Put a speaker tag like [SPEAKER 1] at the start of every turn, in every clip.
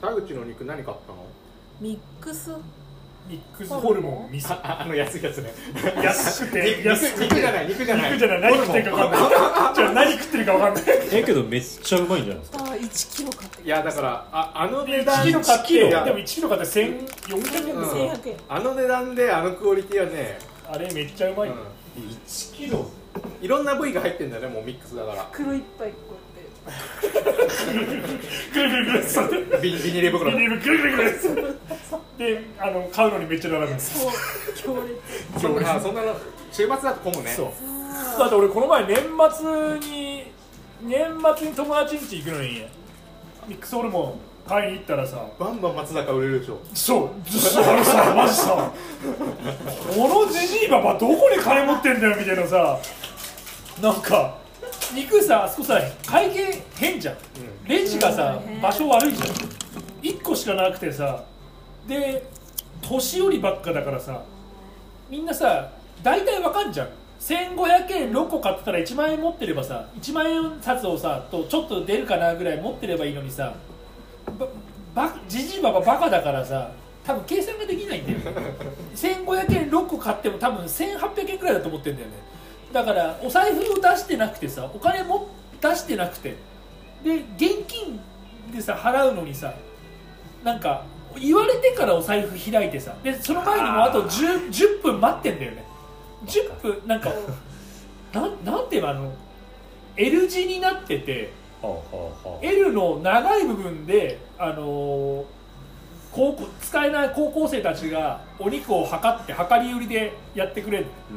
[SPEAKER 1] 田口の肉何買ったの
[SPEAKER 2] ミックス
[SPEAKER 3] ミックスホルモン味噌
[SPEAKER 1] ああの安いやつね
[SPEAKER 3] 安くて
[SPEAKER 1] 肉
[SPEAKER 3] 安く
[SPEAKER 1] 肉じゃ
[SPEAKER 3] て
[SPEAKER 1] ない肉じゃない
[SPEAKER 3] 肉じゃない何食ってるか分かんないじゃあ何食ってるか分かんない
[SPEAKER 4] えけどめっちゃうまいんじゃないですか
[SPEAKER 2] あ1キロ買って
[SPEAKER 1] いやだからああの値
[SPEAKER 3] 1
[SPEAKER 1] 段
[SPEAKER 3] キロ買って
[SPEAKER 1] いや
[SPEAKER 3] でも1キロ買って1400円です
[SPEAKER 1] うん
[SPEAKER 3] よ
[SPEAKER 2] 1100円
[SPEAKER 1] あの値段であのクオリティはね、
[SPEAKER 3] あれめっちゃうまい
[SPEAKER 1] うん
[SPEAKER 4] 1キロ
[SPEAKER 1] いろんな部位が入ってんだよねもうミックスだから
[SPEAKER 2] 袋いっぱいこうやって
[SPEAKER 3] くるくるくるそう
[SPEAKER 1] ビビニール袋
[SPEAKER 3] ビニールぐるぐるぐるであの買うのにめっちゃ並ぶんです
[SPEAKER 2] そう強 烈
[SPEAKER 1] そうあそんなの週末だと混むね
[SPEAKER 3] そうだっ
[SPEAKER 2] あ
[SPEAKER 3] て俺この前年末に年末に友達ん家行くのにミックスホルモン買いに行ったらさ
[SPEAKER 1] バンバン松坂売れるでしょ
[SPEAKER 3] そうずっしあれさマジさこのジジイババどこに金持ってんだよみたいなさなんか肉さあそこさ会計変じゃん
[SPEAKER 1] う
[SPEAKER 3] レジがさ
[SPEAKER 2] うん
[SPEAKER 3] 場所悪いじゃん1個しかなくてさで年寄りばっかだからさみんなさ大体わかんじゃん1500円6個買ってたら1万円持ってればさ1万円札をさとちょっと出るかなぐらい持ってればいいのにさばばじじいばばバカだからさ多分計算ができないんだよ1500円6個買っても多分1800円ぐらいだと思ってんだよねだからお財布を出してなくてさお金も出してなくてで現金でさ払うのにさなんか言われてからお財布開いてさでその前にもあと 10, 10分待ってんだよね10分なんかなんなんていうのあの L 字になってて
[SPEAKER 4] はあはあは
[SPEAKER 3] L の長い部分で、あのー高校使えない高校生たちがお肉を測って量り売りでやってくれる
[SPEAKER 4] うん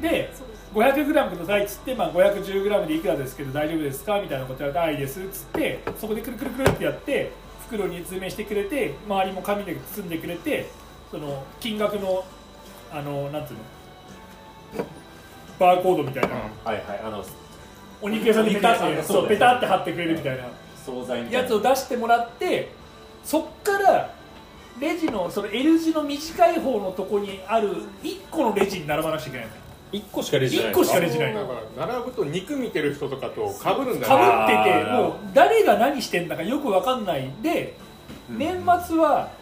[SPEAKER 4] うん
[SPEAKER 3] で 500g くださいっつって、まあ、510g でいくらですけど大丈夫ですかみたいなことやったらあいいですっつってそこでくるくるくるってやって袋に詰めしてくれて周りも紙で包んでくれてその金額のあのなんていうのバーコードみたいな、
[SPEAKER 4] はいはいあの
[SPEAKER 3] お肉屋さんにペタ
[SPEAKER 4] お肉
[SPEAKER 3] って
[SPEAKER 4] 屋さん
[SPEAKER 3] そう
[SPEAKER 4] そうだよね
[SPEAKER 3] ペタって貼ってくれるみたいな。
[SPEAKER 4] 惣菜みたい
[SPEAKER 3] や
[SPEAKER 4] な
[SPEAKER 3] つを出してもらってそっからレジのその L 字の短い方のとこにある1個のレジに並ばなくちゃいけない
[SPEAKER 4] 1個しかレジじゃない
[SPEAKER 3] 一個しか
[SPEAKER 4] レ
[SPEAKER 3] レジない
[SPEAKER 1] だから並ぶと肉見てる人とかとかぶるんだよ
[SPEAKER 3] か
[SPEAKER 1] ね
[SPEAKER 3] ぶってて
[SPEAKER 4] あー
[SPEAKER 3] もう誰が何してんだかよく分かんないで
[SPEAKER 4] うん
[SPEAKER 3] 年末は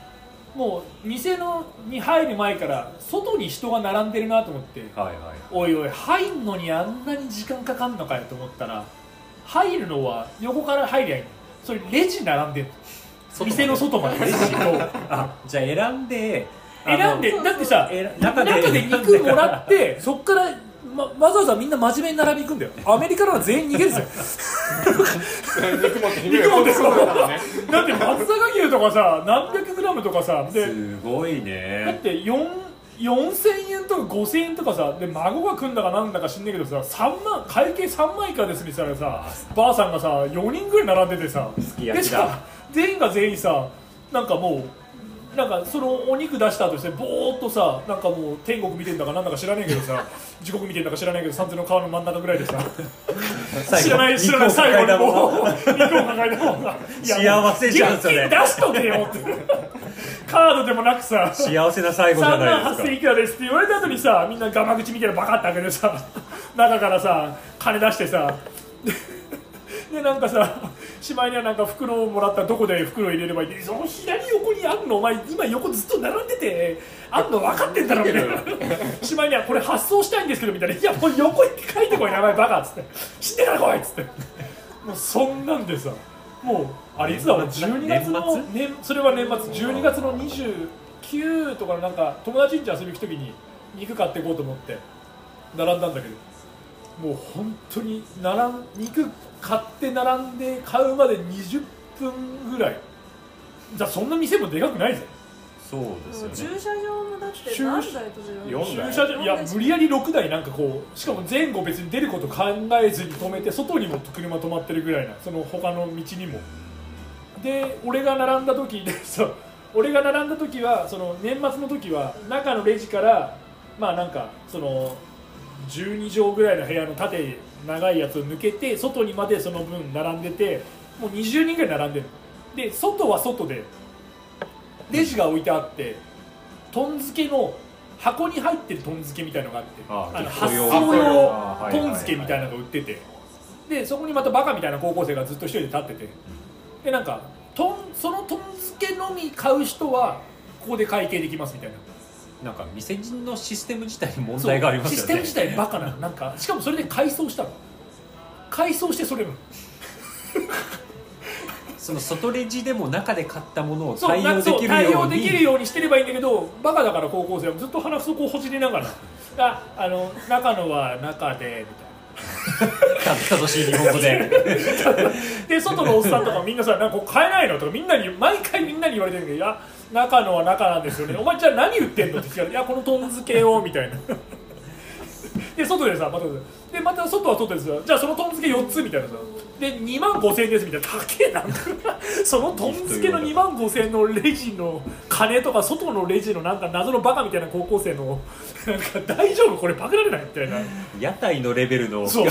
[SPEAKER 3] もう店のに入る前から外に人が並んでるなと思って
[SPEAKER 4] はいはい
[SPEAKER 3] おいおい入んのにあんなに時間かかんのかよと思ったら入るのは横から入りゃいいのそれレジ並んでる店の外までレジと
[SPEAKER 4] あじゃあ選んで
[SPEAKER 3] 選んで
[SPEAKER 2] そうそう
[SPEAKER 3] だってさ
[SPEAKER 4] えら
[SPEAKER 3] 中
[SPEAKER 4] 中で
[SPEAKER 3] で肉もらってそっから、ま、わざわざみんな真面目に並びに行くんだよアメリカなら全員逃げるぜ
[SPEAKER 1] 肉持ってきて
[SPEAKER 3] 肉持ってそう
[SPEAKER 1] だからね
[SPEAKER 3] だって松阪牛とかさ何百グラムとかさで
[SPEAKER 4] ですごい
[SPEAKER 3] だっ
[SPEAKER 4] ね
[SPEAKER 3] て4 4000円とか5000円とかさで孫が来んだかなんだか知んねえけどさ3万会計3万以下ですみたいなさばあさんがさ4人ぐらい並んでてさ
[SPEAKER 4] き焼きだ
[SPEAKER 3] でしか全員が全員さなんかもうなんかそのお肉出したとしてぼーっとさなんかもう天国見てんだかなんだか知らねえけど さ地獄見てんだか知らねえけど三途の川の真ん中ぐらいでさ知らない知らない最後にもう肉を抱えた方がいや
[SPEAKER 4] 幸せじゃんそれ
[SPEAKER 3] 現金出しとけよってカードでもなくさ
[SPEAKER 4] 幸せな最後じゃ
[SPEAKER 3] 3万
[SPEAKER 4] ないです
[SPEAKER 3] 8000
[SPEAKER 4] か
[SPEAKER 3] いくらですって言われた後にさみんなガマ口みたいなのバカって開けてさ 中からさ金出してさ でなんかさしまいにはなんか袋をもらったらどこで袋入れればいいってその左横にあるのお前今横ずっと並んでてあんの分かってんだろみたいなしまいにはこれ発送したいんですけどみたいないやもう横行って書いてこい名前バカっつって知ってから来いっつってもうそんなんでさもうあれいつだろう
[SPEAKER 4] 年末
[SPEAKER 3] 12月の
[SPEAKER 4] 年
[SPEAKER 3] 年それは年末12月の29とかのなんか友達ん家遊びに行く時に肉買っていこうと思って並んだんだけどもう本当に並ん肉買って並んで買うまで20分ぐらいじゃあそんな店もでかくないぜ
[SPEAKER 4] そうです
[SPEAKER 2] も
[SPEAKER 4] よ
[SPEAKER 2] う駐
[SPEAKER 4] ね
[SPEAKER 2] 車場もだって
[SPEAKER 3] 駐
[SPEAKER 2] 何台とじ
[SPEAKER 1] 四台
[SPEAKER 3] 駐車場いや無理やり6台なんかこうしかも前後別に出ること考えずに止めて外にも車止まってるぐらいなその他の道にもで俺が並んだ時でそう俺が並んだ時はその年末の時は中のレジからまあなんかその12畳ぐらいの部屋の縦長いやつを抜けて外にまでその分並んでてもう20人ぐらい並んでるで外は外でレジが置いてあってトン漬けの箱に入ってるトン漬けみたいのがあって
[SPEAKER 4] あ
[SPEAKER 3] の
[SPEAKER 4] 結構
[SPEAKER 3] 発
[SPEAKER 4] 用
[SPEAKER 3] 送
[SPEAKER 4] あは
[SPEAKER 3] 用ト
[SPEAKER 4] い
[SPEAKER 3] ン漬けみたいなのが売っててでそこにまたバカみたいな高校生がずっと一人で立っててでなんかトンそのとんつけのみ買う人はここで会計できますみたいな
[SPEAKER 4] なんか店のシステム自体に問題があります
[SPEAKER 3] シ
[SPEAKER 4] よ
[SPEAKER 3] ステム
[SPEAKER 4] ね
[SPEAKER 3] 自体バカなのなんかしかもそれで改装したの改装してそれも
[SPEAKER 4] その外レジでも中で買ったものを
[SPEAKER 3] そう
[SPEAKER 4] 対応できる
[SPEAKER 3] 対
[SPEAKER 4] よう
[SPEAKER 3] 応できる
[SPEAKER 4] に
[SPEAKER 3] ようにしてればいいんだけどバカだから高校生はずっと鼻くそこうほじりながら「ああの中のは中で」みたいな。
[SPEAKER 4] 正しい日本語 で
[SPEAKER 3] で外のおっさんとかみんなさなんかこう買えないのとかみんなに毎回みんなに言われてるけど「いや中のは中なんですよねお前じゃあ何言ってんの?」って聞かれて「いやこのとん漬けを」みたいなで外でさまたでまた外は外ですよじゃあそのとん漬け4つみたいなさで2万5000円ですみたいな高えなん かそのとん漬けの2万5000円のレジの金とか外のレジのなんか謎のバカみたいな高校生のなんか大丈夫これパクられないみたいな
[SPEAKER 4] 屋台のレベルの
[SPEAKER 3] そう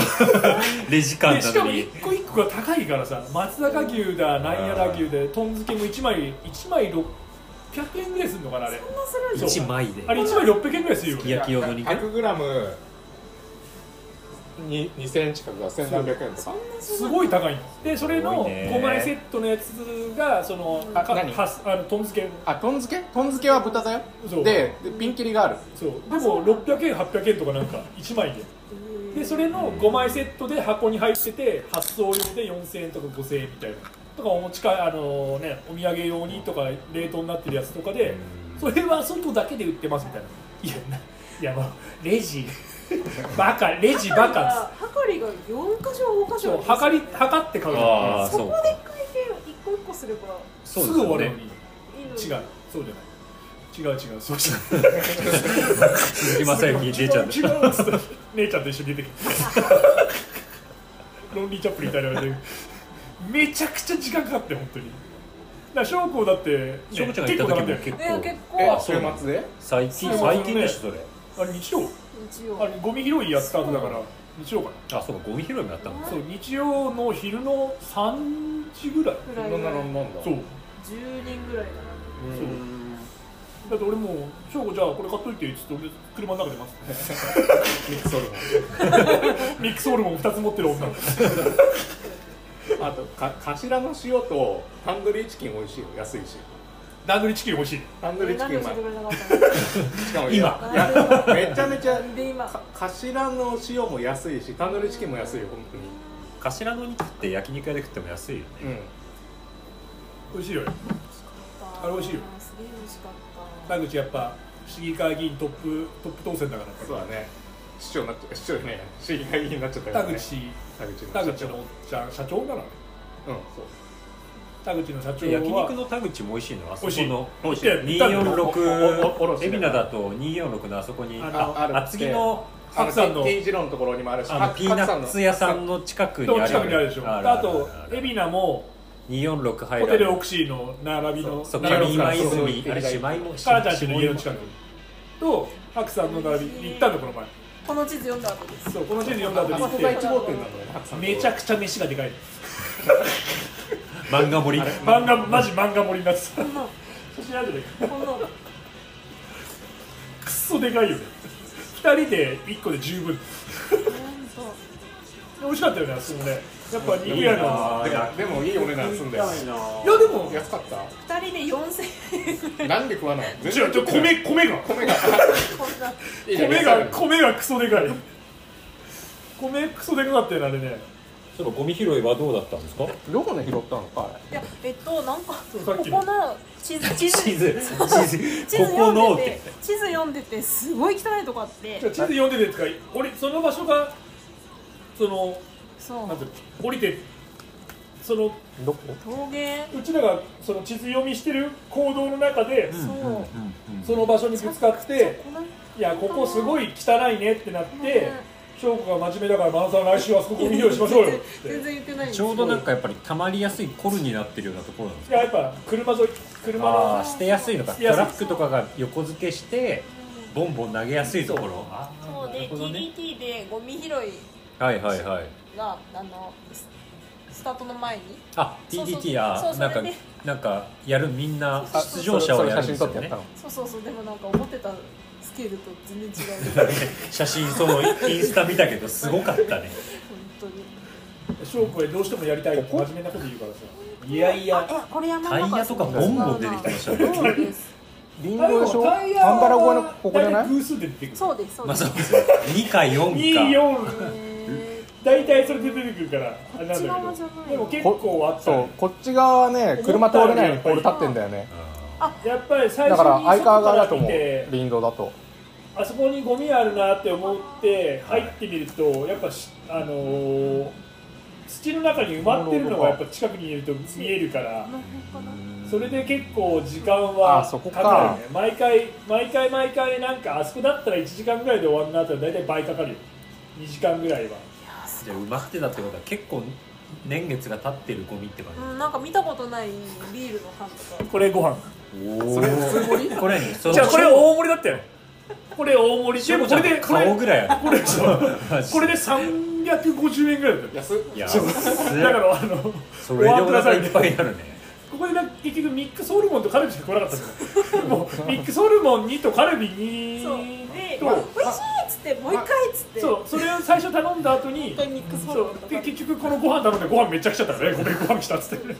[SPEAKER 4] レジ感
[SPEAKER 3] でし
[SPEAKER 4] な
[SPEAKER 3] か
[SPEAKER 4] の
[SPEAKER 3] も
[SPEAKER 4] に
[SPEAKER 3] 一個一個が高いからさ松坂牛だなんやら牛でとん漬けも1枚1枚600円ぐらいするのかなあれ
[SPEAKER 2] そんなするん
[SPEAKER 3] そう
[SPEAKER 4] 1枚で
[SPEAKER 3] あれ1枚600円ぐらいするよ
[SPEAKER 4] すき焼き用の肉
[SPEAKER 1] 100グラムに2000円近くが1700円と
[SPEAKER 2] そ
[SPEAKER 1] か
[SPEAKER 2] んなす
[SPEAKER 3] すごい高いのでそれ
[SPEAKER 4] す
[SPEAKER 3] の
[SPEAKER 4] ごいね
[SPEAKER 3] 5枚セットのやつがそのあか
[SPEAKER 1] 何
[SPEAKER 3] はすあのとん漬け
[SPEAKER 1] あ豚漬け豚漬けは豚だよ
[SPEAKER 3] そう
[SPEAKER 1] ででピンキリがある
[SPEAKER 3] そうでも600円800円とかなんか1枚ででそれの5枚セットで箱に入ってて発送用で4000円とか5000円みたいなとかお持ちかあの、ね、お土産用にとか冷凍になってるやつとかでそれは外だけで売ってますみたいないやないやもうレジ バカレジバカ
[SPEAKER 2] はかりが四箇所五箇
[SPEAKER 3] そう
[SPEAKER 2] 所
[SPEAKER 3] 測り測って買う
[SPEAKER 4] あー
[SPEAKER 2] そ
[SPEAKER 4] そう
[SPEAKER 2] こ
[SPEAKER 4] か
[SPEAKER 2] で会計を一個一個すれば
[SPEAKER 4] そ
[SPEAKER 3] す
[SPEAKER 4] う
[SPEAKER 3] ぐ
[SPEAKER 4] です
[SPEAKER 3] 終
[SPEAKER 4] よ
[SPEAKER 3] わる
[SPEAKER 4] ね
[SPEAKER 3] のに違う
[SPEAKER 2] いいの
[SPEAKER 3] そう
[SPEAKER 2] に
[SPEAKER 3] じゃない違う違うそうじゃない
[SPEAKER 4] すいませんに出ちゃう
[SPEAKER 3] 違う違うっつって姉ちゃんと一緒に出てきてロンリーチャップリンみたいなのでめちゃくちゃ時間かかって本当にだから翔子だって、ね、
[SPEAKER 4] 翔子ちゃんが行った時も
[SPEAKER 3] 結
[SPEAKER 4] 結
[SPEAKER 2] いや結
[SPEAKER 4] 構
[SPEAKER 2] 構あ
[SPEAKER 4] あそうなん
[SPEAKER 1] 末で
[SPEAKER 4] 最
[SPEAKER 3] そ
[SPEAKER 4] 近
[SPEAKER 3] うそう
[SPEAKER 4] 最近でしょそれ
[SPEAKER 3] 構あれ日曜
[SPEAKER 2] 一応
[SPEAKER 3] あれゴミ拾いやった後だから日曜か
[SPEAKER 4] あそうかゴミ拾いもやったの
[SPEAKER 3] なそう日曜の昼の3時ぐらい
[SPEAKER 2] ぐらい
[SPEAKER 1] ロン
[SPEAKER 2] が
[SPEAKER 1] ドンロンドンだ
[SPEAKER 3] そう
[SPEAKER 2] 10人ぐらいかな
[SPEAKER 1] うん
[SPEAKER 3] だって俺もう「翔子じゃあこれ買っといて」っつって俺車の中で待って
[SPEAKER 1] ミックスホルモン
[SPEAKER 3] たミックスホルモン2つ持ってる女
[SPEAKER 1] あとか頭の塩とタンドリーチキン美味しいよ安いし
[SPEAKER 3] 段取りチキン欲しい
[SPEAKER 1] タンドリーチ
[SPEAKER 2] なん
[SPEAKER 1] キン
[SPEAKER 2] で
[SPEAKER 1] う
[SPEAKER 2] 教
[SPEAKER 1] ま
[SPEAKER 2] え
[SPEAKER 1] い
[SPEAKER 2] てくれなかっ
[SPEAKER 1] しかも
[SPEAKER 4] 今
[SPEAKER 1] いやめちゃめちゃ
[SPEAKER 2] たので今
[SPEAKER 1] か頭の塩も安いしタンドリーチキンも安いよ本当に
[SPEAKER 4] 頭の肉って焼肉屋で食っても安いよね
[SPEAKER 1] うん
[SPEAKER 3] 美味しいよねあれ美味しいよ
[SPEAKER 2] すげえ美味しかった
[SPEAKER 3] 田口やっぱ市議会議員トップトップ当選だから
[SPEAKER 1] そうだね市長になっちゃ 市長じゃないや市議会議員になっちゃったか
[SPEAKER 3] 田
[SPEAKER 1] ら、ね、
[SPEAKER 3] 口
[SPEAKER 1] 田口の
[SPEAKER 3] 田
[SPEAKER 1] 社
[SPEAKER 3] 口
[SPEAKER 1] 長
[SPEAKER 3] のおっちゃん社長な
[SPEAKER 1] うん
[SPEAKER 3] の
[SPEAKER 1] そう
[SPEAKER 3] 田口の社長
[SPEAKER 4] で
[SPEAKER 3] は
[SPEAKER 4] 焼肉の田口も美味しいのあそこの
[SPEAKER 3] 美味しい美味しい
[SPEAKER 1] おおおおろ
[SPEAKER 4] 246
[SPEAKER 1] し
[SPEAKER 4] 海老名だと246のあそこに
[SPEAKER 3] あの
[SPEAKER 1] ある
[SPEAKER 4] 厚木の
[SPEAKER 1] あの
[SPEAKER 3] 白山の
[SPEAKER 1] T 字路のところにもあるし
[SPEAKER 4] あのピーナッツ屋さんの近くにあ
[SPEAKER 3] の
[SPEAKER 4] るよ
[SPEAKER 3] 近
[SPEAKER 4] ね
[SPEAKER 3] くにあるでしょあ
[SPEAKER 4] るる
[SPEAKER 3] と
[SPEAKER 4] ある
[SPEAKER 3] 海老名も
[SPEAKER 4] 246ハイ
[SPEAKER 3] ホ
[SPEAKER 4] ラ
[SPEAKER 3] テ
[SPEAKER 4] ン
[SPEAKER 3] ルオ
[SPEAKER 4] ド
[SPEAKER 3] クシーの並びの
[SPEAKER 4] そう
[SPEAKER 1] 並
[SPEAKER 4] 上
[SPEAKER 1] び
[SPEAKER 4] 今
[SPEAKER 1] そうそう
[SPEAKER 4] 泉あれ姉妹も
[SPEAKER 3] カラちゃんちの家の近
[SPEAKER 4] 下
[SPEAKER 3] くと白さんの並び行ったのこの前
[SPEAKER 2] この地図読んだ後です
[SPEAKER 3] そうこの地図読んだ
[SPEAKER 1] あ
[SPEAKER 3] 後
[SPEAKER 1] あ
[SPEAKER 3] に
[SPEAKER 1] そ
[SPEAKER 3] 行っ
[SPEAKER 1] こが
[SPEAKER 3] て
[SPEAKER 1] 1号店なんだよね白山の
[SPEAKER 3] めちゃくちゃ飯がでかい
[SPEAKER 4] 漫画盛り
[SPEAKER 3] 漫画マジ漫画盛りになってた写真あるで
[SPEAKER 2] この
[SPEAKER 3] クソでかいよね2人で1個で十分美味しかったよねあそこもねやっぱ肉屋の
[SPEAKER 1] でもでもいいお値段すんだよ
[SPEAKER 3] いやでも
[SPEAKER 1] 安かっ
[SPEAKER 2] 2人で4000円
[SPEAKER 1] たなんで食わない全
[SPEAKER 3] 違う
[SPEAKER 1] 然
[SPEAKER 3] 違う米米が
[SPEAKER 1] 米が
[SPEAKER 2] こんな
[SPEAKER 3] 米が米がクソでかい米クソでかかったよねあれね
[SPEAKER 4] そのゴミ拾いはどうだったんですか
[SPEAKER 1] どこで拾ったのか
[SPEAKER 2] いやえっとなんか
[SPEAKER 3] そう
[SPEAKER 2] こ
[SPEAKER 3] さっき
[SPEAKER 2] この地図地図
[SPEAKER 4] 地図
[SPEAKER 2] 地
[SPEAKER 4] 地
[SPEAKER 2] 図
[SPEAKER 4] 図ここ
[SPEAKER 2] 読
[SPEAKER 4] の
[SPEAKER 2] ん
[SPEAKER 4] っ
[SPEAKER 2] で
[SPEAKER 4] て
[SPEAKER 2] て地図読んでてすごい汚いとこあって
[SPEAKER 3] じゃあ地図読んでてつか俺その場所がその
[SPEAKER 2] そう
[SPEAKER 3] なんていうの降りてその
[SPEAKER 4] どこ
[SPEAKER 2] 陶芸
[SPEAKER 3] うちらがその地図読みしてる行動の中で、
[SPEAKER 2] そう
[SPEAKER 3] その場所にぶつかって
[SPEAKER 2] この
[SPEAKER 3] いやここすごい汚いねってなって翔子が真面目だから真野さん来週はそこゴミ拾いしましょうよっつって
[SPEAKER 2] 全然言ってないんです
[SPEAKER 4] ちょうどなんかやっぱり溜まりやすいコルになってるようなところなんです
[SPEAKER 3] いややっぱ車沿い車
[SPEAKER 4] あ
[SPEAKER 3] の
[SPEAKER 4] あ捨てやすいのか
[SPEAKER 3] 捨
[SPEAKER 4] ト
[SPEAKER 3] てやすい
[SPEAKER 4] ラックとかが横付けしてボンボン投げやすいところあー
[SPEAKER 2] そう
[SPEAKER 4] な
[SPEAKER 2] で
[SPEAKER 4] るほどね
[SPEAKER 2] TDT でゴミ拾い
[SPEAKER 4] はいはいはい
[SPEAKER 2] があのススタートの前に
[SPEAKER 4] あ
[SPEAKER 2] そうそう
[SPEAKER 4] TDT あ
[SPEAKER 2] そうそ
[SPEAKER 4] なん
[SPEAKER 2] れ
[SPEAKER 4] か
[SPEAKER 2] で
[SPEAKER 4] なんかやるみんな
[SPEAKER 2] そうそう
[SPEAKER 4] 出場者はやるんですよね
[SPEAKER 2] そうそうそうでもなんか思ってたスケールと全然違う
[SPEAKER 4] だ
[SPEAKER 2] 本
[SPEAKER 4] ね写真そのインスタ見たけどすごかったね
[SPEAKER 2] 当に
[SPEAKER 3] 翔子へどうしてもやりたいって
[SPEAKER 1] ここ
[SPEAKER 3] 真面目なこと言うからさ
[SPEAKER 5] いやいや
[SPEAKER 6] えこれ山の
[SPEAKER 4] タイ
[SPEAKER 6] 中
[SPEAKER 4] ヤとかボンボン出てきてましたよね
[SPEAKER 6] そうです
[SPEAKER 5] リンゴでしょ
[SPEAKER 3] タイヤ
[SPEAKER 5] アンパラゴアのここじゃ
[SPEAKER 3] 大
[SPEAKER 5] な
[SPEAKER 3] 体
[SPEAKER 5] い
[SPEAKER 3] 偶数で出てくる
[SPEAKER 6] そうですそう
[SPEAKER 4] ま
[SPEAKER 6] です、
[SPEAKER 4] あそうですね2か4か
[SPEAKER 3] 24
[SPEAKER 6] え
[SPEAKER 3] 大体それで出てくるからあれなんだ
[SPEAKER 6] っち
[SPEAKER 3] け
[SPEAKER 6] 側
[SPEAKER 3] ど
[SPEAKER 6] じゃない
[SPEAKER 3] でも結構あった
[SPEAKER 5] そう
[SPEAKER 3] よ
[SPEAKER 5] こっち側はね車通れないようにポール立ってんだよね
[SPEAKER 3] やっぱり最
[SPEAKER 5] だ
[SPEAKER 3] 初
[SPEAKER 5] から
[SPEAKER 3] に
[SPEAKER 5] 相川側だと思
[SPEAKER 3] 見て
[SPEAKER 5] う林道だと
[SPEAKER 3] あそこにゴミあるなって思って入ってみるとやっぱしあのー土の中に埋まってるのがやっぱ近くにいると見えるか
[SPEAKER 6] なる
[SPEAKER 3] ら
[SPEAKER 6] ほど
[SPEAKER 3] それで結構時間
[SPEAKER 5] あ
[SPEAKER 3] は
[SPEAKER 5] そこか
[SPEAKER 3] かかるよね毎回毎回毎回なんかあそこだったら1時間ぐらいで終わるなって大体倍かかるよ2時間ぐらいは
[SPEAKER 4] じゃあ埋まってたってことは結構年月が経ってるゴミって感
[SPEAKER 6] うん、なんか見たことないビールの缶とか
[SPEAKER 3] これご飯
[SPEAKER 4] じおおこれにその
[SPEAKER 3] じゃあこれ大盛りだったよこれ大盛りでもこれでこれ
[SPEAKER 4] 顔ぐらいあ
[SPEAKER 3] これでしょ
[SPEAKER 4] る
[SPEAKER 3] これで350円ぐらいだったよ
[SPEAKER 1] 安っ
[SPEAKER 4] いや
[SPEAKER 3] だからあの
[SPEAKER 4] それでお腹いっぱいになるね
[SPEAKER 3] ここでなんか結局ミックスホルモンとカルビしか来なかったんですよもうミックスホルモン2とカルビ
[SPEAKER 6] そう
[SPEAKER 3] 2
[SPEAKER 6] で「
[SPEAKER 3] と
[SPEAKER 6] 美味しい!」っつってもう一回っつって
[SPEAKER 3] そうそれを最初頼んだ後に
[SPEAKER 6] 一回ミックスホ
[SPEAKER 3] そ
[SPEAKER 6] ルモン
[SPEAKER 3] う
[SPEAKER 6] とか
[SPEAKER 3] で結局このご飯頼んでご飯めっちゃ来ちゃったからねごめんご飯来たっつって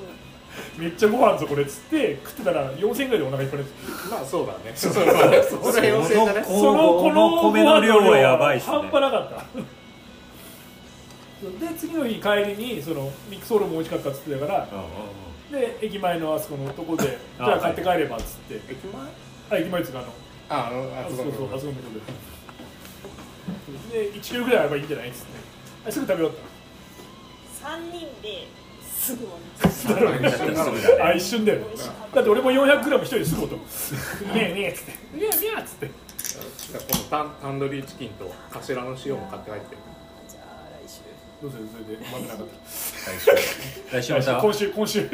[SPEAKER 3] めっちゃご飯ぞこれっつって食ってたら4000円ぐらいでお腹いっぱいです
[SPEAKER 1] まあそうだね そうそうだねそこら辺を正だね
[SPEAKER 4] おこの米の量はやばいっすね
[SPEAKER 3] 半端なかったで次の日帰りにそのミックスホルモン美味しかったっつってたから
[SPEAKER 4] うんうん
[SPEAKER 3] で駅前のあそこのとこでじ
[SPEAKER 4] あ
[SPEAKER 3] ゃあ買って帰ればっつって
[SPEAKER 1] 駅前
[SPEAKER 3] あ駅前っつうかあの
[SPEAKER 1] ああのあ
[SPEAKER 3] あ
[SPEAKER 1] そ
[SPEAKER 3] そう
[SPEAKER 1] こ
[SPEAKER 3] そうそうあそこのとこでで1キロぐらいあればいいんじゃないっつってあすぐ食べようった
[SPEAKER 6] 3人ですぐ終わりまし
[SPEAKER 1] だから一緒なのに
[SPEAKER 3] あ一瞬だよ
[SPEAKER 6] 美味しかった
[SPEAKER 3] だって俺も 400g 一人ですぐ ことねえねえっつってねえねえっつって
[SPEAKER 1] だからこのタンタンドリーチキンと頭の塩も買って帰って
[SPEAKER 6] たじゃあ来週
[SPEAKER 3] どうするそれで待ってなかった
[SPEAKER 4] 来週来週また
[SPEAKER 3] 今週今週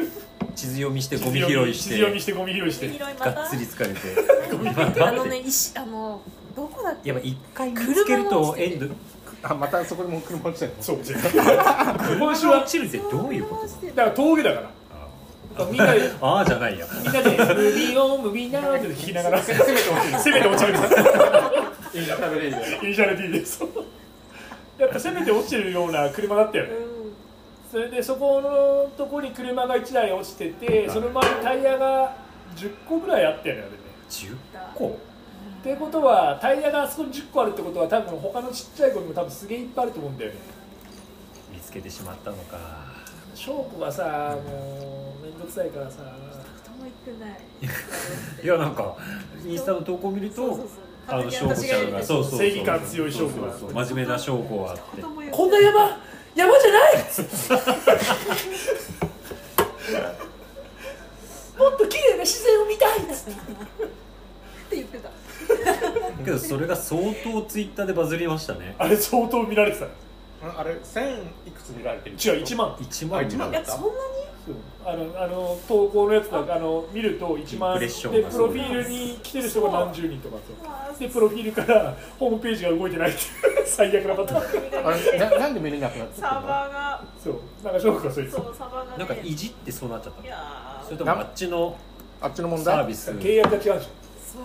[SPEAKER 4] 地図読みして ゴミ拾いし
[SPEAKER 3] 地図読み
[SPEAKER 4] て
[SPEAKER 3] してゴミ拾いし
[SPEAKER 6] 黄
[SPEAKER 3] て
[SPEAKER 6] 色いま
[SPEAKER 4] がったつり疲れて
[SPEAKER 6] あのね石あのどこだっけ
[SPEAKER 4] やっぱ一回見つけるとエンド
[SPEAKER 5] あまたそこにも車落ちてるの
[SPEAKER 3] そうじゃあ今週
[SPEAKER 4] 車
[SPEAKER 3] は
[SPEAKER 4] 落ちるってどういうこと
[SPEAKER 3] だから峠だからみんなで
[SPEAKER 4] ああじゃないや
[SPEAKER 3] みん なで「ムビオムビナー」って聞きながら
[SPEAKER 1] せ
[SPEAKER 3] 攻
[SPEAKER 1] せめてほしいです
[SPEAKER 3] めて落ちるんです
[SPEAKER 1] インタビューで
[SPEAKER 3] イニシャル D ですやっぱ攻めて落ちてるような車だったよね
[SPEAKER 6] うん
[SPEAKER 3] それでそこのとこに車が1台落ちててその前にタイヤが10個ぐらいあったよねあれね
[SPEAKER 4] 10個
[SPEAKER 3] ってことはタイヤがあそこに10個あるってことは多分他のちっちゃい子にも多分すげえいっぱいあると思うんだよね
[SPEAKER 4] 見つけてしまったのか
[SPEAKER 3] 翔子がさもう面倒くさいからさ
[SPEAKER 6] 人も行ってない
[SPEAKER 4] いやなんかインスタの投稿見る
[SPEAKER 6] そうそ
[SPEAKER 4] と
[SPEAKER 6] うそう
[SPEAKER 4] あの翔
[SPEAKER 6] 勝手
[SPEAKER 4] 子
[SPEAKER 6] に私
[SPEAKER 4] ち
[SPEAKER 6] が
[SPEAKER 4] ゃ
[SPEAKER 6] や
[SPEAKER 4] ん
[SPEAKER 6] りた
[SPEAKER 4] が
[SPEAKER 6] い
[SPEAKER 4] そうそうそう
[SPEAKER 3] 正義感強い翔子
[SPEAKER 4] そう
[SPEAKER 3] が
[SPEAKER 4] そう真面目な証拠はあって
[SPEAKER 6] 人も言う
[SPEAKER 3] こんな山山じゃ ないもっと綺麗な自然を見たい
[SPEAKER 6] って言ってた
[SPEAKER 4] けどそれが相当ツイッターでバズりましたね
[SPEAKER 3] あれ相当見られてた
[SPEAKER 1] あれ千いくつ見られてる
[SPEAKER 3] 違う1万
[SPEAKER 4] 1
[SPEAKER 1] あ
[SPEAKER 4] 万
[SPEAKER 1] 一万
[SPEAKER 6] いやそんなに
[SPEAKER 3] あのあの投稿のやつだあの見ると1万
[SPEAKER 4] インプ
[SPEAKER 3] で
[SPEAKER 4] レ
[SPEAKER 3] プ
[SPEAKER 4] ッシ
[SPEAKER 3] ロ
[SPEAKER 4] ョ
[SPEAKER 3] フ
[SPEAKER 4] ン
[SPEAKER 3] ィ
[SPEAKER 4] がすごい
[SPEAKER 3] ールに来てる人が何十人とかと
[SPEAKER 6] わあ
[SPEAKER 3] でプロフィールからホームページが動いてないっていう最悪なパターン
[SPEAKER 5] あれななんで見れなくなって
[SPEAKER 6] サーバーが
[SPEAKER 3] そうなんか翔子がそう言って
[SPEAKER 6] そうサーバーがね
[SPEAKER 4] なんかいじってそうなっちゃった
[SPEAKER 6] い
[SPEAKER 4] の
[SPEAKER 6] やー
[SPEAKER 4] それともあっちの
[SPEAKER 5] あっちの問
[SPEAKER 4] サー
[SPEAKER 5] 題
[SPEAKER 4] ビス
[SPEAKER 3] た契約が違うんでし
[SPEAKER 6] そう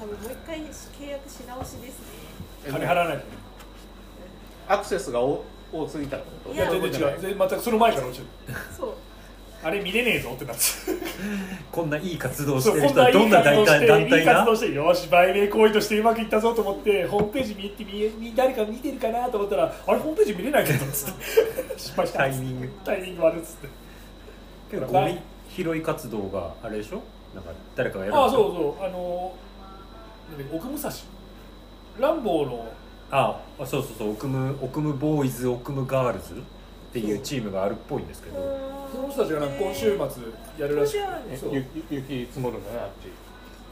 [SPEAKER 6] 多分もう一回契約し直しですね
[SPEAKER 3] ょ金払わない
[SPEAKER 1] アクセスが多多すぎたってこと
[SPEAKER 3] と
[SPEAKER 6] い
[SPEAKER 3] いや
[SPEAKER 6] や
[SPEAKER 3] 全然違う全然全くその前から落ちる
[SPEAKER 6] そう
[SPEAKER 3] あれ見れねえぞってなって
[SPEAKER 4] こんないい活動をし
[SPEAKER 3] そう
[SPEAKER 4] てる
[SPEAKER 3] こん
[SPEAKER 4] 人
[SPEAKER 3] な
[SPEAKER 4] はいど
[SPEAKER 3] い
[SPEAKER 4] んな
[SPEAKER 3] 活動
[SPEAKER 4] 団
[SPEAKER 3] して
[SPEAKER 4] 体団
[SPEAKER 3] いい
[SPEAKER 4] 体
[SPEAKER 3] 活
[SPEAKER 4] が
[SPEAKER 3] 動してよし売名行為としてうまくいったぞと思ってホームページ見って見え見誰か見てるかなと思ったらあれホームページ見れないけどっつって 失敗した
[SPEAKER 4] タイミング
[SPEAKER 3] タイミング悪いっつって
[SPEAKER 4] けどゴミ拾い活動があれでしょなんか誰かがやる
[SPEAKER 3] ああそうそうあのなんだっけ奥武蔵ランボーの
[SPEAKER 4] ああそうそうそう奥む奥むボーイズ奥むガールズっていうチームがあるっぽいんですけど
[SPEAKER 3] その人たちがなんか今週末やるらしくて
[SPEAKER 6] 今週あるん
[SPEAKER 1] え
[SPEAKER 3] そう
[SPEAKER 1] ゆゆ雪積もるんだねあっち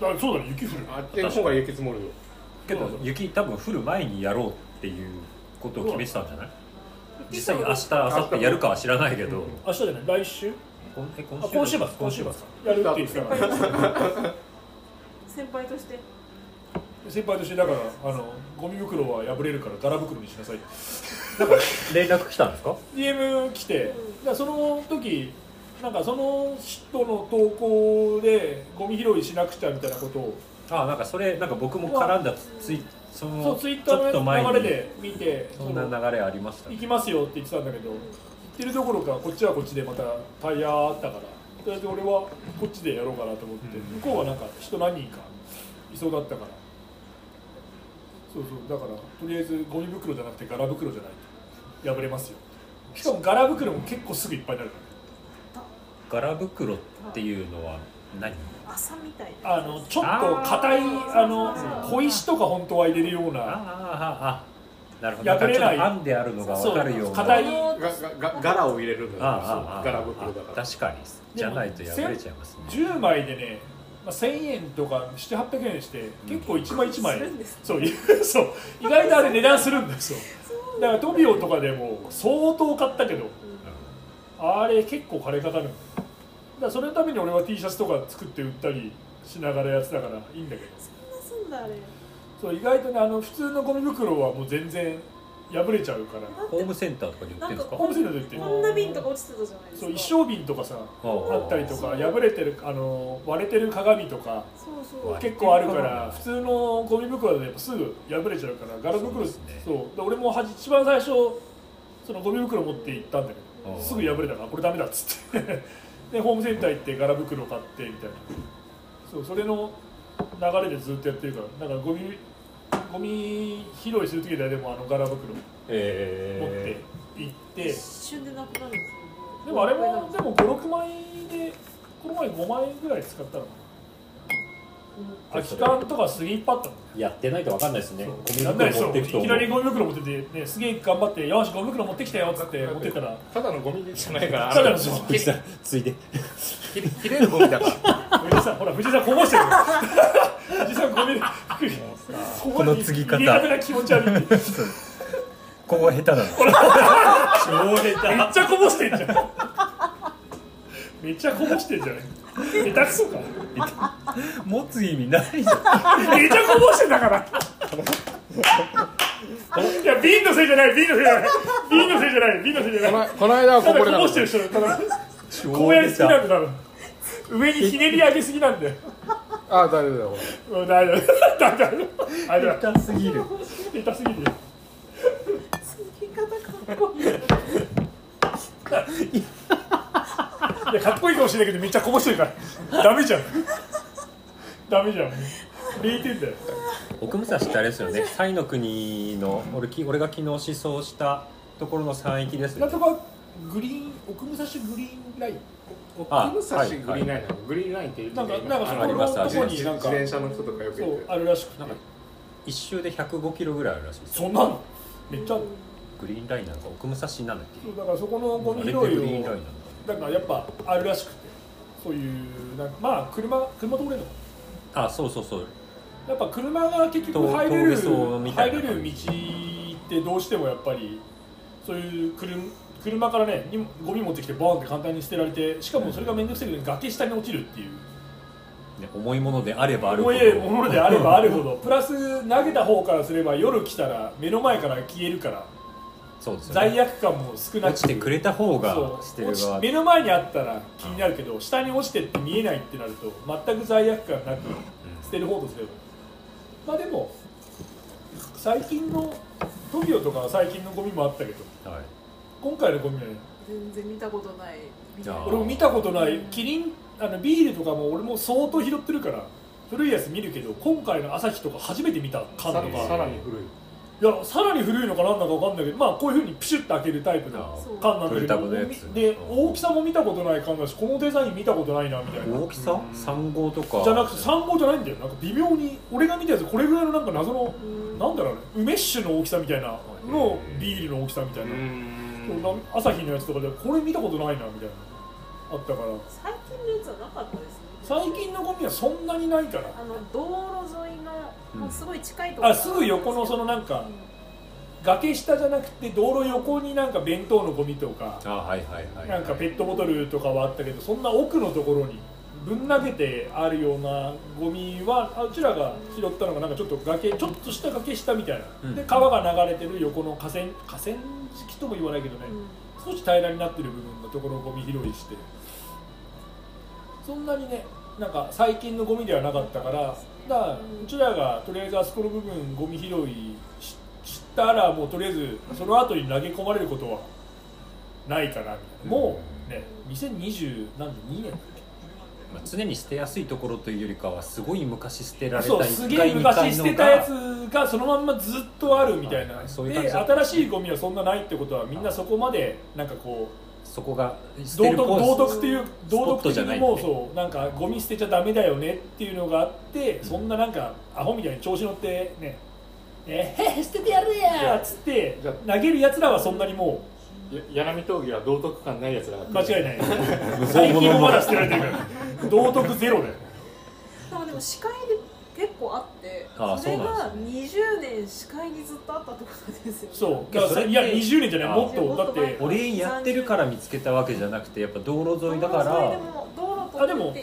[SPEAKER 3] あそうだね雪降る
[SPEAKER 1] あっちの方が雪積もるよ
[SPEAKER 4] けど雪多分降る前にやろうっていうことを決めてたんじゃない実際に明日明後日やるかは知らないけど
[SPEAKER 3] 明日じゃない来週
[SPEAKER 4] 今え今
[SPEAKER 3] あ今週末今週末やるって言ってたから
[SPEAKER 6] 先輩として
[SPEAKER 3] 先輩としてだからあのゴミ袋は破れるから柄袋にしなさいって
[SPEAKER 4] 連絡来たんですか
[SPEAKER 3] DM 来て、だからその時なんかその人の投稿でゴミ拾いしなくちゃみたいなことを
[SPEAKER 4] あなんかそれなんか僕も絡んだツイそ
[SPEAKER 3] そ
[SPEAKER 4] の
[SPEAKER 3] うツイッ
[SPEAKER 4] ち
[SPEAKER 3] タ
[SPEAKER 4] ょっと
[SPEAKER 3] ー
[SPEAKER 4] 前
[SPEAKER 3] の
[SPEAKER 4] に
[SPEAKER 3] 流れで見て
[SPEAKER 4] そんな
[SPEAKER 3] その
[SPEAKER 4] 流れありました
[SPEAKER 3] 行きますよって言ってたんだけどってるどころかこっちはこっちでまたタイヤあったからとりあえず俺はこっちでやろうかなと思って、
[SPEAKER 4] うん
[SPEAKER 3] 向こうはなんか人何人かいそうだったからそうそうだからとりあえずゴミ袋じゃなくて柄袋じゃないと破れますよしかも柄袋も結構すぐいっぱいになるか
[SPEAKER 4] 柄袋っていうのは何
[SPEAKER 6] 朝みたいな
[SPEAKER 3] らあのちょっと硬いあの小石とか本当は入れるよう
[SPEAKER 4] ああ
[SPEAKER 3] な
[SPEAKER 4] ああなるほど
[SPEAKER 3] 破れない
[SPEAKER 4] んかちょっと編んであるのが分かるような
[SPEAKER 3] そう硬い
[SPEAKER 1] ががが柄を入れるのよ
[SPEAKER 4] ああああああ
[SPEAKER 1] 柄袋だから
[SPEAKER 4] 確かにじゃないと破れちゃいますね
[SPEAKER 3] 10枚でね、まあ、1000円とか700800円して結構1枚1枚、
[SPEAKER 6] するんです
[SPEAKER 3] そうい そう意外とあれ値段するんですよだからトビオとかでも相当買ったけどあれ結構金かかるんだよだからそれのために俺は T シャツとか作って売ったりしながらやってたからいいんだけど
[SPEAKER 6] そんなすんだあれ
[SPEAKER 3] そう意外とねあの普通のゴミ袋はもう全然破れちゃうから
[SPEAKER 4] ホームセンターとかに売ってるんですか
[SPEAKER 6] なん
[SPEAKER 3] ホームセンターで売ってる
[SPEAKER 6] こんな瓶とか落ちてたじゃないです
[SPEAKER 3] そ
[SPEAKER 6] か
[SPEAKER 3] う一生瓶とかさ
[SPEAKER 4] あ
[SPEAKER 3] あったりとか破れてるあの割れてる鏡とか
[SPEAKER 6] そうそう
[SPEAKER 3] 結構あるから普通のゴミ袋だとやっぱすぐ破れちゃうからガラ袋
[SPEAKER 4] そう
[SPEAKER 3] そう,、
[SPEAKER 4] ですね
[SPEAKER 3] で俺もはじ一番最初そのゴミ袋持って行ったんだけ
[SPEAKER 4] あ
[SPEAKER 3] ど
[SPEAKER 4] あ
[SPEAKER 3] すぐ破れたからこれダメだっつって でホームセンター行ってガラ袋買ってみたいなそうそれの流れでずっとやってるからだからゴミゴミ拾いする時だでもあのガラ袋持って
[SPEAKER 4] え
[SPEAKER 3] 行って、
[SPEAKER 6] 一瞬でなくなるんですよ
[SPEAKER 3] でもあれもでも56枚でこの前5枚ぐらい使ったの空き缶とかすげえいっぱいあったの
[SPEAKER 4] ー、やってないと分かんないですね
[SPEAKER 3] そ
[SPEAKER 4] ゴ
[SPEAKER 3] う
[SPEAKER 4] ミ
[SPEAKER 3] やんない
[SPEAKER 4] 袋持ってい
[SPEAKER 3] そ
[SPEAKER 4] くと
[SPEAKER 3] ういきなりゴミ袋持ってて、ね、すげえ頑張って「よしゴミ袋持ってきたよ」っつって
[SPEAKER 1] だって
[SPEAKER 3] 持ってったら
[SPEAKER 1] ただのゴミじゃないから
[SPEAKER 3] ただの
[SPEAKER 1] あ
[SPEAKER 3] そう
[SPEAKER 4] 藤さんついで
[SPEAKER 5] 切れ切れるゴミだから
[SPEAKER 3] 藤井さんほら藤井さんこぼしてる 藤井さんごめん
[SPEAKER 4] この継ぎ方
[SPEAKER 3] 入れ方が気持ち悪いめっ
[SPEAKER 4] ここが下 手なの超下
[SPEAKER 3] ちゃこぼしてんじゃんめっちゃこぼしてんじゃない下手くそか
[SPEAKER 4] 手持つ意味ないじゃん
[SPEAKER 3] めっちゃこぼしてんだからいや瓶のせいじゃない瓶のせいじゃない瓶のせいじゃない瓶のせいじゃな
[SPEAKER 5] この
[SPEAKER 3] い
[SPEAKER 5] この間は
[SPEAKER 3] た
[SPEAKER 5] こ
[SPEAKER 3] だ
[SPEAKER 5] ぼれ
[SPEAKER 3] こ
[SPEAKER 5] な
[SPEAKER 3] ぼ
[SPEAKER 5] か
[SPEAKER 3] し
[SPEAKER 5] ってた
[SPEAKER 3] る人ただこうやりすぎなんだ多分上にひねり上げすぎなんだよ
[SPEAKER 5] ああ大丈夫だよこ
[SPEAKER 3] うん大丈夫大丈夫大丈夫
[SPEAKER 4] 下手すぎる
[SPEAKER 3] 下手すぎるよ
[SPEAKER 6] 聞き方かっこいい
[SPEAKER 3] いやかっこいいかもしれないけどめっちゃこぼしてるからダメじゃんダメじゃん0点だよ
[SPEAKER 4] 奥武蔵ってあれですよね西の国の俺き俺が昨日思想したところの山域です
[SPEAKER 3] なん
[SPEAKER 4] よ
[SPEAKER 3] とかグリーン奥武蔵グリーンライン
[SPEAKER 4] あ
[SPEAKER 1] 武蔵グリーンラインなのグリーンラインって言ってたよね
[SPEAKER 3] なんかな
[SPEAKER 1] あ
[SPEAKER 3] んか
[SPEAKER 1] の
[SPEAKER 4] そこのとこに
[SPEAKER 1] 自転車
[SPEAKER 3] なん
[SPEAKER 1] 自
[SPEAKER 3] か
[SPEAKER 1] 転車の人とかよく
[SPEAKER 3] そ
[SPEAKER 1] 行っ
[SPEAKER 3] う
[SPEAKER 1] て
[SPEAKER 3] あるらしくて
[SPEAKER 4] なんか一周で105キロぐらいあるらしいです
[SPEAKER 3] そんなのめっちゃある
[SPEAKER 4] グリーンラインなんか奥武蔵なんだっ
[SPEAKER 3] そうだからそこのゴミ
[SPEAKER 4] け
[SPEAKER 3] 拾
[SPEAKER 4] あれ
[SPEAKER 3] い
[SPEAKER 4] ってグリーンライ
[SPEAKER 3] を
[SPEAKER 4] ンなのか
[SPEAKER 3] だからやっぱあるらしくてそういうなんかまあ車車通れるの
[SPEAKER 4] なあそうそうそう
[SPEAKER 3] やっぱ車が結局入れる
[SPEAKER 4] 通通れそうみた
[SPEAKER 3] 入
[SPEAKER 4] いな
[SPEAKER 3] れる道ってどうしてもやっぱりそういう車車からねにゴミ持ってきてボーンって簡単に捨てられてしかもそれが面倒くさいけど崖下に落ちるっていう
[SPEAKER 4] ね重いものであればあるほ
[SPEAKER 3] 重
[SPEAKER 4] ど
[SPEAKER 3] いものであればあるほど プラス投げた方からすれば夜来たら目の前から消えるから
[SPEAKER 4] そうですよ
[SPEAKER 3] 罪
[SPEAKER 4] ね
[SPEAKER 3] 悪感も少なく
[SPEAKER 4] 落ちてくれた方
[SPEAKER 3] そ
[SPEAKER 4] が
[SPEAKER 3] う
[SPEAKER 4] してる
[SPEAKER 3] 落ち
[SPEAKER 4] 側
[SPEAKER 3] 目の前にあったら気になるけど下に落ちてって見えないってなると全く罪悪感なく捨てる方とすればまあでも最近のトビオとかは最近のゴミもあったけど
[SPEAKER 4] はい
[SPEAKER 3] 今回のゴミはね
[SPEAKER 6] 全然見たことない
[SPEAKER 4] じゃあ
[SPEAKER 3] 俺も見たことないキリンあのビールとかも俺も相当拾ってるから古いやつ見るけど今回の朝日とか初めて見た缶
[SPEAKER 1] さ
[SPEAKER 3] とか
[SPEAKER 4] そう
[SPEAKER 1] さらに古い
[SPEAKER 3] いやさらに古いのかなんだかわかんないけどまあこういうふうにピシュッと開けるタイプ
[SPEAKER 4] あ
[SPEAKER 3] の
[SPEAKER 6] そう
[SPEAKER 3] 缶なんだけど
[SPEAKER 4] 取りたくないや
[SPEAKER 3] で
[SPEAKER 4] つ
[SPEAKER 3] 大きさも見たことない缶だしこのデザイン見たことないなみたいな
[SPEAKER 4] 大きさ3号とか
[SPEAKER 3] じゃなくて3号じゃないんだよなんか微妙に俺が見たやつこれぐらいのなんか謎の
[SPEAKER 6] うん
[SPEAKER 3] なんだろうね梅酒の大きさみたいなのビールの大きさみたいなそうな朝日のやつとかでこれ見たことないなみたいなあったから
[SPEAKER 6] 最近のやつはなかったですね
[SPEAKER 3] 最近のゴミはそんなにないから
[SPEAKER 6] あの道路沿いの、
[SPEAKER 4] うん
[SPEAKER 6] もうすごい近いところ
[SPEAKER 3] あすぐ横のそのなんか崖下じゃなくて道路横になんか弁当のゴミとか
[SPEAKER 4] あはいはいはいはい
[SPEAKER 3] なんかペットボトルとかはあったけどそんな奥のところにぶん投げてあるようなゴミはあうちらが拾ったのがなんかちょっと崖ちょっとした崖下みたいな、
[SPEAKER 4] うん
[SPEAKER 3] で川が流れてる横の河川河川敷とも言わないけどね、少し平らになってる部分のところをゴミ拾いしてそんなにねなんか最近のゴミではなかったからだからうちらがとりあえずあそこの部分ゴミ拾いししたらもうとりあえずその後に投げ込まれることはないかなみたいなもうね2020何年2年
[SPEAKER 4] まあ常に捨てやすいところというよりかはすごい昔捨てられた
[SPEAKER 3] そうすげえ昔捨てたやつがそのまんまずっとあるみたいな、
[SPEAKER 4] はいそういう感
[SPEAKER 3] で
[SPEAKER 4] じだ
[SPEAKER 3] 新しいゴミはそんなないってことはみんなそこまでなんかこう
[SPEAKER 4] そこが捨
[SPEAKER 3] 道
[SPEAKER 4] てる
[SPEAKER 3] 徳
[SPEAKER 4] ポーズ
[SPEAKER 3] 道徳っていう
[SPEAKER 4] スポ
[SPEAKER 3] 道
[SPEAKER 4] ッ
[SPEAKER 3] 徳
[SPEAKER 4] トじ
[SPEAKER 3] 的
[SPEAKER 4] ゃない
[SPEAKER 3] に
[SPEAKER 4] んだね
[SPEAKER 3] もうそうなんかゴミ捨てちゃダメだよねっていうのがあってそんななんかアホみたいに調子乗ってねえへへ捨ててやるやーっつって
[SPEAKER 1] じゃ
[SPEAKER 3] 投げるやつらはそんなにも
[SPEAKER 1] や柳峠は道徳感ないやつらが
[SPEAKER 3] う
[SPEAKER 1] 来る
[SPEAKER 3] 間違いない最近もまだ捨てられてるから道徳ゼロだよ
[SPEAKER 6] なんかでも視界で結構あって
[SPEAKER 4] ああ
[SPEAKER 6] それ
[SPEAKER 4] そうな
[SPEAKER 6] が
[SPEAKER 4] ん
[SPEAKER 6] 20年視界にずっとあったってことですよね
[SPEAKER 3] そう
[SPEAKER 4] い
[SPEAKER 3] だか
[SPEAKER 4] や
[SPEAKER 3] ら
[SPEAKER 4] それって
[SPEAKER 3] いや20年じゃない
[SPEAKER 4] あ
[SPEAKER 3] もっとだって
[SPEAKER 6] もっと前
[SPEAKER 4] 俺やってるから見つけたわけじゃなくてやっぱ道路沿いだか
[SPEAKER 6] 道路沿いで
[SPEAKER 4] ら
[SPEAKER 6] も道路と
[SPEAKER 3] あでも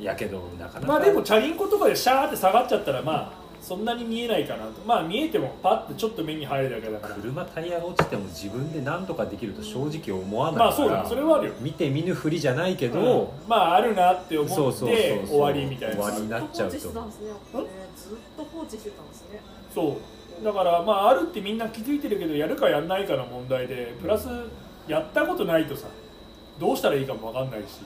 [SPEAKER 4] やけどなかなか
[SPEAKER 3] まあでもチャリンコとかでシャーって下がっちゃったらまあそんなに見えないかなとまあ見えてもパッてちょっと目に入るだけだから
[SPEAKER 4] 車タイヤが落ちても自分で何とかできると正直思わないから、
[SPEAKER 3] まあそうだそれはあるよ
[SPEAKER 4] 見て見ぬふりじゃないけ
[SPEAKER 3] うん
[SPEAKER 4] ど、
[SPEAKER 3] まああるなって思
[SPEAKER 4] そう
[SPEAKER 3] っ
[SPEAKER 4] そうそう
[SPEAKER 3] て
[SPEAKER 4] そう
[SPEAKER 3] 終わりみたい
[SPEAKER 4] 終わ
[SPEAKER 3] な
[SPEAKER 4] りになっちゃうと
[SPEAKER 6] ずっと放置してたんですねやっぱねずっと放置してたんですね
[SPEAKER 3] そうだからまああるってみんな気づいてるけどやるかやんないかの問題でプラスやったことないとさどうしたらいいかも分かんないし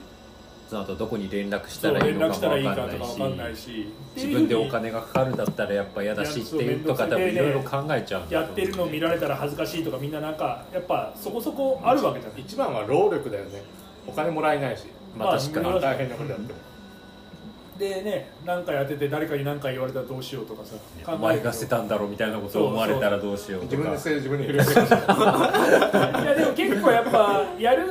[SPEAKER 4] その後どこに連絡し
[SPEAKER 3] そ
[SPEAKER 4] た
[SPEAKER 3] う
[SPEAKER 4] らいい
[SPEAKER 3] 連
[SPEAKER 4] の
[SPEAKER 3] 絡した
[SPEAKER 4] から
[SPEAKER 3] いい
[SPEAKER 4] も
[SPEAKER 3] か
[SPEAKER 4] わ
[SPEAKER 3] と
[SPEAKER 4] か
[SPEAKER 3] か
[SPEAKER 4] んない
[SPEAKER 3] 分
[SPEAKER 4] し
[SPEAKER 3] かんないし
[SPEAKER 4] 自分でお
[SPEAKER 3] っていう
[SPEAKER 4] 金がかかるだったらやっぱ嫌だし
[SPEAKER 3] いや
[SPEAKER 4] って
[SPEAKER 3] そう
[SPEAKER 4] いうとか多分いろいろ考えちゃうん
[SPEAKER 3] ふうに
[SPEAKER 4] だ
[SPEAKER 3] や
[SPEAKER 4] と思
[SPEAKER 3] っ
[SPEAKER 4] う
[SPEAKER 3] てるの見られたら恥ずかしいとかみんななんかやっぱそこそこあるわけじゃない
[SPEAKER 1] 一番は労力だよねお金もらえないし
[SPEAKER 4] まあ確かに
[SPEAKER 3] まあ
[SPEAKER 1] 大変なことやっても
[SPEAKER 3] でね何かやってて誰かに何か言われたらどうしようとかさ
[SPEAKER 4] お前が捨てたんだろみたいなことを思われたらどうしよう
[SPEAKER 1] 自
[SPEAKER 4] と
[SPEAKER 1] 分
[SPEAKER 4] か
[SPEAKER 1] でせい自分で許してる
[SPEAKER 3] いやでも結構やっぱやる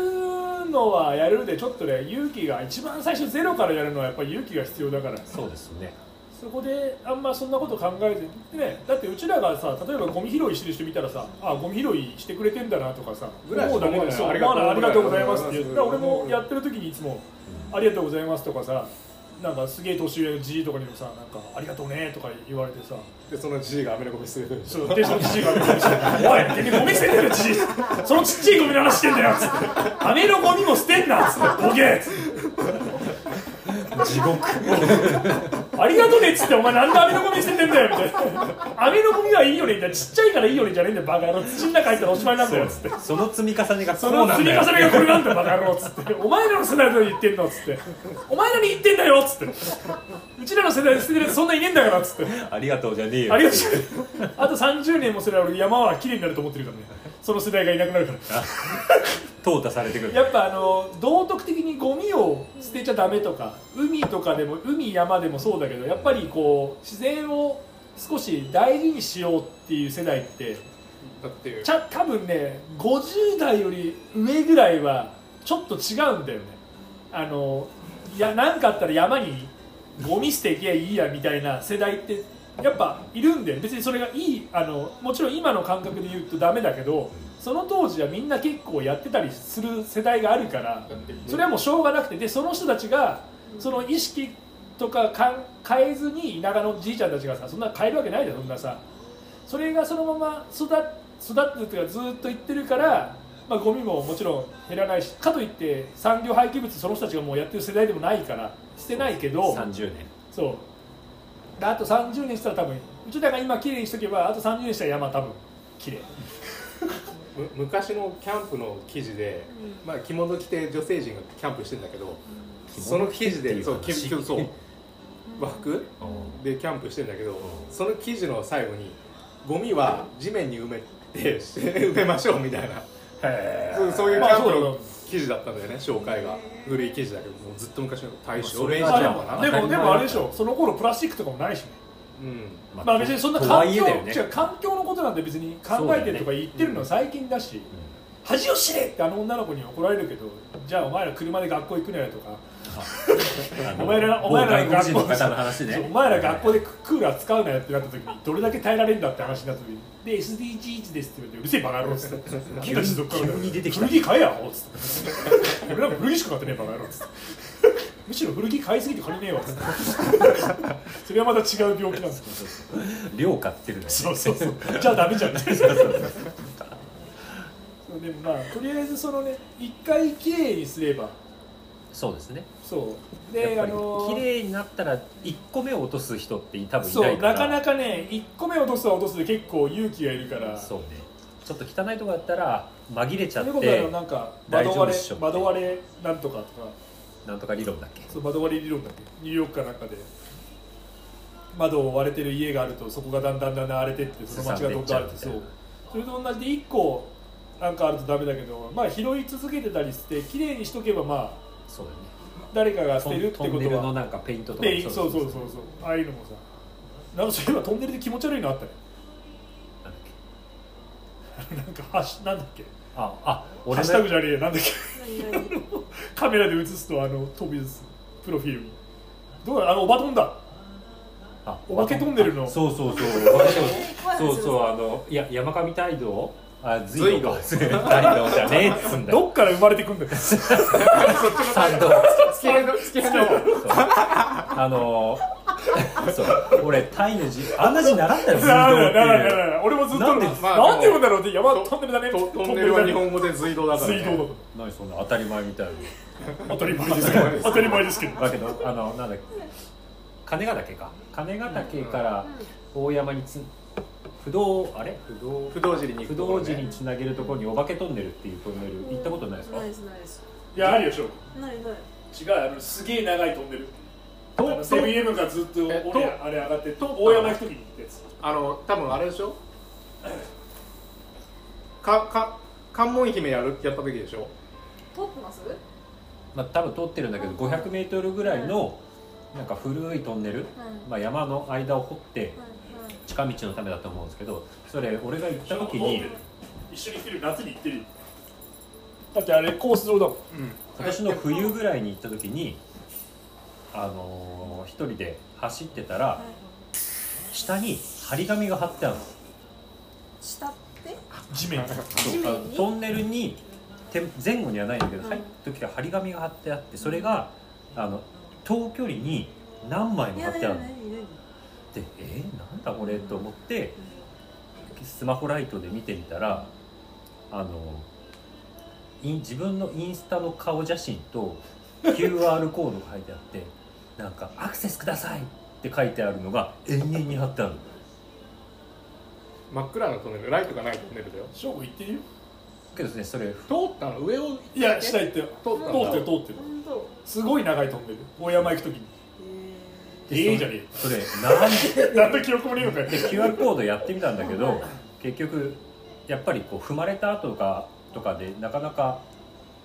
[SPEAKER 3] のはやるでちょっとね勇気が一番最初ゼロからやるのはやっぱ勇気が必要だから
[SPEAKER 4] そうですね
[SPEAKER 3] そこであんまそんなこと考えずにねだってうちらがさ例えばゴミ拾いしてる人見たらさあゴミ拾いしてくれてんだなとかさ
[SPEAKER 1] ぐらいし
[SPEAKER 3] 思
[SPEAKER 1] か
[SPEAKER 3] うだ
[SPEAKER 1] 思わ
[SPEAKER 3] けで
[SPEAKER 1] ない
[SPEAKER 3] そう
[SPEAKER 1] ありがとう
[SPEAKER 3] まだありがとうございますって言っ
[SPEAKER 1] あ
[SPEAKER 3] た
[SPEAKER 1] り
[SPEAKER 3] ら
[SPEAKER 1] がと
[SPEAKER 3] 俺
[SPEAKER 1] うございます
[SPEAKER 3] もやってる時にいつもありがとうございますとかさなんかすげえ年上のじいとかにもさなんかありがとうねとか言われてさ
[SPEAKER 1] でそのじじいがアメリカに捨ててるでしょ
[SPEAKER 3] そうでそのじじいが「おい君ゴミ捨ててるじじいそのちっちゃいゴミの話してんだよ」つって「雨のゴミも捨てんな」つって「ボケー」つって
[SPEAKER 4] 地獄
[SPEAKER 3] 「 ありがとね」っつって「お前なんで雨のゴミ捨ててんだよ」みたいな「雨のゴミはいいよね」みたいな「ちっちゃいからいいよね」じゃねえんだよバカ野郎土の中入ったらおしまいなんだよつって
[SPEAKER 4] その積み重ねがそ
[SPEAKER 3] そうの
[SPEAKER 4] なん
[SPEAKER 3] 積み
[SPEAKER 4] だよ
[SPEAKER 3] 重ねがこれなんだよバカ野郎つってお前らの世代の言ってんのつってお前らに言ってんだよつってうちらの世代で捨ててるやつそんないねえんだからつって
[SPEAKER 4] ありがとうじゃねえ よ
[SPEAKER 3] ありがとうあと30年もすれば俺山は綺麗になると思ってるからねその世代がいなくなるから
[SPEAKER 4] 淘汰されてくる
[SPEAKER 3] やっぱあの道徳的にゴミを捨てちゃダメとか海とかでも海山でもそうだけどやっぱりこう自然を少し大事にしようっていう世代って
[SPEAKER 1] だっていう
[SPEAKER 3] ちゃ多分ね50代より上ぐらいはちょっと違うんだよねあのいや何かあったら山にゴミ捨ていけばいいやみたいな世代ってやっぱいるんで別にそれがいいあのもちろん今の感覚で言うとダメだけどその当時はみんな結構やってたりする世代があるからそれはもうしょうがなくてでその人たちがその意識とかかん変えずに田舎のじいちゃんたちがさそんな変えるわけないじゃんそんなさそれがそのまま育っ育ってるっていうかずっといってるから、まあ、ゴミももちろん減らないしかといって産業廃棄物その人たちがもうやってる世代でもないからしてないけど
[SPEAKER 4] 30年
[SPEAKER 3] そうであと30年したら多分うちらが今綺麗にしとけばあと30年したら山多分綺麗
[SPEAKER 1] む昔のキャンプの記事で、まあ、着物着て女性陣がキャンプしてんだけど、その記事でそう
[SPEAKER 4] 着物着てっていう話
[SPEAKER 1] 着そう和服でキャンプしてんだけど、その記事の最後にゴミは地面に埋めて 埋めましょうみたいなそうそういうキ
[SPEAKER 3] まあ
[SPEAKER 1] ャンプ
[SPEAKER 3] そうだ
[SPEAKER 1] の記事だったんだよね紹介が古い記事だけどもうずっと昔の大正
[SPEAKER 4] それ
[SPEAKER 1] 明治
[SPEAKER 4] は
[SPEAKER 3] あ
[SPEAKER 1] な
[SPEAKER 3] で
[SPEAKER 1] のかな
[SPEAKER 3] もでもでもあれでしょその頃プラスチックとかもないしね
[SPEAKER 1] うん
[SPEAKER 3] まあ別にそんな
[SPEAKER 4] と
[SPEAKER 3] 環
[SPEAKER 4] はいえ
[SPEAKER 3] 境、
[SPEAKER 4] だよね
[SPEAKER 3] 違う環境のことなんて別に考えてるとか言ってるのは最近だし恥を知れってあの女の子に怒られるけどじゃあお前ら車で学校行くなよとか、お前らお前ら
[SPEAKER 4] 某外国人の方の話ね
[SPEAKER 3] そうお前ら学校でククーラー使うなよってなった時にどれだけ耐えられるんだって話になった時にで SDGs ですって言われてうるせえバカ野郎っつって君たちどっからだよ
[SPEAKER 4] 急に出てきた
[SPEAKER 3] 古着買えやほっつって俺ら古着しか買ってねえバカ野郎っつってむしろ古着買いすぎて金ねえわっつってそれはまた違う病気なんです
[SPEAKER 4] 量買ってるんだよね
[SPEAKER 3] そうそうそう。じゃあダメじゃん。そうでもまあとりあえずそのね一回綺麗にすれば
[SPEAKER 4] そうですね
[SPEAKER 3] そう
[SPEAKER 4] やっ
[SPEAKER 3] で
[SPEAKER 4] ぱ
[SPEAKER 3] あ
[SPEAKER 4] り
[SPEAKER 3] のー
[SPEAKER 4] 綺麗になったら1個目を落とす人って多分い
[SPEAKER 3] そ
[SPEAKER 4] な
[SPEAKER 3] う
[SPEAKER 4] いから
[SPEAKER 3] なかなかね一個目落とすは落とすで結構勇気がいるから
[SPEAKER 4] そうねちょっと汚いとこだったら紛れちゃっ
[SPEAKER 3] ということはあ
[SPEAKER 4] て
[SPEAKER 3] のなんか
[SPEAKER 4] 大
[SPEAKER 3] 窓
[SPEAKER 4] 丈夫
[SPEAKER 3] 割
[SPEAKER 4] っし
[SPEAKER 3] れ
[SPEAKER 4] ょ
[SPEAKER 3] 窓割れなんとかとか
[SPEAKER 4] なんとか理論だっけ
[SPEAKER 3] そう窓割れ理論だっけニューヨークかなんかで窓を割れてる家があるとそこがだんだんだんだん荒れてってその街がどんどん荒れて
[SPEAKER 4] すさ
[SPEAKER 3] そ
[SPEAKER 4] んで
[SPEAKER 3] う
[SPEAKER 4] っちゃうみたい
[SPEAKER 3] そ
[SPEAKER 4] な
[SPEAKER 3] れと同じで1個なんかあるとダメだけどまあ拾い続けてたりして綺麗にしとけばまあ
[SPEAKER 4] そうだね
[SPEAKER 3] 誰かが捨
[SPEAKER 4] ト
[SPEAKER 3] て
[SPEAKER 4] ン
[SPEAKER 3] るって
[SPEAKER 4] ト
[SPEAKER 3] こ
[SPEAKER 4] ンネ
[SPEAKER 3] と
[SPEAKER 4] ルの
[SPEAKER 3] は
[SPEAKER 4] なんかペイントとか
[SPEAKER 3] でそうそうそうそうああいうのもさなんかそういえばトンネルで気持ち悪いのあったね
[SPEAKER 4] なんだっけ
[SPEAKER 3] なんかはしなんだっけ
[SPEAKER 4] ああ
[SPEAKER 3] ハッ
[SPEAKER 4] 俺
[SPEAKER 3] シュタグ
[SPEAKER 4] の
[SPEAKER 3] じゃねえやなんだっけ
[SPEAKER 6] 何々
[SPEAKER 3] カメラで映すとあの飛び出すプロフィールにどうだあのおばとんだ
[SPEAKER 4] あ
[SPEAKER 3] お化けトンネルの
[SPEAKER 4] あそうそうそうお化けトンネル
[SPEAKER 6] 怖い話
[SPEAKER 4] そうそうあのいや山上態度あ随度随度じゃねえっつうんだ
[SPEAKER 3] ど
[SPEAKER 4] よ
[SPEAKER 3] っから生まれてくんだよ
[SPEAKER 4] 三度
[SPEAKER 1] 付き合いの付き合いの
[SPEAKER 4] そうあのーそう俺タイの字あんな字習ったよ水道
[SPEAKER 3] な
[SPEAKER 4] っ
[SPEAKER 3] る
[SPEAKER 4] て
[SPEAKER 3] なるなる
[SPEAKER 4] いう
[SPEAKER 3] なる俺もずっと
[SPEAKER 4] なんで
[SPEAKER 1] まあ
[SPEAKER 3] なんて読んだろうって山
[SPEAKER 1] と
[SPEAKER 3] トンネルだね
[SPEAKER 1] とトンネ
[SPEAKER 3] ト
[SPEAKER 1] ル
[SPEAKER 3] だ
[SPEAKER 1] は
[SPEAKER 3] ね
[SPEAKER 1] 日本語で水道だから、ね、
[SPEAKER 3] 水道だ
[SPEAKER 4] 何そんな当たり前みたいな
[SPEAKER 3] 当たり前ですけど当たり前ですけど
[SPEAKER 4] だけどあのなんだっけ金ヶ岳か金ヶ岳から大山につ不動あれ不動
[SPEAKER 1] 不動尻に行
[SPEAKER 4] 不
[SPEAKER 1] くところ
[SPEAKER 4] 動
[SPEAKER 1] ね
[SPEAKER 4] 寺につなげるところにお化けトンネルっていうトンネル行ったことないですか
[SPEAKER 6] ないですないです
[SPEAKER 3] いやあるよしょう
[SPEAKER 6] ないない
[SPEAKER 3] 違うあのすげえ長いトンネルあ
[SPEAKER 4] と
[SPEAKER 3] のセブンイレブンがずっと
[SPEAKER 1] え
[SPEAKER 3] 俺
[SPEAKER 1] と
[SPEAKER 3] あれ上がって大山一人に行ったやつ
[SPEAKER 1] あの多分あれでしょかか関門姫やるやった時でしょ
[SPEAKER 6] 通ってますう
[SPEAKER 4] まあ、多分通ってるんだけど 500m ぐらいのなんか古いトンネル、
[SPEAKER 6] ん
[SPEAKER 4] まあ、山の間を掘って
[SPEAKER 6] はい
[SPEAKER 4] 近道のためだと思うんですけどそれ俺が行った時
[SPEAKER 3] ホテ
[SPEAKER 4] に
[SPEAKER 3] ル一緒に来てる夏に行ってるよだってあれコース上だもん
[SPEAKER 4] 今年の冬ぐらいに行った時にあのー一人で走ってたら
[SPEAKER 6] はい
[SPEAKER 4] 下に張り紙が貼ってあるの
[SPEAKER 6] 下って
[SPEAKER 3] 地面に
[SPEAKER 6] 地面に
[SPEAKER 4] トンネルにて前後にはないんだけど
[SPEAKER 6] うん
[SPEAKER 4] 入った時は張り紙が貼ってあってそれがあの遠距離に何枚も貼
[SPEAKER 6] や
[SPEAKER 4] っ
[SPEAKER 6] だ
[SPEAKER 4] てあ
[SPEAKER 6] や
[SPEAKER 4] る
[SPEAKER 6] だ
[SPEAKER 4] の
[SPEAKER 6] 何
[SPEAKER 4] でえー、なんだこれと思ってスマホライトで見てみたらあのイン自分のインスタの顔写真と QR コードが書いてあって なんか「アクセスください!」って書いてあるのが延々に貼ってある
[SPEAKER 1] 真っ暗なトンネルライトがないトンネルだよ
[SPEAKER 3] 翔吾行ってるよ
[SPEAKER 4] けどですねそれ
[SPEAKER 1] 通ったの上を行って
[SPEAKER 3] いや下行ったよ
[SPEAKER 1] 通ったんだ
[SPEAKER 3] 通ってる通ってる
[SPEAKER 6] 何本
[SPEAKER 3] すごい長いトンネル大山行く時に
[SPEAKER 6] 当
[SPEAKER 3] ええじゃね
[SPEAKER 4] それ並んで
[SPEAKER 3] え何の記憶もねえのかよ
[SPEAKER 4] で QR コードやってみたんだけど結局やっぱりこう踏まれた後とかとかでなかなか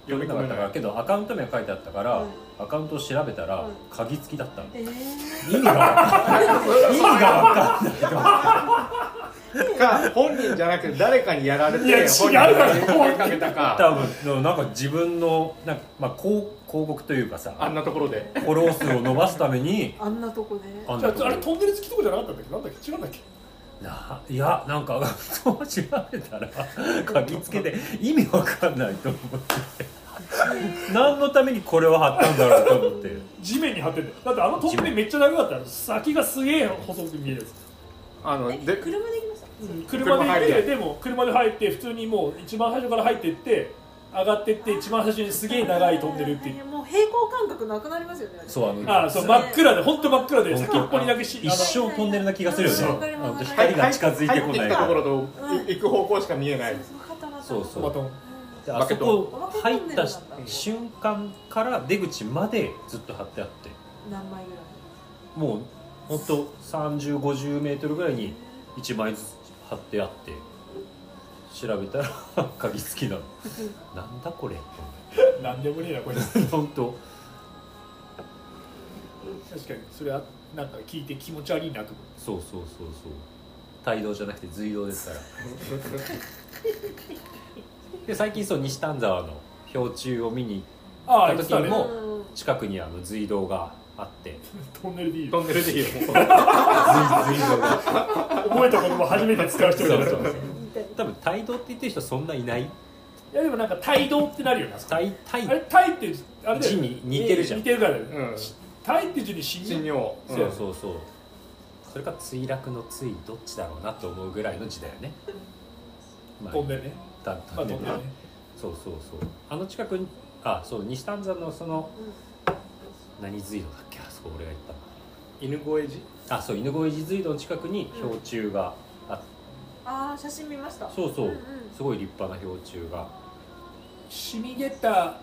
[SPEAKER 4] 読めなかったからけどアカウント名書いてあったから、
[SPEAKER 6] うん
[SPEAKER 4] アカウントを調べたら、
[SPEAKER 6] うん
[SPEAKER 4] 鍵付きだったの
[SPEAKER 6] えー
[SPEAKER 4] 意味がわかんない意味がわかんない
[SPEAKER 1] か本人じゃなくて誰かにやられて
[SPEAKER 3] いや違う
[SPEAKER 1] 本人が追いかけたか
[SPEAKER 4] 多分でもなんか自分のなんか、まあ、広広告というか
[SPEAKER 1] あん
[SPEAKER 4] さ
[SPEAKER 1] なところで
[SPEAKER 4] フォロー数を伸ばすために
[SPEAKER 6] あんなとこで
[SPEAKER 4] あん
[SPEAKER 3] じゃ
[SPEAKER 4] な
[SPEAKER 3] あ
[SPEAKER 4] と
[SPEAKER 3] あ
[SPEAKER 4] こ
[SPEAKER 3] れトンネル付きとかじゃなかったんだっけなんだっけ違うんだっけ
[SPEAKER 4] ないやなんかそう調べたら鍵付けて意味わかんないと思って何のためにこれを貼ったんだろうと思って
[SPEAKER 3] 地面に張ってんだよだってあのトンネルめっちゃ長かったの先がすげえ細く見えるやつ
[SPEAKER 1] あの
[SPEAKER 6] え
[SPEAKER 1] で
[SPEAKER 6] 車で行きました
[SPEAKER 3] 車
[SPEAKER 1] 車
[SPEAKER 3] で行っ
[SPEAKER 1] 入
[SPEAKER 3] て
[SPEAKER 1] る
[SPEAKER 3] でも車で入って普通にもう一番最初から入ってって上がってって一番最初にすげえ長いトンネルっていう
[SPEAKER 6] やもう平行感覚なくなりますよね
[SPEAKER 4] そうあの
[SPEAKER 3] ああそう真っ暗で本当真っ暗で先っぽにだけし
[SPEAKER 4] 一生トンネルな気がするよね
[SPEAKER 3] そう
[SPEAKER 4] あの光が近づいてこ
[SPEAKER 1] 入っ
[SPEAKER 4] な
[SPEAKER 1] てき
[SPEAKER 4] い
[SPEAKER 1] たとこ
[SPEAKER 4] ら
[SPEAKER 1] ろとい行く方向しか見えない
[SPEAKER 6] そうそうわかったわかった
[SPEAKER 3] あの
[SPEAKER 4] そうそう
[SPEAKER 3] バトン
[SPEAKER 4] であそこ
[SPEAKER 6] バケット
[SPEAKER 4] 入った瞬間から出口までずっと貼ってあって
[SPEAKER 6] 何枚ぐらい
[SPEAKER 4] もうほんと3050メートルぐらいに1枚ずつ貼ってあって調べたら 鍵付きなのなんだこ れ
[SPEAKER 3] 何でもねえなこれ
[SPEAKER 4] 本当
[SPEAKER 3] 確かにそれはなんか聞いて気持ち悪いなと思って
[SPEAKER 4] そうそうそうそう帯同じゃなくて随同 ですからで最近そう西丹沢の氷柱を見に
[SPEAKER 3] あ
[SPEAKER 4] あ言ってたねもう
[SPEAKER 6] うん
[SPEAKER 4] 近くにあの随道があって
[SPEAKER 3] トンネルでいい
[SPEAKER 1] ト
[SPEAKER 3] よ
[SPEAKER 1] ンネルでいいよも
[SPEAKER 4] 随随道が
[SPEAKER 3] 覚えた言葉初めて使う人
[SPEAKER 4] そ
[SPEAKER 3] がいうる
[SPEAKER 4] そうそ
[SPEAKER 6] 言
[SPEAKER 4] う
[SPEAKER 6] いたい
[SPEAKER 4] 多分帯同って言ってる人そんないない
[SPEAKER 3] いやでもなんか帯同ってなるよねあそこ
[SPEAKER 4] 帯帯
[SPEAKER 3] あれタイってあれだ
[SPEAKER 4] 字
[SPEAKER 3] よね
[SPEAKER 4] に似てるじゃん
[SPEAKER 3] 似てるからだよ
[SPEAKER 1] う、
[SPEAKER 3] ね
[SPEAKER 1] うん、
[SPEAKER 3] タイって字に信
[SPEAKER 1] 信
[SPEAKER 3] 用
[SPEAKER 1] 用
[SPEAKER 4] そう
[SPEAKER 1] う
[SPEAKER 4] そうそうそれか墜落の墜どっちだろうなと思うぐらいの字だよねまあ
[SPEAKER 3] 飛んでね
[SPEAKER 4] だ
[SPEAKER 3] ま
[SPEAKER 4] だ
[SPEAKER 3] あ飛んでね
[SPEAKER 4] そうそうそうあの近くにあそう西丹山のその何隧道だっけあそこ俺が行っ
[SPEAKER 1] ん犬越え寺
[SPEAKER 4] たのあそう犬越路隧道の近くに氷柱があっ
[SPEAKER 6] ああ写真見ました
[SPEAKER 4] そうそう、
[SPEAKER 6] んん
[SPEAKER 4] すごい立派な氷柱が
[SPEAKER 3] 染み出た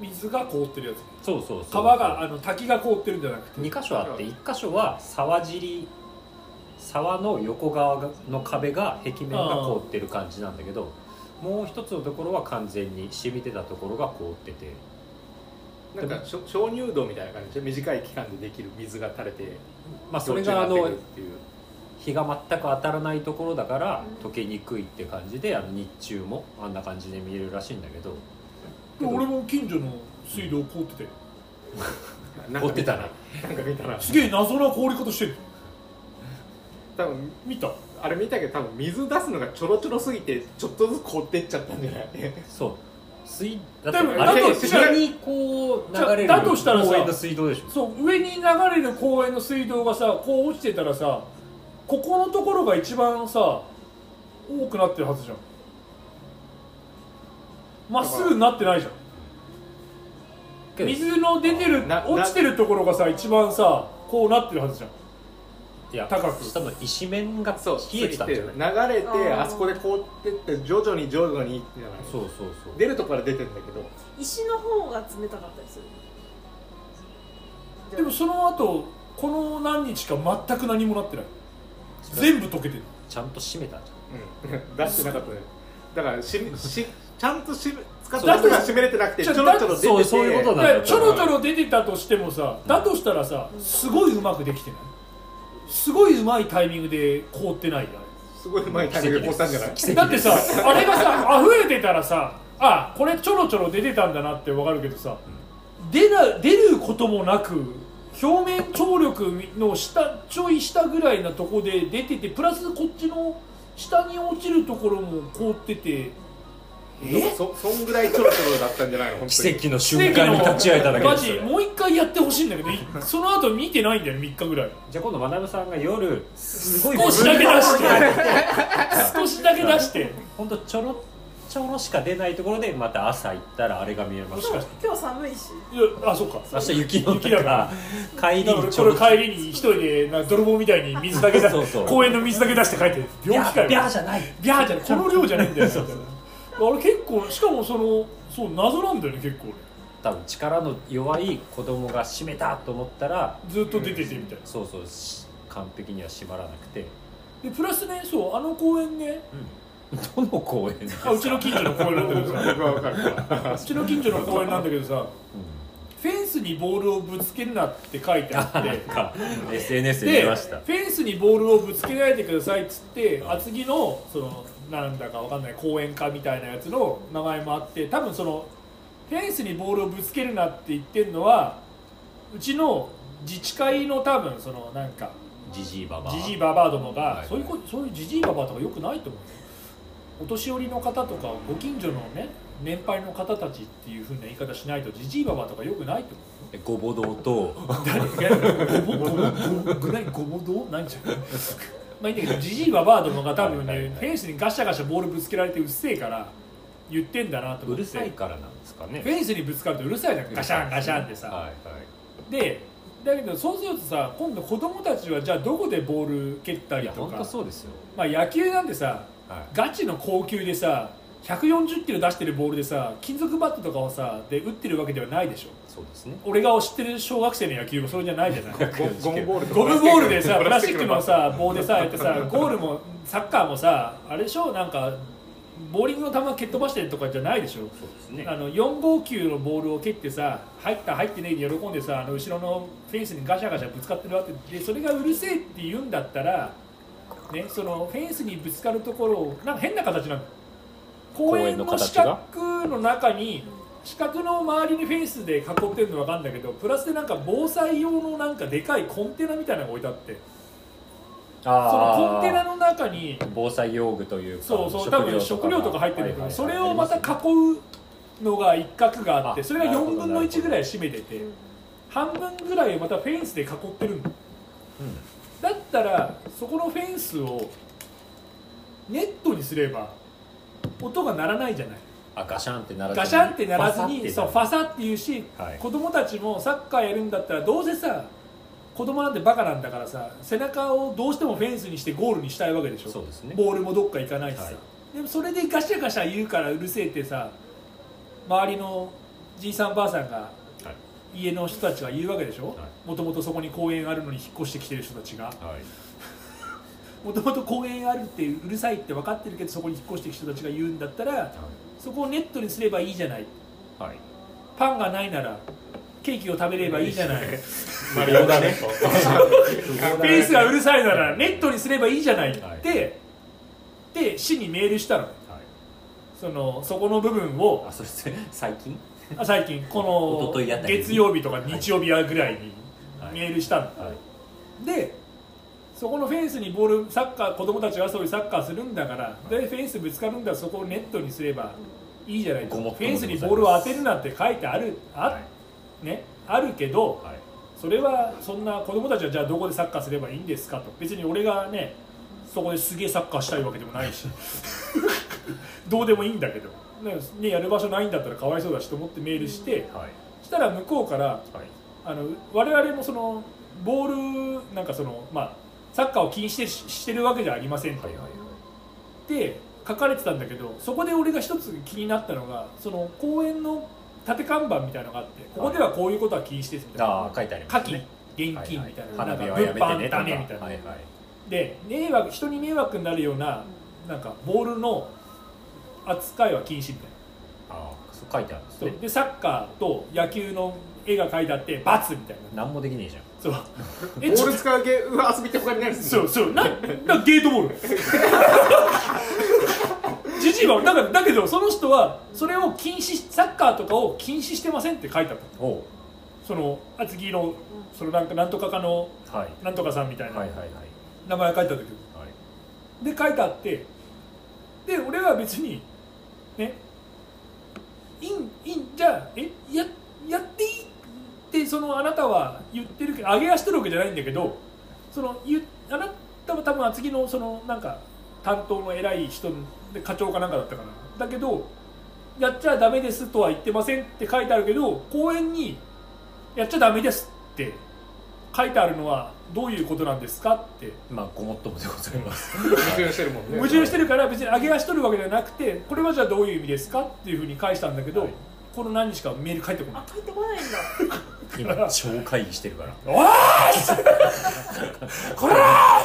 [SPEAKER 3] 水が凍ってるやつ
[SPEAKER 4] そうそうそう
[SPEAKER 3] 川があの滝が凍ってるんじゃなくて
[SPEAKER 4] 2箇所あって1箇所は沢尻沢の横側の壁が壁面が凍ってる感じなんだけどもう一つのところは完全に染みてたところが凍ってて
[SPEAKER 1] なんかしょ鍾乳洞みたいな感じで短い期間でできる水が垂れて
[SPEAKER 4] まあそれがあ
[SPEAKER 1] 氷
[SPEAKER 4] の
[SPEAKER 1] 柱になってくるっていう
[SPEAKER 4] 日が全く当たらないところだから
[SPEAKER 6] うん
[SPEAKER 4] 溶けにくいって感じであの日中もあんな感じで見えるらしいんだけど
[SPEAKER 3] で俺も近所の水道凍ってて
[SPEAKER 1] なん
[SPEAKER 4] 凍
[SPEAKER 1] か
[SPEAKER 4] ってたな
[SPEAKER 1] なんか見たら
[SPEAKER 3] すげえ謎な凍り方してる
[SPEAKER 1] 多分
[SPEAKER 3] 見た
[SPEAKER 1] あれ見たけど多分水出すのがちょろちょろすぎてちょっとずつ凍ってっちゃったんじゃない
[SPEAKER 4] そう水だっ
[SPEAKER 3] でも
[SPEAKER 4] てあれ
[SPEAKER 1] だとしたら
[SPEAKER 4] 下にこう流れる
[SPEAKER 3] じゃあだとしたらさ
[SPEAKER 4] 公園の水道でしょ
[SPEAKER 3] そう上に流れる公園の水道がさこう落ちてたらさここのところが一番さ多くなってるはずじゃんまっすぐになってないじゃん
[SPEAKER 4] けど
[SPEAKER 3] 水の出てる
[SPEAKER 1] なな
[SPEAKER 3] 落ちてるところがさ一番さこうなってるはずじゃん
[SPEAKER 4] いや
[SPEAKER 3] 高く
[SPEAKER 4] 下の石面が
[SPEAKER 1] そう
[SPEAKER 4] 冷えてたんじゃない
[SPEAKER 1] 流れて
[SPEAKER 6] あー
[SPEAKER 1] あそこで凍ってって徐々に徐々にじゃない
[SPEAKER 4] そうそうそう
[SPEAKER 1] 出るとこから出てんだけど
[SPEAKER 6] 石の方が冷たかったりする
[SPEAKER 3] でもその後この何日か全く何もなってない全部溶けてる
[SPEAKER 4] ちゃんと閉めたんじゃん
[SPEAKER 1] うん、出してなかったねだからししちゃんとし使った
[SPEAKER 3] だって
[SPEAKER 1] 人が湿れてなくてち
[SPEAKER 3] ちょ
[SPEAKER 1] ょろちょろ出てて
[SPEAKER 4] そうそういうこと
[SPEAKER 3] い
[SPEAKER 4] なんだ
[SPEAKER 3] やちょろちょろ出てたとしてもさだとしたらさすごいうまくできてないすごいうまいタイミングで凍ってないよあれ
[SPEAKER 1] すごいうまいタイミングで凍ったんじゃない
[SPEAKER 4] 奇跡
[SPEAKER 3] だっ
[SPEAKER 4] で
[SPEAKER 3] て
[SPEAKER 4] す
[SPEAKER 3] さあれがさ溢れてたらさあこれちょろちょろ出てたんだなってわかるけどさ、出な出ることもなく表面張力の下ちょい下ぐらいなとこで出ててプラスこっちの下に落ちるところも凍っててえ
[SPEAKER 1] そそんぐらいちょろちょろだったんじゃないの本当
[SPEAKER 4] 奇
[SPEAKER 1] に
[SPEAKER 4] 跡の瞬間に立ち会えただけ
[SPEAKER 3] マ
[SPEAKER 4] です
[SPEAKER 3] ジ
[SPEAKER 4] よ
[SPEAKER 3] もう一回やってほしいんだけどいその後見てないんだよ3日ぐらい
[SPEAKER 4] じゃあ今度学さんが夜すごい
[SPEAKER 3] 少しだけ出して少しだけ出して
[SPEAKER 4] 本当ちょろちょろしか出ないところでまた朝行ったらあれが見えま
[SPEAKER 3] も
[SPEAKER 4] し
[SPEAKER 3] しかして
[SPEAKER 6] 今日寒いし
[SPEAKER 3] いやあそっか
[SPEAKER 4] た明日雪の
[SPEAKER 3] 雪
[SPEAKER 4] 中
[SPEAKER 3] だ
[SPEAKER 4] 帰り
[SPEAKER 3] だから
[SPEAKER 4] にちょ
[SPEAKER 3] こ
[SPEAKER 4] ろ
[SPEAKER 3] れ帰りに一人でなんか泥棒みたいに水だけ出
[SPEAKER 4] そうそう
[SPEAKER 3] 公園の水だけ出して帰って
[SPEAKER 4] ビ
[SPEAKER 3] 病
[SPEAKER 4] ャ
[SPEAKER 3] 気
[SPEAKER 4] ー
[SPEAKER 3] か
[SPEAKER 4] ビャー
[SPEAKER 3] よ
[SPEAKER 4] じゃない
[SPEAKER 3] ビャーじゃないこの量じゃないんだよあれ結構しかもそのそう謎なんだよね結構
[SPEAKER 4] 多分力の弱い子供が閉めたと思ったら
[SPEAKER 3] ずっと出ててみたいな
[SPEAKER 4] そうそうし完璧には閉まらなくて
[SPEAKER 3] でプラスねそうあの公園ね
[SPEAKER 4] どの公園です
[SPEAKER 3] あ
[SPEAKER 4] か
[SPEAKER 3] うちの近所の公園なんだけどさ
[SPEAKER 1] 僕は分かるから
[SPEAKER 3] うちの近所の公園なんだけどさフェンスにボールをぶつけるなって書いてあっ
[SPEAKER 4] なん
[SPEAKER 3] て
[SPEAKER 4] か SNS で
[SPEAKER 3] で
[SPEAKER 4] 見
[SPEAKER 3] フ
[SPEAKER 4] ました
[SPEAKER 3] ェンスにボールをぶつけないでくださいっつって厚木のそのなんだかわかんない公園かみたいなやつの名前もあって多分そのフェンスにボールをぶつけるなって言ってるのはうちの自治会の多分そのなんか
[SPEAKER 4] ジジイババア
[SPEAKER 3] ジジイババアどもが、
[SPEAKER 4] はい
[SPEAKER 3] そういうこそういうジジイババアとかよくないと思うよお年寄りの方とかご近所のね年配の方たちっていうふうな言い方しないとジジイババアとかよくないと思う
[SPEAKER 4] ごぼ堂と
[SPEAKER 3] ごぼごぼごぼぐらいごぼどうなんじゃんまあいいんだけどじじいばばあどもが多分
[SPEAKER 4] はいはい
[SPEAKER 3] ね
[SPEAKER 4] はい
[SPEAKER 3] フェンスにガシャガシャボールぶつけられてうっせえから言ってんだなと思
[SPEAKER 4] う
[SPEAKER 3] って
[SPEAKER 4] るさいからなんですかね
[SPEAKER 3] フェンスにぶつかるとうるさいじゃんガシャンガシャンってさ、
[SPEAKER 4] はいはい
[SPEAKER 3] でだけどそうするとさ今度子供たちはじゃあどこでボール蹴った
[SPEAKER 4] い
[SPEAKER 3] り
[SPEAKER 4] や
[SPEAKER 3] と
[SPEAKER 4] 本当
[SPEAKER 3] か
[SPEAKER 4] そうですよ、
[SPEAKER 3] まあ野球なんてさ
[SPEAKER 4] はい、
[SPEAKER 3] ガチの高級でさ140キロ出してるボールでさ金属バットとかをさで打ってるわけではないでしょ
[SPEAKER 4] そうですね
[SPEAKER 3] 俺が知ってる小学生の野球もそれじゃないじゃない
[SPEAKER 1] ゴゴムボールとか
[SPEAKER 3] ゴムボールでさ、
[SPEAKER 1] プ
[SPEAKER 3] プ
[SPEAKER 1] ラ
[SPEAKER 3] ラ
[SPEAKER 1] ス
[SPEAKER 3] ス
[SPEAKER 1] チッ
[SPEAKER 3] チッ
[SPEAKER 1] ク
[SPEAKER 3] ク
[SPEAKER 1] の
[SPEAKER 3] のさ、棒でさ、やってさ、ゴールも、サッカーもさ、あれでしょ、なんか、ボーリングの球蹴っ飛ばしてるとかじゃないでしょ。
[SPEAKER 4] そうですね
[SPEAKER 3] あの459のボールを蹴ってさ入った入ってねえで喜んでさあの後ろのフェンスにガシャガシャぶつかってるわけでそれがうるせえって言うんだったら、ね、そのフェンスにぶつかるところをなんか変な形なの公園の四角の中に四角の周りにフェンスで囲ってるの分かるんだけどプラスでなんか防災用のなんかでかいコンテナみたいなのが置いてあってそのコンテナの中に
[SPEAKER 4] 防災用具というか
[SPEAKER 3] そうそう多分食料とか入ってるんだけど、それをまた囲
[SPEAKER 4] か
[SPEAKER 3] うのが一角があって
[SPEAKER 4] あ
[SPEAKER 3] それが4分の1ぐらい占めて
[SPEAKER 6] う
[SPEAKER 3] て
[SPEAKER 6] ん
[SPEAKER 3] 半分ぐらいをまたフェンスで囲ってるんだだったらそこのフェンスをネットにすれば音が鳴らないじゃない
[SPEAKER 4] あガシャンってならずに
[SPEAKER 3] ガシャンって鳴らず
[SPEAKER 4] ファサって
[SPEAKER 3] にそうファサって言うし、
[SPEAKER 4] はい
[SPEAKER 3] 子供たちもサッカーやるんだったらどうせさ子供なんてバカなんだからさ背中をどうしてもフェンスにしてゴールにしたいわけでしょ
[SPEAKER 4] そうですね
[SPEAKER 3] ボールもどっか行かないしさ、
[SPEAKER 4] はい
[SPEAKER 3] でもそれでガシャガシャ言うからうるせえってさ周りのじいさんばあさんが
[SPEAKER 4] はい
[SPEAKER 3] 家の人たちは言うわけでしょ
[SPEAKER 4] は
[SPEAKER 3] もともとそこに公園あるのに引っ越してきてる人たちが
[SPEAKER 4] はい
[SPEAKER 3] もともと公園あるってうるさいって分かってるけどそこに引っ越してきた人たちが言うんだったらそこをネットにすればいいじゃない
[SPEAKER 4] はいはい
[SPEAKER 3] パンがないならケーキを食べればいいじゃない
[SPEAKER 1] マリオだね
[SPEAKER 3] フェンスがうるさいならネットにすればいいじゃないって、
[SPEAKER 4] はい
[SPEAKER 3] で市にメールしたの
[SPEAKER 4] はい
[SPEAKER 3] そのそこの部分を
[SPEAKER 4] あそして最近
[SPEAKER 3] あ最近
[SPEAKER 4] 一
[SPEAKER 3] こ
[SPEAKER 4] 昨日あ
[SPEAKER 3] の
[SPEAKER 4] たりに
[SPEAKER 3] 月曜日とか日曜日ぐらいに
[SPEAKER 4] はい
[SPEAKER 3] メールしたの、
[SPEAKER 4] はい
[SPEAKER 3] でそこのフェンスにボールサッカー子供たちが遊びサッカーするんだからでフェンスぶつかるんだそこをネットにすればいいじゃないと
[SPEAKER 4] ご
[SPEAKER 3] フ
[SPEAKER 4] もっとも
[SPEAKER 3] ェン
[SPEAKER 4] でござ
[SPEAKER 3] スに
[SPEAKER 4] います
[SPEAKER 3] ボールを当てるなんて書いてあるあ,、
[SPEAKER 4] はい
[SPEAKER 3] ね、あるけど、
[SPEAKER 4] はい
[SPEAKER 3] それはそんな子供たちはじゃあどこでサッカーすればいいんですかと別に俺がねそこですげえサッカーしたいわけでもない しどうでもいいんだけど、ねねやる場所ないんだったらかわいそうだしと思ってメールして
[SPEAKER 4] はい
[SPEAKER 3] したら向こうから
[SPEAKER 4] はい
[SPEAKER 3] あの我々もそのボールなんかその、まあ、サッカーを禁止してししてるわけじゃありませんと、
[SPEAKER 4] はいはいはい
[SPEAKER 3] で書かれてたんだけどそこで俺が一つ気になったのがその公園の立て看板みたいなのがあってここではこういうことは禁止ですみたいな。
[SPEAKER 4] ああ書いてありま
[SPEAKER 3] 火
[SPEAKER 4] す
[SPEAKER 3] 器、
[SPEAKER 4] ね
[SPEAKER 3] 現金みたいな、
[SPEAKER 4] は
[SPEAKER 3] なん
[SPEAKER 4] い
[SPEAKER 3] か物
[SPEAKER 4] はい花火はやめて
[SPEAKER 3] 販
[SPEAKER 4] ね
[SPEAKER 3] ダメみ
[SPEAKER 4] と
[SPEAKER 3] たい
[SPEAKER 4] か
[SPEAKER 3] な、
[SPEAKER 4] はいはい
[SPEAKER 3] で迷惑人に迷惑になるようななんかボールの扱いは禁止みたいな
[SPEAKER 4] ああそう書いてあるんです
[SPEAKER 3] そう
[SPEAKER 4] ね
[SPEAKER 3] でサッカーと野球の絵が描いてあって罰みたいな
[SPEAKER 4] 何もできねえじゃん
[SPEAKER 3] そう
[SPEAKER 1] ボ
[SPEAKER 3] えち
[SPEAKER 1] ー
[SPEAKER 3] ょ
[SPEAKER 1] ル使うゲーム遊びって他にないです
[SPEAKER 3] そ
[SPEAKER 1] ね
[SPEAKER 3] うそうななゲートボール じじいはだからだけどその人はそれを禁止サッカーとかを禁止してませんって書いてあった
[SPEAKER 4] おう
[SPEAKER 3] その厚木のそのなんかなんとかかの
[SPEAKER 4] はい
[SPEAKER 3] なんとかさんみたいな
[SPEAKER 4] はいはいはい
[SPEAKER 3] 名前書いてあったけど
[SPEAKER 4] はい
[SPEAKER 3] で書いてあってで俺は別にねいんいんじゃあえややっていいってそのあなたは言ってるけど上げ足してるわけじゃないんだけどそのゆあなたは多分厚木のそのなんか担当の偉い人で課長かなんかだったかなだけどやっちゃダメですとは言ってませんって書いてあるけど公園にやっちゃダメですって書いてあるのはどういうことなんですかって
[SPEAKER 4] まあごもっともでございます
[SPEAKER 1] 矛盾してるもんね
[SPEAKER 3] 矛盾してるから別に上げ足取るわけじゃなくてこれはじゃあどういう意味ですかっていうふうに返したんだけど、
[SPEAKER 4] はい
[SPEAKER 3] この何日かメール返ってこない
[SPEAKER 6] あ、帰ってこないんだ。
[SPEAKER 4] 今超会議してる から
[SPEAKER 3] 「おーい!」こら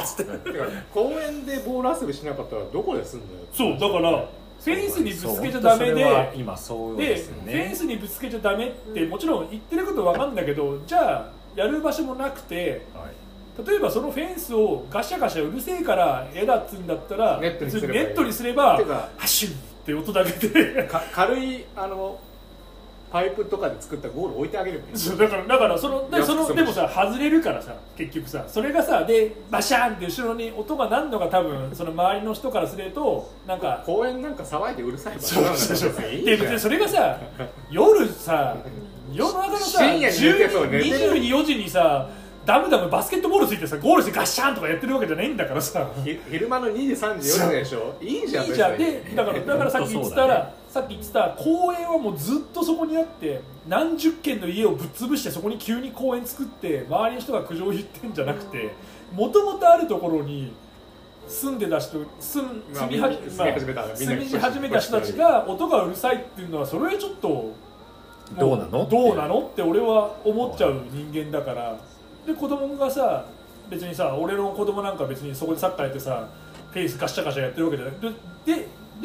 [SPEAKER 3] ー!」っつって
[SPEAKER 1] てか公園でボール遊びしなかったらどこですんだよ
[SPEAKER 3] そうだからフェンスにぶつけちゃダメ
[SPEAKER 4] そう本当そ
[SPEAKER 3] で
[SPEAKER 4] れは今そう
[SPEAKER 3] で、
[SPEAKER 4] です
[SPEAKER 3] フェン
[SPEAKER 4] ね
[SPEAKER 3] スにぶつけちゃダメってもちろん言ってることわかるんだけどじゃあやる場所もなくて
[SPEAKER 4] はい
[SPEAKER 3] 例えばそのフェンスをガシャガシャうるせえから嫌だっつうんだったら
[SPEAKER 1] ネットにすればいい
[SPEAKER 3] ネットにすれば
[SPEAKER 1] てか
[SPEAKER 3] ハッシュンって音だけで
[SPEAKER 1] か軽いあのパイプとかで作ったゴール置いてあげればいい
[SPEAKER 3] そうだからだからそので
[SPEAKER 1] いや
[SPEAKER 3] その
[SPEAKER 1] そう
[SPEAKER 3] でもさ外れるからさ結局さそれがさでバシャーンって後ろに音が鳴るのが多分その周りの人からするとなんか
[SPEAKER 1] 公園なんか騒いでうるさい場所なんだから別にいい
[SPEAKER 3] で
[SPEAKER 1] じ
[SPEAKER 3] 別
[SPEAKER 1] ゃん
[SPEAKER 3] にそれがさ夜さ世の中のさ
[SPEAKER 1] 深夜に寝てそう寝てる
[SPEAKER 3] 24時にさダムダムバスケットボールついてさゴールしてガッシャーンとかやってるわけじゃないんだからさ
[SPEAKER 1] ひ昼間の2時3時4時でしょいいじゃん
[SPEAKER 3] いいじゃん
[SPEAKER 1] 別に
[SPEAKER 3] でだからだからさっき言ってた
[SPEAKER 4] そうだ
[SPEAKER 3] ら、さっき言ってた公園はもうずっとそこにあって何十軒の家をぶっ潰してそこに急に公園作って周りの人が苦情を言ってんじゃなくてもともとあるところに住んでた人住ん
[SPEAKER 1] まあ
[SPEAKER 3] 住みはじ
[SPEAKER 1] みんな
[SPEAKER 3] まあ
[SPEAKER 1] 住み始めたみんな
[SPEAKER 3] 住み始めた人たちが音がうるさいっていうのはそれはちょっと
[SPEAKER 4] どうなの
[SPEAKER 3] どうなのって俺は思っちゃう人間だからで子供がさ別にさ俺の子供なんか別にそこでサッカーやってさフェイスガシャガシャやってるわけじゃないで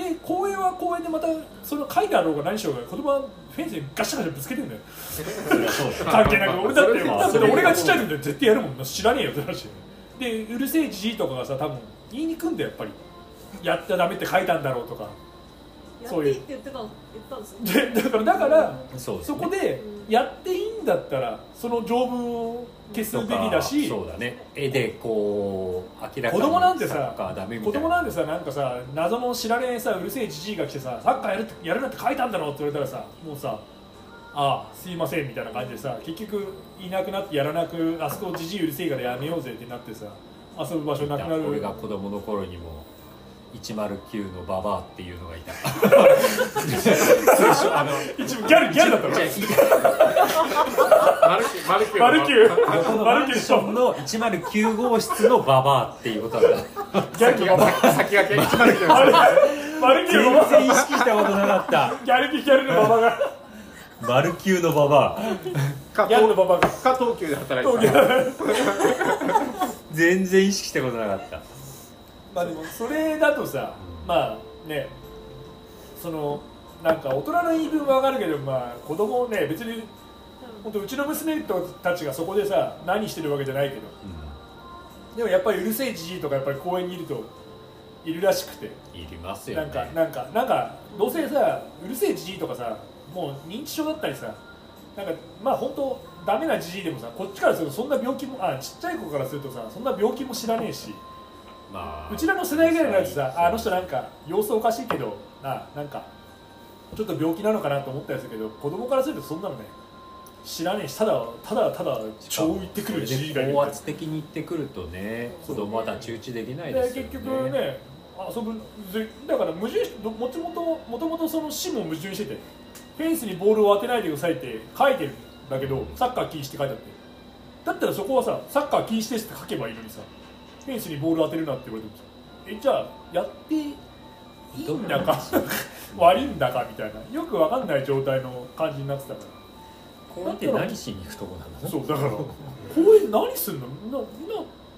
[SPEAKER 3] でで公園は公園でまたその書いてあろうが何しようが子供はフェンスにガシャガシャぶつけてんだよ
[SPEAKER 4] そうです
[SPEAKER 3] 関係なく俺だって
[SPEAKER 1] それ
[SPEAKER 4] は
[SPEAKER 3] だって
[SPEAKER 4] それは
[SPEAKER 3] 俺がちっちゃい時で絶対やるもんな知らねえよって話でうるせえじじいとかがさ多分言いにくんだよやっぱりやっちゃダメって書いたんだろうとか
[SPEAKER 6] やっ
[SPEAKER 3] そう
[SPEAKER 6] て
[SPEAKER 3] い
[SPEAKER 6] いういって言ってたの、言ったんですね。
[SPEAKER 3] でだからだから、
[SPEAKER 4] そうで す
[SPEAKER 3] そ
[SPEAKER 4] ね
[SPEAKER 3] こでやっていいんだったらその条文を消す
[SPEAKER 4] と
[SPEAKER 3] べ
[SPEAKER 4] か
[SPEAKER 3] きだし
[SPEAKER 4] そう
[SPEAKER 3] 子
[SPEAKER 4] だね絵でこう明らかに
[SPEAKER 3] 子供なんてさ
[SPEAKER 4] サッカーダメみたいな
[SPEAKER 3] 供なんでさなんかさ謎の知られんさうるせえじじいが来てさサッカーやるってやるなんて書いたんだろうって言われたらさもうさああすいませんみたいな感じでさ結局いなくなってやらなくあそこじじいうるせえからやめようぜってなってさ遊ぶ場所なくな
[SPEAKER 4] 俺が
[SPEAKER 3] る
[SPEAKER 4] 子供の頃にも109のババアっていうの がいた通称あの
[SPEAKER 3] 一部ギャルギャルだったの
[SPEAKER 4] じゃあ
[SPEAKER 1] マルキューマルキュー
[SPEAKER 3] マルキュー
[SPEAKER 4] 横のマンションの109号室のババアっていうことだった
[SPEAKER 3] ギャルのバ
[SPEAKER 1] ー先駆けマルキュー
[SPEAKER 3] バマルキューのババ
[SPEAKER 4] 全然意識したことなかった
[SPEAKER 3] ギャルギャルのババが
[SPEAKER 4] マルキューのババア
[SPEAKER 1] か
[SPEAKER 3] ギャルのババが
[SPEAKER 1] か東急で働いてた
[SPEAKER 4] 全然意識したことなかった
[SPEAKER 3] まあでもそれだとさまあねそのなんか大人の言い分はわかるけどまあ子供ね別に本当うちの娘たちがそこでさ何してるわけじゃないけどでもやっぱりうるせえじじいとかやっぱり公園にいるといるらしくて
[SPEAKER 4] いりますよ
[SPEAKER 3] な
[SPEAKER 4] ね
[SPEAKER 3] んかなんかなんかどうせさうるせえじじいとかさもう認知症だったりさなんかまあ本当ダメなじじいでもさこっちからするとそんな病気もあちっちゃい子からするとさそんな病気も知らねえし
[SPEAKER 4] まあ
[SPEAKER 3] うちらの世代ぐらいのやつさああの人なんか様子おかしいけどななんかちょっと病気なのかなと思ったりするけど子供からするとそんなのね知らねえしただただただ超言ってくるじじいがいる
[SPEAKER 4] 高圧的に言ってくるとね子供は太刀打ちできないですよ
[SPEAKER 3] で
[SPEAKER 4] ね
[SPEAKER 3] 結局ね遊ぶぜだから矛盾しどもともともともとその死も矛盾しててフェンスにボールを当てないでくださいって書いてるんだけどサッカー禁止って書いてあってだったらそこはさサッカー禁止ですって書けばいいのにさフェンスにボール当てるなって言われてもさえじゃあやっていいんだか悪いんだかみたいなよくわかんない状態の感じになってたから
[SPEAKER 4] 公園って何しに行くとこなの
[SPEAKER 3] そうだから公園何すんのなな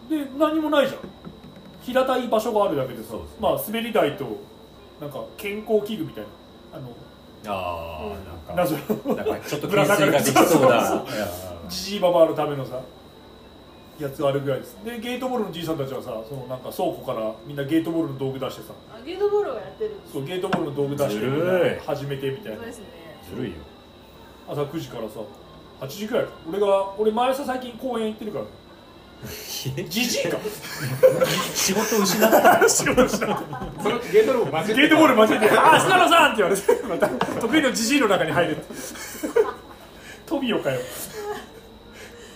[SPEAKER 3] で何もないじゃん平たい場所があるだけでさ
[SPEAKER 4] そうですね
[SPEAKER 3] まあ滑り台となんか健康器具みたいなあの
[SPEAKER 4] ああなん
[SPEAKER 3] 謎
[SPEAKER 4] か
[SPEAKER 3] の
[SPEAKER 4] なんかちょっと懸垂ができそう
[SPEAKER 3] そう
[SPEAKER 4] な
[SPEAKER 3] じじいばばあのためのさやつあるぐらいですでゲートボールのじいさんたちはさそのなんか倉庫からみんなゲートボールの道具出してさ
[SPEAKER 2] あゲートボールをやってるんです
[SPEAKER 3] そうゲートボールの道具出して
[SPEAKER 4] ずるい
[SPEAKER 3] みんな始めてみたい
[SPEAKER 2] そう
[SPEAKER 3] な
[SPEAKER 2] ですね
[SPEAKER 4] ずるいよ
[SPEAKER 3] 朝9時からさ8時ぐらいか俺が俺毎朝最近公園行ってる からじじいか
[SPEAKER 4] 仕事失った
[SPEAKER 3] 仕事しなくて
[SPEAKER 1] そのゲートボールマジ
[SPEAKER 3] ゲートボール間違えて「ああ砂野さん!」って言われてまた得意のじじいの中に入るトビオかよ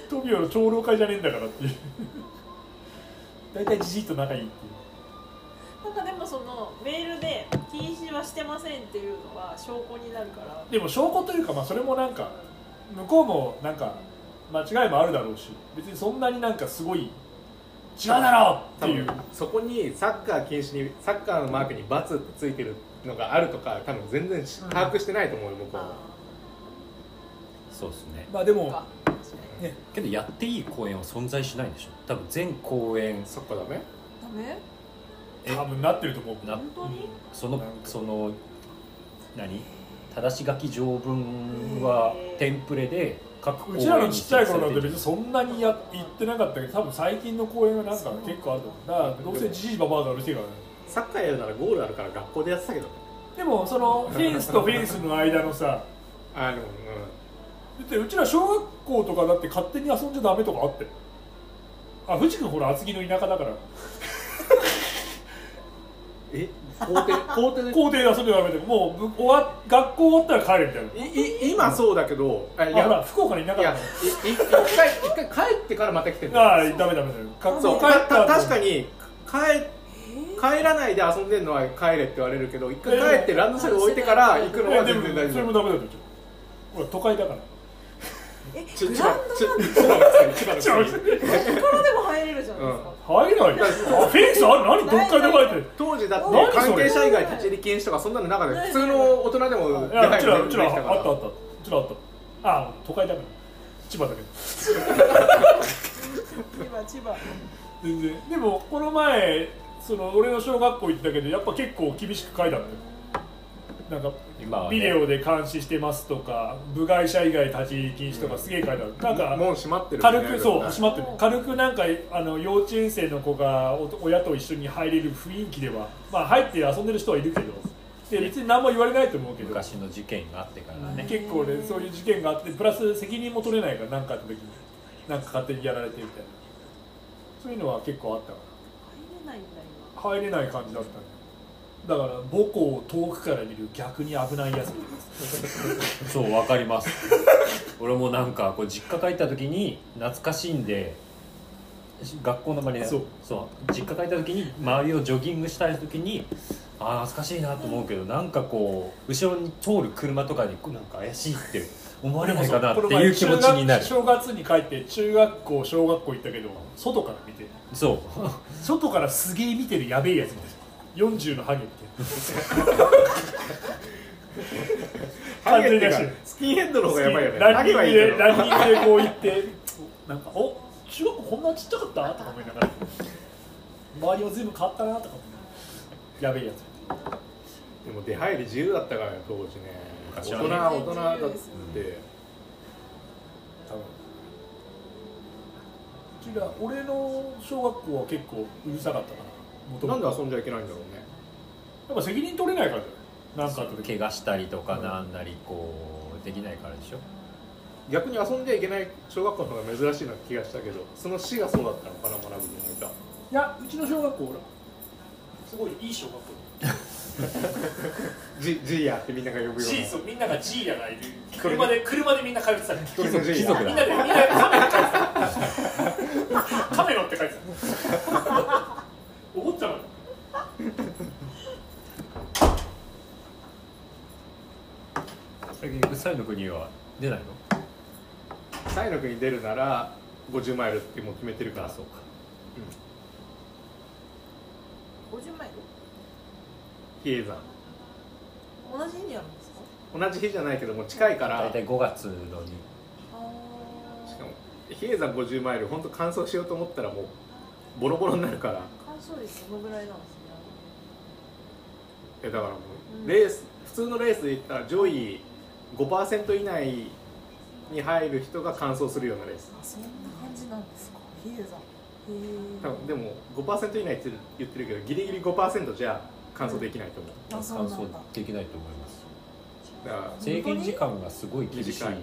[SPEAKER 3] トビオの長老会じゃねえんだからっていう大体じじいと仲いいっていう
[SPEAKER 6] なんかでもそのメールで禁止はしてませんっていうのは証拠になるから
[SPEAKER 3] でも証拠というか、まあ、それもなんか向こうもなんか間違いもあるだろうし別にそんなになんかすごい違うだろう
[SPEAKER 1] 多
[SPEAKER 3] っていう
[SPEAKER 1] 分そこにサッカー禁止にサッカーのマークにバツってついてるのがあるとか多分全然し
[SPEAKER 3] うん
[SPEAKER 1] 把握してないと思うよ向こうは
[SPEAKER 2] あ
[SPEAKER 4] そうですね
[SPEAKER 3] まあで
[SPEAKER 2] ー
[SPEAKER 3] も
[SPEAKER 2] か確かに
[SPEAKER 4] けどやっていい公園は存在しないんでしょ多分全公園
[SPEAKER 1] そっかダメ
[SPEAKER 2] ダメ
[SPEAKER 3] 多分なってると思う
[SPEAKER 4] な
[SPEAKER 6] 本当に
[SPEAKER 4] そのその何正し書き条文はテンプレで各公園
[SPEAKER 3] う
[SPEAKER 4] に
[SPEAKER 3] ちらのちっちゃい頃なんて別にそんなにや行ってなかったけど多分最近の公演はなんか結構あると思うだからどうせじじいばばあがうるせえからね
[SPEAKER 1] サッカーやるならゴールあるから学校でやってたけど
[SPEAKER 3] でもそ のフェンスとフェンスの間のさ
[SPEAKER 1] あの、うん、
[SPEAKER 3] だってうちら小学校とかだって勝手に遊んじゃダメとかあってあ藤君ほら厚木の田舎だから
[SPEAKER 1] え校庭校 庭で
[SPEAKER 3] 校庭で遊んじゃダメでもうぶ終わ学校終わったら帰るみたいない
[SPEAKER 1] い今そうだけどあい
[SPEAKER 3] あほら
[SPEAKER 1] や
[SPEAKER 3] 福岡の田舎
[SPEAKER 1] い
[SPEAKER 3] だ
[SPEAKER 1] や
[SPEAKER 3] か
[SPEAKER 1] いい一回一回帰ってからまた来てる
[SPEAKER 3] らああダメダメだよ学
[SPEAKER 1] そ
[SPEAKER 3] 校
[SPEAKER 1] う
[SPEAKER 3] 帰
[SPEAKER 1] た
[SPEAKER 3] ったた
[SPEAKER 1] 確か
[SPEAKER 3] に
[SPEAKER 1] に帰帰らないで遊んでるのは帰れって言われるけど一回帰ってランドセル置いてから行くのは
[SPEAKER 3] で
[SPEAKER 1] 全
[SPEAKER 3] も
[SPEAKER 1] 然大
[SPEAKER 3] そ
[SPEAKER 1] 丈
[SPEAKER 3] れも
[SPEAKER 1] 夫
[SPEAKER 3] ダメだようちらほら都会だから
[SPEAKER 6] え
[SPEAKER 1] ちょ
[SPEAKER 6] グ
[SPEAKER 1] 千
[SPEAKER 6] ラ
[SPEAKER 1] 葉
[SPEAKER 6] ウンド
[SPEAKER 1] ちょ千葉が千葉が千葉
[SPEAKER 3] ちょ
[SPEAKER 1] が
[SPEAKER 6] どこからでも入れるじゃないですか、
[SPEAKER 3] 入れないよあフェンスある何どっかで入ってる
[SPEAKER 1] 当時だって
[SPEAKER 3] 何それ
[SPEAKER 1] 関係者以外立ち入り禁止とかそんなのなかったよ普通の大人でも
[SPEAKER 3] いやう
[SPEAKER 1] い
[SPEAKER 3] ちらうちらあったあったうちらあったああ都会だから千葉だけど
[SPEAKER 2] 千葉千葉
[SPEAKER 3] 全然でもこの前その俺の小学校行ったけどやっぱ結構厳しく書いてあったよなんか
[SPEAKER 4] 今はね
[SPEAKER 3] ビデオで監視してますとか部外者以外立ち入り禁止とかすげえ書いてあるなんか
[SPEAKER 1] 門閉まってる
[SPEAKER 3] 軽くそう閉
[SPEAKER 1] ま
[SPEAKER 3] まってる軽くなんかあの幼稚園生の子がお親と一緒に入れる雰囲気ではまあ入って遊んでる人はいるけどで別に何も言われないと思うけど
[SPEAKER 4] 昔の事件があってからね
[SPEAKER 3] 結構ねそういう事件があってプラス責任も取れないから何かあった時になんか勝手にやられてみたいなそういうのは結構あったから
[SPEAKER 6] 入れないんだ今
[SPEAKER 3] 入れない感じだったねだから母校を遠くから見る逆に危ないやつみたいな
[SPEAKER 4] そうわか ります俺もなんかこう実家帰った時に懐かしんで学校の周りで
[SPEAKER 1] そう
[SPEAKER 4] そう実家帰った時に周りをジョギングしたい時にああ懐かしいなと思うけどなんかこう後ろに通る車とかになんか怪しいって思われないかなっていう気持ちになる
[SPEAKER 3] この前正月に帰って中学校小学校行ったけど外から見て
[SPEAKER 4] そう
[SPEAKER 3] 外からすげえ見てるやべえやつみたいな40のハゲみたい
[SPEAKER 1] ハゲってかスキンヘッドの方がやばいよね
[SPEAKER 3] な
[SPEAKER 1] ハ
[SPEAKER 3] ランニ
[SPEAKER 1] ゲ
[SPEAKER 3] ング
[SPEAKER 1] はいい
[SPEAKER 3] で
[SPEAKER 1] けど
[SPEAKER 3] ランニングでこう行ってなんかお中学校こんなちっちゃかったとか思いながら周りは随分変わったなとか思いながらやべえやつ
[SPEAKER 1] でも出入り自由だったからね当時ね大
[SPEAKER 4] 昔
[SPEAKER 1] 人
[SPEAKER 4] はね
[SPEAKER 1] は大人だって
[SPEAKER 3] 多分うちら俺の小学校は結構うるさかったから元
[SPEAKER 1] な
[SPEAKER 3] 々
[SPEAKER 1] んで遊んじゃいけないんだろうね
[SPEAKER 3] やっぱ責任取れないからじゃないなんかあった時
[SPEAKER 4] 怪我したりとかなんなりこうできないからでしょ
[SPEAKER 1] 逆に遊んじゃいけない小学校の方が珍しいな気がしたけどその市がそうだったのかな学ぶにいた
[SPEAKER 3] いやうちの小学校ほらすごいいい小学校
[SPEAKER 1] ジジーヤってみんなが呼ぶような
[SPEAKER 3] シーズみんなが G やがいる
[SPEAKER 1] これね
[SPEAKER 3] 車で車でみんな通ってたね
[SPEAKER 1] 一人のジーヤ
[SPEAKER 4] 貴族
[SPEAKER 3] み
[SPEAKER 4] だ
[SPEAKER 3] んなでみんなでカメ乗って帰ってたカメ乗って帰ってた怒っちゃうの
[SPEAKER 4] 最近サイの国は出ないの
[SPEAKER 1] サイの国に出るなら50マイルってもう決めてるから
[SPEAKER 4] そうか
[SPEAKER 2] 50枚
[SPEAKER 1] 比叡山
[SPEAKER 2] 同じ日にやるんですか
[SPEAKER 1] 同じ日じゃないけども近いから
[SPEAKER 4] 大
[SPEAKER 1] し
[SPEAKER 4] 体5月のに
[SPEAKER 1] かも比叡山50マイル本当完走しようと思ったらもうボロボロになるから
[SPEAKER 2] 乾燥率どのぐらいなんですね
[SPEAKER 1] えだからも
[SPEAKER 2] うん
[SPEAKER 1] うレース、普通のレースで言ったら上位5%以内に入る人が完走するようなレース
[SPEAKER 2] あそんな感じなんですか比叡山へ
[SPEAKER 1] 多分でも5%以内って言ってるけどギリギリ5%じゃ完走できないと思う、
[SPEAKER 2] えあそう
[SPEAKER 4] 完
[SPEAKER 2] な
[SPEAKER 4] 走
[SPEAKER 2] んだ
[SPEAKER 4] できないと思います
[SPEAKER 1] だから
[SPEAKER 4] 制限時間がすごい厳しい
[SPEAKER 1] 短い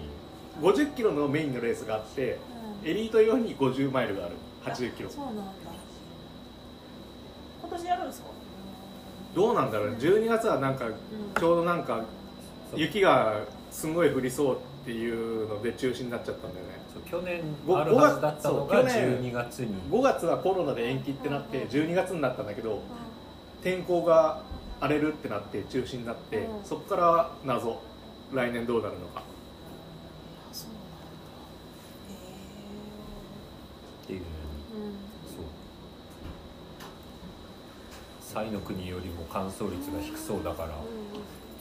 [SPEAKER 1] 50キロのメインのレースがあってエリート用に50マイルがある80キロ
[SPEAKER 2] そうなんだ
[SPEAKER 6] 今年やるんですか
[SPEAKER 1] どうなんだろうね12月はなんかちょうどなんか雪がすごい降りそうっていうので中止になっちゃったんだよね
[SPEAKER 4] そう去年
[SPEAKER 1] ご
[SPEAKER 4] あるはずだったの
[SPEAKER 1] ご
[SPEAKER 4] が
[SPEAKER 1] がそう去年
[SPEAKER 4] 12月に
[SPEAKER 1] 5月はコロナで延期ってなって12月になったんだけど天候が荒れるってなって中止になって
[SPEAKER 2] うん
[SPEAKER 1] そこから謎来年どうなるのか
[SPEAKER 2] あそうなんだ
[SPEAKER 4] っていうのに
[SPEAKER 2] へえうん
[SPEAKER 4] そうサイの国よりも乾燥率が低そうだから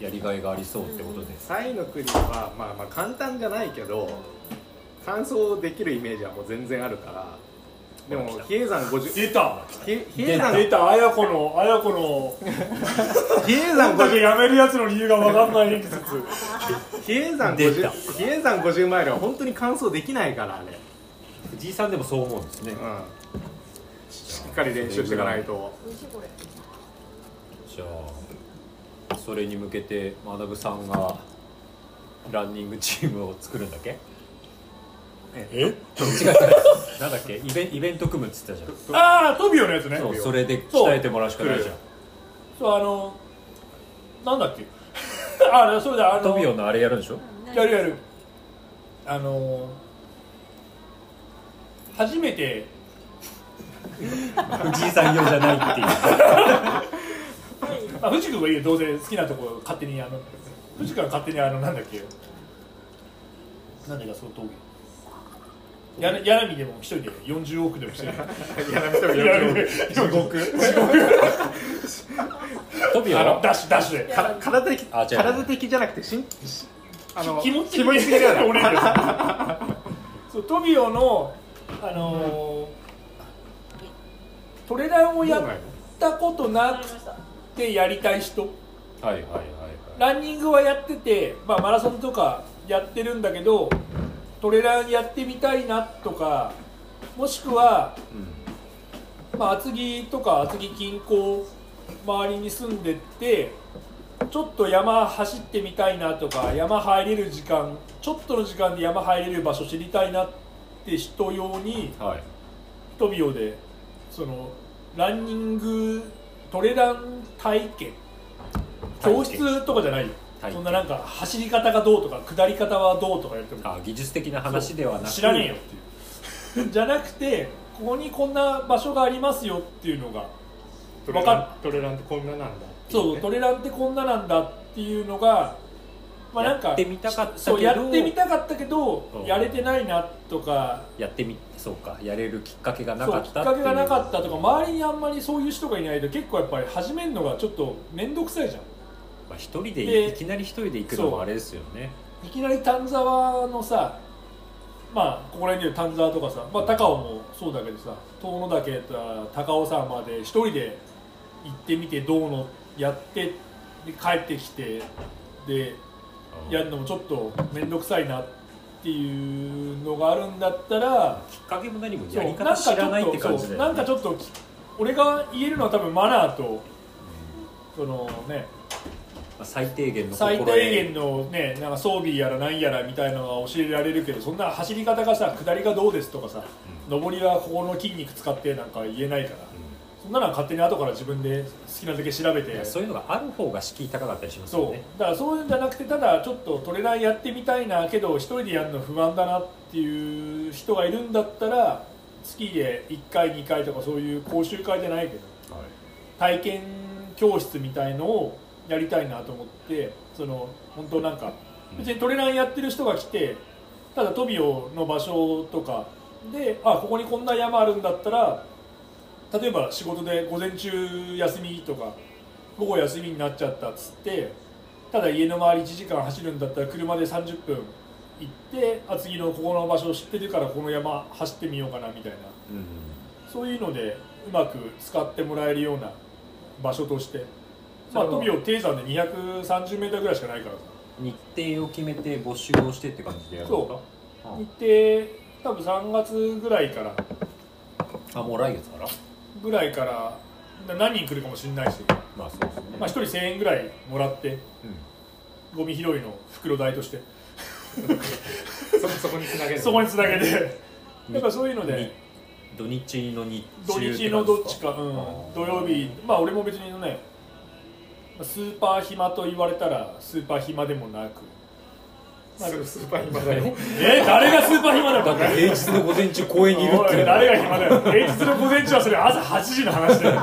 [SPEAKER 4] やりがいがありそうってことで
[SPEAKER 1] サイの国はまあまあ簡単じゃないけど完走できるイメージはもう全然あるからでも比叡山50
[SPEAKER 3] 出た
[SPEAKER 1] 比比叡山
[SPEAKER 3] 出た綾子の綾子の
[SPEAKER 1] 比叡
[SPEAKER 3] こ
[SPEAKER 1] 山
[SPEAKER 3] んだけ
[SPEAKER 1] 50
[SPEAKER 3] やめるやつの理由が分かんない演説
[SPEAKER 1] 比叡山
[SPEAKER 4] 出
[SPEAKER 1] 50
[SPEAKER 4] た
[SPEAKER 1] 比叡山50マイルは本当に完走できないからあれ
[SPEAKER 4] 藤井さんでもそう思うんですね
[SPEAKER 1] うんしっかり練習していかない と
[SPEAKER 2] 美味しいこれ
[SPEAKER 4] じゃあそれに向けて学さんがランニングチームを作るんだっ け
[SPEAKER 1] え
[SPEAKER 4] なんだっけイベイベント組むっつったじゃん
[SPEAKER 3] ああトビオのやつね
[SPEAKER 4] そう
[SPEAKER 1] よ
[SPEAKER 4] それで鍛えてもらうしかないじゃん
[SPEAKER 3] そうあのなんだっけあそれだあの
[SPEAKER 4] トビオのあれやる んでしょ
[SPEAKER 3] やるやるあの初めて
[SPEAKER 4] 藤井さん用じゃないっていう
[SPEAKER 3] あ藤君はいいよ当然好きなとこ勝手にあの藤君は勝手にあのなんだっけなんだっけその峠やな柳でも一人で40億でもしてる
[SPEAKER 1] いやらめたら
[SPEAKER 3] やらめ
[SPEAKER 1] 地獄
[SPEAKER 4] トビオ
[SPEAKER 3] あの
[SPEAKER 4] は
[SPEAKER 3] ダッシュダッシュで
[SPEAKER 1] か体的
[SPEAKER 4] あ違う
[SPEAKER 1] 体的じゃなくてしんしあの
[SPEAKER 3] 気持ち
[SPEAKER 1] 気持ち的だよね
[SPEAKER 3] 俺らそうトビオのあのートレランをやったこと
[SPEAKER 6] わか
[SPEAKER 3] な
[SPEAKER 6] り
[SPEAKER 3] く
[SPEAKER 6] ました
[SPEAKER 3] てやりたい人
[SPEAKER 4] はいはいはいはい
[SPEAKER 3] ランニングはやってて、まあ、マラソンとかやってるんだけどトレランやってみたいなとかもしくは、まあ、厚木とか厚木近郊周りに住んでってちょっと山走ってみたいなとか山入れる時間ちょっとの時間で山入れる場所知りたいなって人用に
[SPEAKER 4] はい
[SPEAKER 3] トビオでそのランニングトレラン体験教室とかじゃないよ
[SPEAKER 4] 体験
[SPEAKER 3] そんななんか走り方がどうとか下り方はどうとかやっても
[SPEAKER 4] あ技術的な話ではなく
[SPEAKER 3] 知らねえよっていうじゃなくてここにこんな場所がありますよっていうのが
[SPEAKER 1] トレ
[SPEAKER 3] わ
[SPEAKER 1] ラ
[SPEAKER 3] か
[SPEAKER 1] ントレランってこんななんだってい
[SPEAKER 3] そう
[SPEAKER 1] ね
[SPEAKER 3] トレランってこんななんだっていうのが、まあ、なんか
[SPEAKER 4] やってみたかったけど
[SPEAKER 3] そうやってみたかったけど、
[SPEAKER 4] うん
[SPEAKER 3] やれてないなとか
[SPEAKER 4] やってみそうかやれるきっかけがな
[SPEAKER 3] そ
[SPEAKER 4] か
[SPEAKER 3] う
[SPEAKER 4] っ
[SPEAKER 3] きったかけがなかったとか周り
[SPEAKER 4] り、
[SPEAKER 3] にあんまりそういう人がいないと結構やっぱり始めるのがちょっと面倒くさいじゃん
[SPEAKER 4] まあ、一人で
[SPEAKER 3] で
[SPEAKER 4] いきなり一人で行くのもあれですよね
[SPEAKER 3] いきなり丹沢のさまあここら辺にいる丹沢とかさ、まあ、高尾もそうだけどさ遠野岳とか高尾山まで一人で行ってみてどうのやってで帰ってきてで
[SPEAKER 4] うん
[SPEAKER 3] やるのもちょっと面倒くさいなっていうのがあるんだったら
[SPEAKER 4] きっかけも何も
[SPEAKER 3] そ
[SPEAKER 4] や
[SPEAKER 3] う
[SPEAKER 4] り方知らないって感じで、
[SPEAKER 3] なんかちょっとそうなんかちょっとき俺が言えるのは多分マナーとそのね
[SPEAKER 4] まあ最低限の心
[SPEAKER 3] 最
[SPEAKER 4] 得
[SPEAKER 3] 低限のねなんか装備やらなんやらみたいなのは教えられるけどそんな走り方がさ下りがどうですとかさ、上りはここの筋肉使ってなんか言えないから、そんなのは勝手に後から自分で好きなだけ調べ
[SPEAKER 4] い
[SPEAKER 3] て
[SPEAKER 4] や
[SPEAKER 3] そ,、
[SPEAKER 4] そうういうのがある方が敷居高かったりしますよね
[SPEAKER 3] だからそういうんじゃなくてただちょっとトレランやってみたいなけど一人でやるの不安だなっていう人がいるんだったら月で1回2回とかそういう講習会じゃないけど
[SPEAKER 4] はい
[SPEAKER 3] 体験教室みたいのをやりたいなと思ってその本当なんか別にトレランやってる人が来てただトビオの場所とかであここにこんな山あるんだったら例えば仕事で午前中休みとか午後休みになっちゃったっつってただ家の周り1時間走るんだったら車で30分行ってあ次のここの場所知ってるからこの山走ってみようかなみたいな
[SPEAKER 4] うん
[SPEAKER 3] そういうのでうまく使ってもらえるような場所として、まあ、
[SPEAKER 4] それは
[SPEAKER 3] トビオ低山で2 3 0ルぐらいしかないからさ
[SPEAKER 4] 日程を決めて募集をしてって感じでやるんですか
[SPEAKER 3] 日程多分3月ぐらいから
[SPEAKER 4] あもう来月から
[SPEAKER 3] ぐらいからな何人来るかもしれないし、
[SPEAKER 4] まあそうですね、
[SPEAKER 3] まあ、1人1000円ぐらいもらってゴミ拾いの袋代として
[SPEAKER 1] そそこに繋げる
[SPEAKER 3] そこにつなげ てやっぱそういうので
[SPEAKER 4] うん、土日の日中
[SPEAKER 3] 土
[SPEAKER 4] って感じです
[SPEAKER 3] 日のどっちか、うん
[SPEAKER 4] あ、ー
[SPEAKER 3] 土曜日まあ俺も別にねスーパー暇と言われたらスーパー暇でもなく
[SPEAKER 1] ススーパー暇だよ
[SPEAKER 3] え誰がスーパー暇だ
[SPEAKER 4] だ
[SPEAKER 3] よ
[SPEAKER 4] って平日の午前中公園にいるって
[SPEAKER 3] おい誰が暇だよ平日の午前中はそれ朝8時の話だよ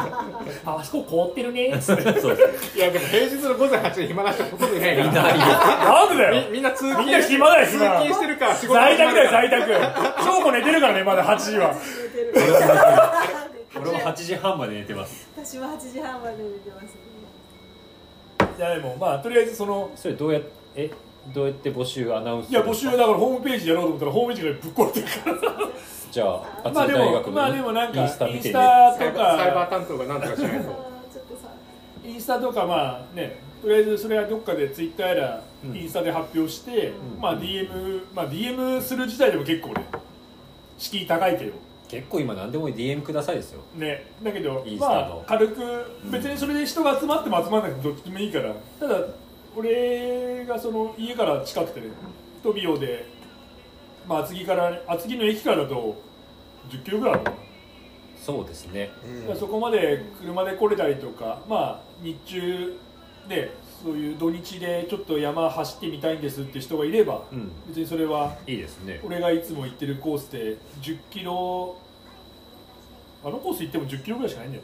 [SPEAKER 3] ああそこ凍ってるねっつって
[SPEAKER 4] そうです
[SPEAKER 1] いやでも平日の午前8時暇な人ほとんどいないか
[SPEAKER 4] い
[SPEAKER 1] ら
[SPEAKER 4] ないよ
[SPEAKER 3] なんでだよ
[SPEAKER 1] みみんな通勤
[SPEAKER 3] みんな暇だよ
[SPEAKER 1] 通
[SPEAKER 3] 暇
[SPEAKER 1] 勤してるから仕事
[SPEAKER 3] 在宅だよ在
[SPEAKER 1] 在
[SPEAKER 3] 宅翔子寝てるからねまだ8時は
[SPEAKER 6] 寝てる
[SPEAKER 4] 俺は8時半まで寝てます
[SPEAKER 6] 私は8時半まで寝てますね
[SPEAKER 3] いやでもまあとりあえずその
[SPEAKER 4] それどうやえどうやって募集アナウンス
[SPEAKER 3] いや募集だからホームページやろうと思ったらホームページがぶっ壊れてるから
[SPEAKER 4] じゃあ
[SPEAKER 3] まあで
[SPEAKER 4] 厚木大学
[SPEAKER 3] も
[SPEAKER 4] の、
[SPEAKER 3] まあでもなんか
[SPEAKER 4] イ
[SPEAKER 3] イ
[SPEAKER 4] ン
[SPEAKER 3] ン
[SPEAKER 4] ス
[SPEAKER 3] ス
[SPEAKER 4] タ
[SPEAKER 3] タ
[SPEAKER 4] 見てね
[SPEAKER 1] サイ
[SPEAKER 3] と
[SPEAKER 1] バーサイバー
[SPEAKER 3] か
[SPEAKER 1] 担当がなんとかしないと
[SPEAKER 6] あーちょっとさ
[SPEAKER 3] インスタとかまあねとりあえずそれはどっかでツイッターやら
[SPEAKER 4] うん
[SPEAKER 3] インスタで発表して、まあ DM まあ DM する自体でも結構ね敷居高いけど
[SPEAKER 4] 結構今何でも DM くださいですよ
[SPEAKER 3] ねだけど
[SPEAKER 4] インスタ
[SPEAKER 3] ま
[SPEAKER 4] の
[SPEAKER 3] あ軽く別にそれで人が集まっても集まらなくてもどっちでもいいからただ俺がその家から近くてねトビオで、まあ、厚木から厚木の駅からだと1 0キロぐらいあるのかな
[SPEAKER 4] そうですね
[SPEAKER 3] だからそこまで車で来れたりとか、まあ、日中でそういう土日でちょっと山走ってみたいんですって人がいれば、
[SPEAKER 4] うん
[SPEAKER 3] 別にそれはい
[SPEAKER 4] いですね
[SPEAKER 3] 俺がいつも行ってるコースで10キロあのコース行っても10キロぐらいしかないんだよ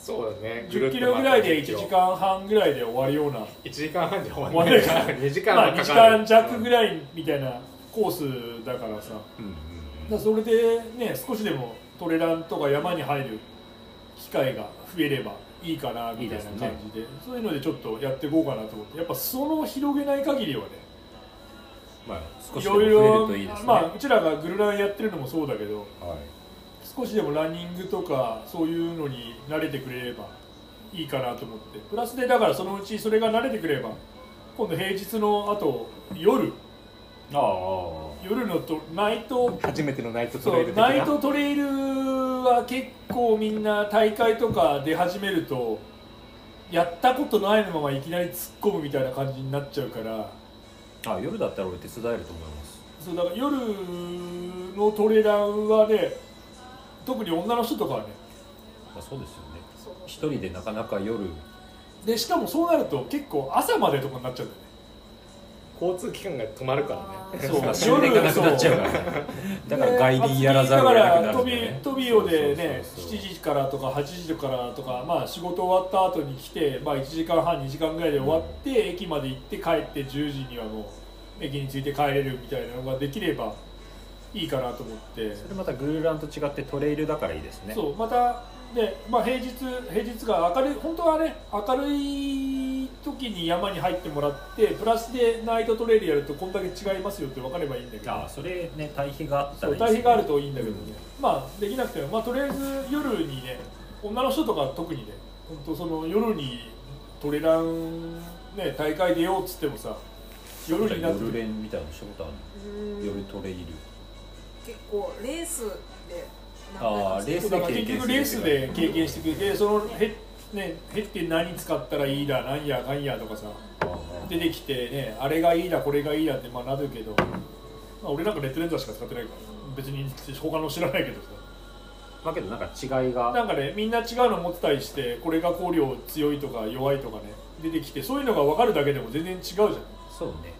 [SPEAKER 1] そうだね
[SPEAKER 3] 10キロぐらいで1時間半ぐらいで終わるような
[SPEAKER 1] 1時間半で終わんないから2時間
[SPEAKER 3] ま
[SPEAKER 1] は
[SPEAKER 3] あ2
[SPEAKER 1] か
[SPEAKER 3] 時
[SPEAKER 1] かる
[SPEAKER 3] 間弱ぐらいみたいなコースだからさ、
[SPEAKER 4] うんうん
[SPEAKER 3] だからそれでね少しでもトレランとか山に入る機会が増えればいいかなみたいな感じでそういうのでちょっとやっていこうかなと思ってやっぱその広げない限りはね
[SPEAKER 4] まあ少
[SPEAKER 3] い
[SPEAKER 4] しでも
[SPEAKER 3] ろ
[SPEAKER 4] 増
[SPEAKER 3] い
[SPEAKER 4] える
[SPEAKER 3] ろ
[SPEAKER 4] といいですね、
[SPEAKER 3] まあうちらがグルランやってるのもそうだけど
[SPEAKER 4] はい
[SPEAKER 3] 少しでもランニングとかそういうのに慣れてくれればいいかなと思ってプラスでだからそのうちそれが慣れてくれば今度平日のあと夜
[SPEAKER 4] ああ
[SPEAKER 3] 夜のとナイト
[SPEAKER 1] 初めてのナイトト
[SPEAKER 3] そ
[SPEAKER 1] レイル
[SPEAKER 3] う
[SPEAKER 1] 的な
[SPEAKER 3] ナイトトレイルは結構みんな大会とか出始めるとやったことないのままいきなり突っ込むみたいな感じになっちゃうから
[SPEAKER 4] あ夜だったら俺手伝えると思います
[SPEAKER 3] そうだから夜のトレランはね特に女の人とかはね
[SPEAKER 4] まあそうですよね一人でなかなか夜
[SPEAKER 3] でしかもそうなると結構朝までとかになっちゃうんだよね
[SPEAKER 1] 交通機関が止まるからね
[SPEAKER 3] そう
[SPEAKER 4] まあ終電がなくなっちゃうからね だから外輪やらざるを得なくなるんだよね
[SPEAKER 3] トビトビオでね
[SPEAKER 4] そうそうそう
[SPEAKER 3] 7時からとか8時からとか、まあ、仕事終わった後に来て、まあ、1時間半2時間ぐらいで終わって、駅まで行って帰って10時にはもう駅に着いて帰れるみたいなのができればいいかなと思って
[SPEAKER 4] それまたグルランと違ってトレイルだからいいですね
[SPEAKER 3] そうまたで、まあ、平日平日が明るい本当はね明るい時に山に入ってもらってプラスでナイトトレイルやるとこんだけ違いますよって分かればいいんだけど
[SPEAKER 4] あそれね対比があっ
[SPEAKER 3] そ
[SPEAKER 4] たら
[SPEAKER 3] う
[SPEAKER 4] いいです
[SPEAKER 3] 対
[SPEAKER 4] ね
[SPEAKER 3] 比があるといいんだけどね、まあできなくても、まあ、とりあえず夜にね女の人とか特にね本当その夜にトレラン、ね、大会出ようっつってもさ夜になって
[SPEAKER 4] 夜練みたいなのしたことあるの夜トレイル
[SPEAKER 2] 結構レースで
[SPEAKER 4] ああレー
[SPEAKER 3] そ
[SPEAKER 4] ス
[SPEAKER 3] うだ
[SPEAKER 4] で
[SPEAKER 3] から
[SPEAKER 4] 経
[SPEAKER 3] 結
[SPEAKER 4] 験
[SPEAKER 3] 局
[SPEAKER 4] す
[SPEAKER 3] レ
[SPEAKER 4] る
[SPEAKER 3] ースで経験してくれてそのへねへって何使ったらいいだなんやかんやとかさ
[SPEAKER 4] ああ
[SPEAKER 3] 出てきてねあれがいいだこれがいいだってまあなるけど、まあ、俺なんかレッドレンザーしか使ってないから別に他の知らないけどさ
[SPEAKER 4] だけどなんか違いが
[SPEAKER 3] なんかねみんな違うの持ってたりしてこれが香料強いとか弱いとかね出てきてそういうのが分かるだけでも全然違うじゃん
[SPEAKER 4] そうね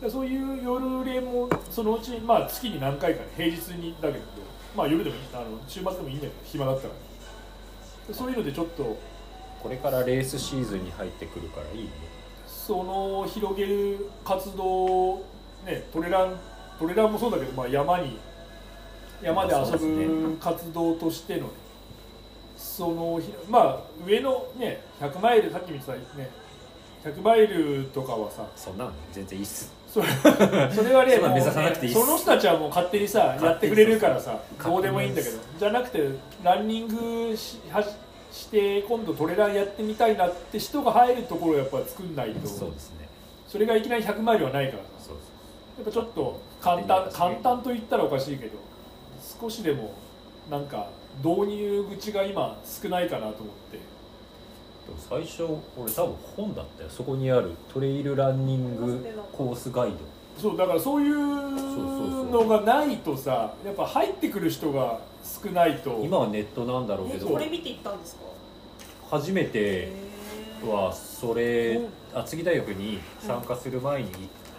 [SPEAKER 3] でそういう夜練もそのうち、まあ、月に何回かね平日にだけど、まあ、夜でもいいあの週末でもいいんだけど暇だったらねでそういうのでちょっと
[SPEAKER 4] これからレースシーズンに入ってくるからいいね
[SPEAKER 3] その広げる活動をねトレラントレランもそうだけど、まあ、山に山で遊
[SPEAKER 4] そうです
[SPEAKER 3] ぶ活動としてのね、そのひまあ上のね100マイルさっき見てたね100マイルとかはさ
[SPEAKER 4] そんなの全然いいっす
[SPEAKER 3] そ れそれはね
[SPEAKER 4] そんなの
[SPEAKER 3] もう
[SPEAKER 4] 目指さなくていいっす
[SPEAKER 3] その人たちはもう勝手にさやってくれるからさ
[SPEAKER 4] 勝手に
[SPEAKER 3] どうでもいいんだけどじゃなくてランニングしはして今度トレランやってみたいなって人が入るところをやっぱ作んないと。
[SPEAKER 4] そうですね
[SPEAKER 3] それがいきなり100マイルはないからさ
[SPEAKER 4] そう
[SPEAKER 3] やっぱちょっと簡単簡単と言ったらおかしいけど少しでもなんか導入口が今少ないかなと思って
[SPEAKER 4] そうでも最初俺多分本だったよそこにあるトレイルランニングコースガイド
[SPEAKER 3] そうだからそういう
[SPEAKER 4] う
[SPEAKER 3] のがないとさやっぱ入ってくる人が少ないと
[SPEAKER 4] 今はネットなんだろうけ
[SPEAKER 6] え
[SPEAKER 4] ど
[SPEAKER 6] これ見ていったんですか
[SPEAKER 4] 初めてはそれ
[SPEAKER 3] うん
[SPEAKER 4] 厚木大学に参加する前に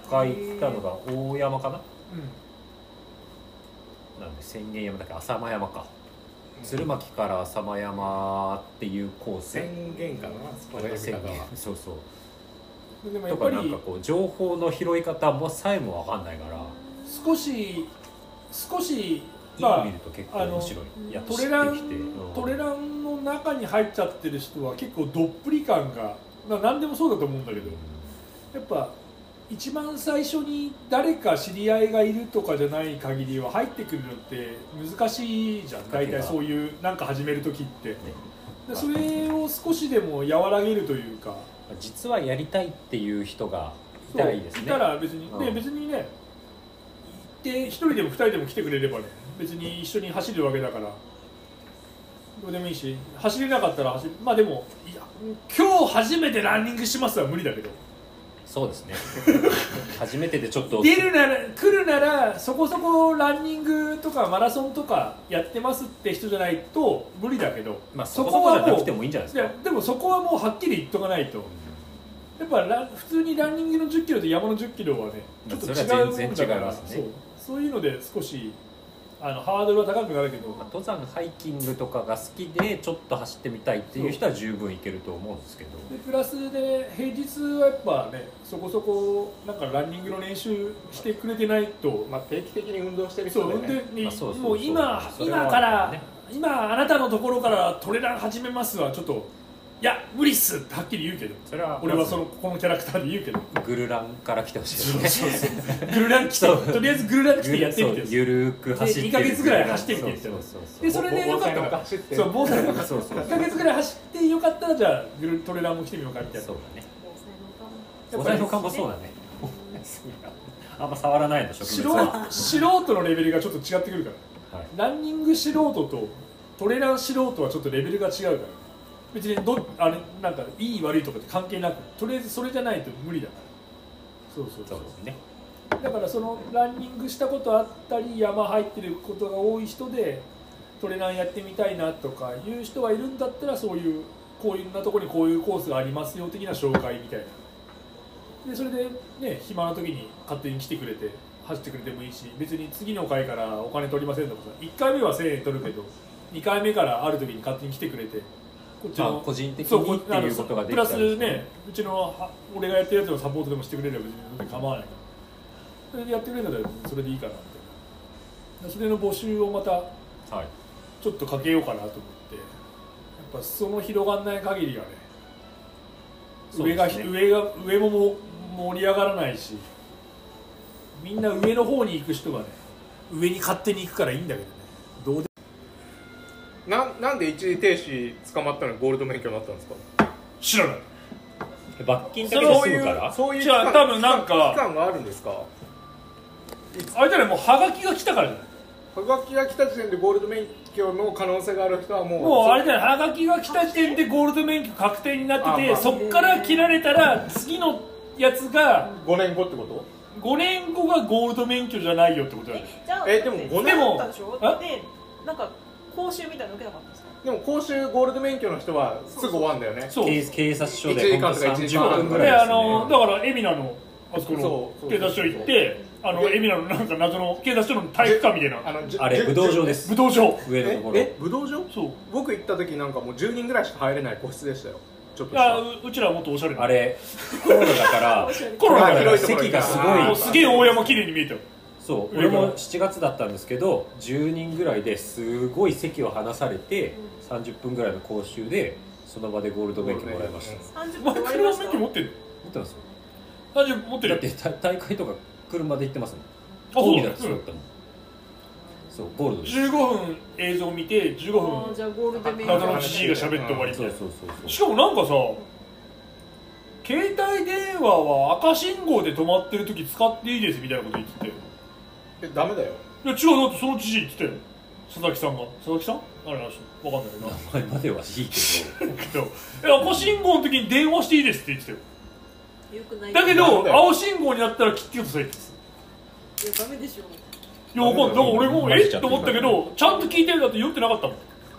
[SPEAKER 4] 1回来たのが大山かななんで千間山だっけ浅間山か鶴巻から浅間山っていうコース
[SPEAKER 1] 宣言かなこの呼び
[SPEAKER 4] 宣
[SPEAKER 1] 方
[SPEAKER 4] 言
[SPEAKER 1] は
[SPEAKER 4] そうそう
[SPEAKER 3] うん、でもや
[SPEAKER 4] と
[SPEAKER 3] っぱ
[SPEAKER 4] かなんか
[SPEAKER 3] り
[SPEAKER 4] こう情報の拾い方もさえもわかんないから
[SPEAKER 3] 少し少し
[SPEAKER 4] 今見ると結構面白
[SPEAKER 6] あの
[SPEAKER 4] いやっと知
[SPEAKER 3] ト
[SPEAKER 4] って
[SPEAKER 3] レ
[SPEAKER 4] きて
[SPEAKER 3] ラ
[SPEAKER 4] うん
[SPEAKER 3] ントレランの中に入っちゃってる人は結構どっぷり感がな何でもそうだと思うんだけどやっぱ一番最初に誰か知り合いがいるとかじゃない限りは入ってくるのって難しいじゃん大体そういうなんか始める時って、でそれを少しでも和らげるというか
[SPEAKER 4] 実はやりたいっていう人がいたらいいですね
[SPEAKER 3] そうたら別に、ね
[SPEAKER 4] うん
[SPEAKER 3] 別にね行って一人でも二人でも来てくれればね別に一緒に走るわけだからどうでもいいし走れなかったら走るまあでもいや今日初めてランニングしますは無理だけど
[SPEAKER 4] そう ですね初めてでちょっと
[SPEAKER 3] 出るなら来るならそこそこランニングとかマラソンとかやってますって人じゃないと無理だけど、
[SPEAKER 4] まあそこそこじゃなくてもいいんじゃない
[SPEAKER 3] い
[SPEAKER 4] です
[SPEAKER 3] や
[SPEAKER 4] か
[SPEAKER 3] でもそこはもうはっきり言っとかないとやっぱラ普通にランニングの1 0キロと山の1 0キロはねちょっと違う
[SPEAKER 4] それは
[SPEAKER 3] も
[SPEAKER 4] 全
[SPEAKER 3] ん
[SPEAKER 4] 然
[SPEAKER 3] だ
[SPEAKER 4] 違い
[SPEAKER 3] から
[SPEAKER 4] ますね
[SPEAKER 3] そうそういうので少しあのハードルは高くなるけど
[SPEAKER 4] まあ登山ハイキングとかが好きでちょっと走ってみたいっていう人は十分いけると思うんですけど
[SPEAKER 3] でプラスで平日はやっぱねそこそこなんかランニングの練習してくれてないと
[SPEAKER 1] まあ、定期的に運動してる
[SPEAKER 3] そ
[SPEAKER 1] 人
[SPEAKER 3] う
[SPEAKER 1] で
[SPEAKER 3] 運
[SPEAKER 1] ね
[SPEAKER 3] 転に
[SPEAKER 4] まあそうそうそう
[SPEAKER 3] もう今
[SPEAKER 4] それは
[SPEAKER 3] 今から、
[SPEAKER 4] ね
[SPEAKER 3] 今あなたのところからトレラン始めますはちょっといや無理っすってはっきり言うけど
[SPEAKER 4] それは
[SPEAKER 3] 俺は
[SPEAKER 4] まず
[SPEAKER 3] そのこのキャラクターで言うけど
[SPEAKER 4] グルランから来てほしいですね
[SPEAKER 3] グルラン来て
[SPEAKER 4] そう
[SPEAKER 3] とりあえずグルラン来てやってみて
[SPEAKER 4] そうゆるーく走って
[SPEAKER 3] で
[SPEAKER 4] る
[SPEAKER 3] 二ヶ月ぐらい走ってみて
[SPEAKER 4] そうそうそう
[SPEAKER 3] でそれでよかったら
[SPEAKER 1] 走って
[SPEAKER 3] そう防災の
[SPEAKER 4] そうそう
[SPEAKER 3] 1か月ぐらい走ってよかったらじゃあグルトレランも来てみようかみたいな
[SPEAKER 4] そうだね
[SPEAKER 3] や
[SPEAKER 4] お
[SPEAKER 3] っぱり
[SPEAKER 4] 財布感もそうだねあんま触らないの植
[SPEAKER 3] 素
[SPEAKER 4] 物は
[SPEAKER 3] 人素人のレベルがちょっと違ってくるから
[SPEAKER 4] はい
[SPEAKER 3] ランニング素人とトレラン素人はちょっとレベルが違うから別にどあれなんかいい悪いとかって関係なくとりあえずそれじゃないと無理だからそうそうそ
[SPEAKER 4] そううですね
[SPEAKER 3] だからそのランニングしたことあったり山入ってることが多い人でトレランやってみたいなとかいう人がいるんだったらそういうこういうなとこにこういうコースがありますよ的な紹介みたいなでそれでね暇な時に勝手に来てくれて走ってくれてもいいし別に次の回からお金取りませんとかさ1回目は1000円取るけど2回目からある時に勝手に来てくれてこっち
[SPEAKER 4] まあ個人的にっていうことができた
[SPEAKER 3] あ
[SPEAKER 4] ん
[SPEAKER 3] のプ
[SPEAKER 4] ですね
[SPEAKER 3] ラスねうちのは俺がやってるやつのサポートでもしてくれれば別に構わないからそれでやってくれるんだったらそれでいいかなみたいなそれの募集をまた
[SPEAKER 4] はい
[SPEAKER 3] ちょっとかけようかなと思ってやっぱその広がんない限りはね
[SPEAKER 4] そう
[SPEAKER 3] 上
[SPEAKER 4] で
[SPEAKER 3] が
[SPEAKER 4] すね
[SPEAKER 3] 上が上もも盛り上がらないしみんな上の方に行く人がね上に勝手に行くからいいんだけどねどうで
[SPEAKER 1] なんなんで一時停止捕まったのにゴールド免許になったんですか
[SPEAKER 3] 知らない
[SPEAKER 4] 罰金だ
[SPEAKER 3] そ
[SPEAKER 4] け
[SPEAKER 3] れ
[SPEAKER 1] そうい
[SPEAKER 3] は
[SPEAKER 4] で済む
[SPEAKER 1] う
[SPEAKER 4] から
[SPEAKER 1] そういう
[SPEAKER 3] じゃあ多分なんか
[SPEAKER 1] 期間があるんですか
[SPEAKER 3] あれだねもうハガキが来たからじゃない
[SPEAKER 1] はがきが来た時点でゴールド免許の可能性がある人はもう
[SPEAKER 3] もうあれだよハガキが来た時点でゴールド免許確定になってて、
[SPEAKER 1] あまあ
[SPEAKER 3] そっから切られたら次のやつが
[SPEAKER 1] 5年後ってこと
[SPEAKER 3] 5年後がゴールド免許じゃないよってことだよね
[SPEAKER 6] えじゃあ
[SPEAKER 1] えでも
[SPEAKER 6] だって
[SPEAKER 1] 五
[SPEAKER 3] 年
[SPEAKER 6] だったでしょ
[SPEAKER 3] え
[SPEAKER 6] でなんか講習みたいなの受けなかったんですか
[SPEAKER 1] でも講習ゴールド免許の人はすぐ終わるんだよね
[SPEAKER 3] そう
[SPEAKER 4] 警警察署
[SPEAKER 1] 一
[SPEAKER 4] で
[SPEAKER 1] 時
[SPEAKER 4] ほん
[SPEAKER 1] 間
[SPEAKER 4] と
[SPEAKER 1] とか一時
[SPEAKER 4] 30
[SPEAKER 1] 間
[SPEAKER 4] 分ぐらい
[SPEAKER 3] で、
[SPEAKER 4] です
[SPEAKER 3] あ
[SPEAKER 4] ね
[SPEAKER 3] のだから海老名のあそこ
[SPEAKER 1] そうそ
[SPEAKER 3] の
[SPEAKER 1] う
[SPEAKER 3] 警察署行ってあの
[SPEAKER 1] で
[SPEAKER 3] 海老名のなんか謎の警察署の体育館みたいな
[SPEAKER 1] のじゅ
[SPEAKER 4] あれ
[SPEAKER 1] じゅ
[SPEAKER 4] 武道場です
[SPEAKER 3] 武道場
[SPEAKER 4] 上のと
[SPEAKER 1] え
[SPEAKER 4] ころ
[SPEAKER 1] え武道場
[SPEAKER 3] そう
[SPEAKER 1] 僕行った時なんかもう10人ぐらいしか入れない個室でしたよちょっとし
[SPEAKER 3] あ
[SPEAKER 1] た
[SPEAKER 3] ううちらはもっとおしゃれな
[SPEAKER 4] あれコロナだから
[SPEAKER 3] コロナだ
[SPEAKER 1] あ
[SPEAKER 3] か
[SPEAKER 1] 広
[SPEAKER 3] ら
[SPEAKER 1] いところ
[SPEAKER 4] 席がすごい
[SPEAKER 1] あ
[SPEAKER 3] もうすげえ大山綺麗に見えたよ
[SPEAKER 4] そう
[SPEAKER 3] 上
[SPEAKER 4] 俺
[SPEAKER 3] から
[SPEAKER 4] も7月だったんですけど10人ぐらいですごい席を離されて30分ぐらいの講習でその場でゴールド免許もらいました持
[SPEAKER 6] 30分で終わ
[SPEAKER 3] お前
[SPEAKER 6] りま
[SPEAKER 3] 車
[SPEAKER 6] した
[SPEAKER 3] 免許持ってる
[SPEAKER 4] ってますよ
[SPEAKER 3] 大丈夫持ってる
[SPEAKER 4] だっ
[SPEAKER 3] よ
[SPEAKER 4] てた大会とか車で行ってますもん
[SPEAKER 3] あそう
[SPEAKER 4] 競技
[SPEAKER 3] だ
[SPEAKER 4] だってそうだったもんそうゴールドです
[SPEAKER 3] 15分映像見て15
[SPEAKER 2] あー
[SPEAKER 3] 分
[SPEAKER 2] じゃあゴールデンメイン
[SPEAKER 3] 謎のじじいが喋って終わりみた
[SPEAKER 4] そ
[SPEAKER 3] いうな
[SPEAKER 4] そうそうそう
[SPEAKER 3] しかもなんかさ携帯電話は赤信号で止まってる時使っていいですみたいなこと言ってたよ
[SPEAKER 1] えダメだよ
[SPEAKER 3] いや違うだってその知事言ってたよ佐々木さんが佐々木さんあれなしわかんないけどな
[SPEAKER 4] 前まではいいけど
[SPEAKER 3] けどえ赤信号の時に電話していいですって言ってたよ
[SPEAKER 6] よくない
[SPEAKER 3] だけ
[SPEAKER 1] なん
[SPEAKER 3] ど
[SPEAKER 1] だよ
[SPEAKER 3] 青信号になったら切ってくださいって
[SPEAKER 6] いやダメでしょ
[SPEAKER 3] 言ってたいやわかんないだから俺も
[SPEAKER 4] マジ
[SPEAKER 3] え
[SPEAKER 4] ちゃ
[SPEAKER 3] っ
[SPEAKER 4] ん
[SPEAKER 3] と
[SPEAKER 4] と
[SPEAKER 3] 思ったけどちゃんと聞いてるだって酔ってなかったもん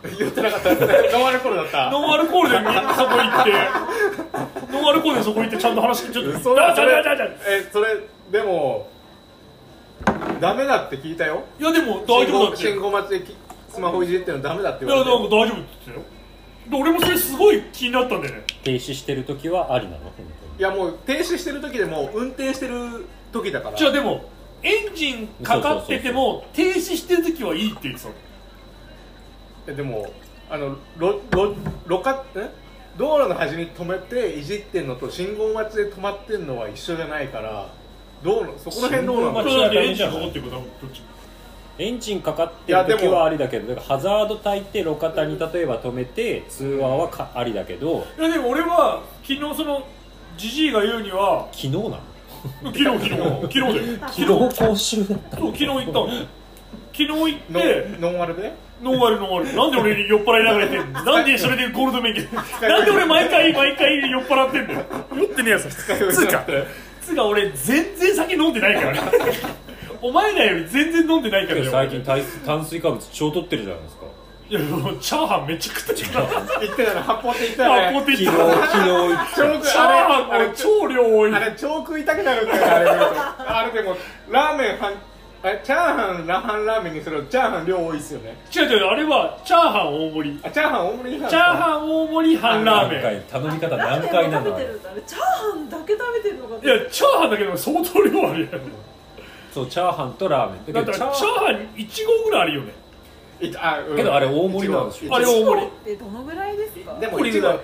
[SPEAKER 1] 言ってなかった ノンアルコールだった
[SPEAKER 3] ノンアルコールでみんなそこ行ってノンアルコールでそこ行ってちゃんと話聞いちゃって
[SPEAKER 1] 嘘
[SPEAKER 3] だ
[SPEAKER 1] だ
[SPEAKER 3] だ
[SPEAKER 1] そ
[SPEAKER 3] だ
[SPEAKER 1] れ
[SPEAKER 3] だだ
[SPEAKER 1] えそれでもダメだって聞いたよ
[SPEAKER 3] いやでも大丈夫だってい
[SPEAKER 1] 信
[SPEAKER 3] や
[SPEAKER 1] 号待ちできスマホいじってんのダメだって言
[SPEAKER 3] な
[SPEAKER 1] わ
[SPEAKER 3] んか
[SPEAKER 1] れて
[SPEAKER 3] 大丈夫って言ってたよで俺もそれすごい気になったんだよね
[SPEAKER 4] 停止してる時はありなの本当に
[SPEAKER 1] いやもう停止してる時でもう運転してる時だから
[SPEAKER 3] じゃあでもエンジンかかってても停止してる時はいいって言ってたの
[SPEAKER 1] えでもあのろろろかえ道路の端に止めていじってんのと信号待ちで止まってんのは一緒じゃないから道路そこら辺道路
[SPEAKER 3] ま
[SPEAKER 1] な
[SPEAKER 3] あ、
[SPEAKER 1] ん
[SPEAKER 3] ち
[SPEAKER 1] です
[SPEAKER 3] ょっと
[SPEAKER 1] よ
[SPEAKER 3] だってエンジンかかってるから、ど
[SPEAKER 1] いや
[SPEAKER 3] っち
[SPEAKER 4] エンジンかかってる時
[SPEAKER 1] で
[SPEAKER 4] は
[SPEAKER 1] も
[SPEAKER 4] ありだけどだからハザード焚いて路肩に例えば止めて通話はかありだけど
[SPEAKER 3] いや、でも俺は、昨日その、じじいが言うには、
[SPEAKER 4] 昨日なの
[SPEAKER 3] 昨日、昨日、昨日で、昨日、そう
[SPEAKER 4] 昨日講習だった
[SPEAKER 3] 昨日行ったの。昨日行って、
[SPEAKER 1] ノンノンアルで
[SPEAKER 3] ノンアルノンアル。なんで俺に酔っ払いながら言ってんのなんでそれでゴールド免 許。なんで俺毎回、毎回酔っ払ってんだよ。酔ってねえやつ。つうか、つうか俺、全然酒飲んでないからね。お前らより全然飲んでないからね
[SPEAKER 4] 最近炭水炭水化物超取ってるじゃないですか
[SPEAKER 3] いや、もうチャーハンめっちゃ食ったから。
[SPEAKER 1] 言ってたの発砲って言って
[SPEAKER 3] あ
[SPEAKER 1] た、
[SPEAKER 3] ポ
[SPEAKER 1] ね
[SPEAKER 3] テ
[SPEAKER 4] 昨
[SPEAKER 3] チ。チャ
[SPEAKER 4] 日
[SPEAKER 3] ー
[SPEAKER 4] 昨日
[SPEAKER 3] ハン、
[SPEAKER 1] あれ
[SPEAKER 3] 俺超量多い。
[SPEAKER 1] あれ超食いたくなるんだよあれ見るとあれでもラーメンはんあれチャーハンラハンラーメンにするとチャーハン量多いっすよね
[SPEAKER 3] 違う違うあれはチャーハン大盛り
[SPEAKER 1] あチャーハン大盛りにしたん
[SPEAKER 3] チャーハン大盛り半ラーメ
[SPEAKER 4] 何
[SPEAKER 3] ン
[SPEAKER 4] 回頼み方
[SPEAKER 6] なん
[SPEAKER 4] 何
[SPEAKER 6] で
[SPEAKER 4] 回な
[SPEAKER 6] 食べ
[SPEAKER 4] のあ
[SPEAKER 6] て
[SPEAKER 4] れ
[SPEAKER 6] るんだあれチャーハンだけ食べてるのかと
[SPEAKER 3] いやチャーハンだけでも相当量あるやん
[SPEAKER 4] そうチャーハンとラーメン
[SPEAKER 3] だ
[SPEAKER 4] だ
[SPEAKER 3] っ
[SPEAKER 4] け
[SPEAKER 3] た
[SPEAKER 4] ど
[SPEAKER 3] ら
[SPEAKER 4] チ
[SPEAKER 3] チ
[SPEAKER 4] ャ
[SPEAKER 3] ャー
[SPEAKER 4] ー
[SPEAKER 3] ハン1合ぐらいあるよね
[SPEAKER 1] いちあ、うん
[SPEAKER 4] けどあれ大盛りなんでしょ
[SPEAKER 1] いちご
[SPEAKER 3] あれ大盛り
[SPEAKER 6] ってどのぐらいですか
[SPEAKER 1] でも
[SPEAKER 3] これ
[SPEAKER 1] 一
[SPEAKER 3] ぐら
[SPEAKER 1] 度
[SPEAKER 3] い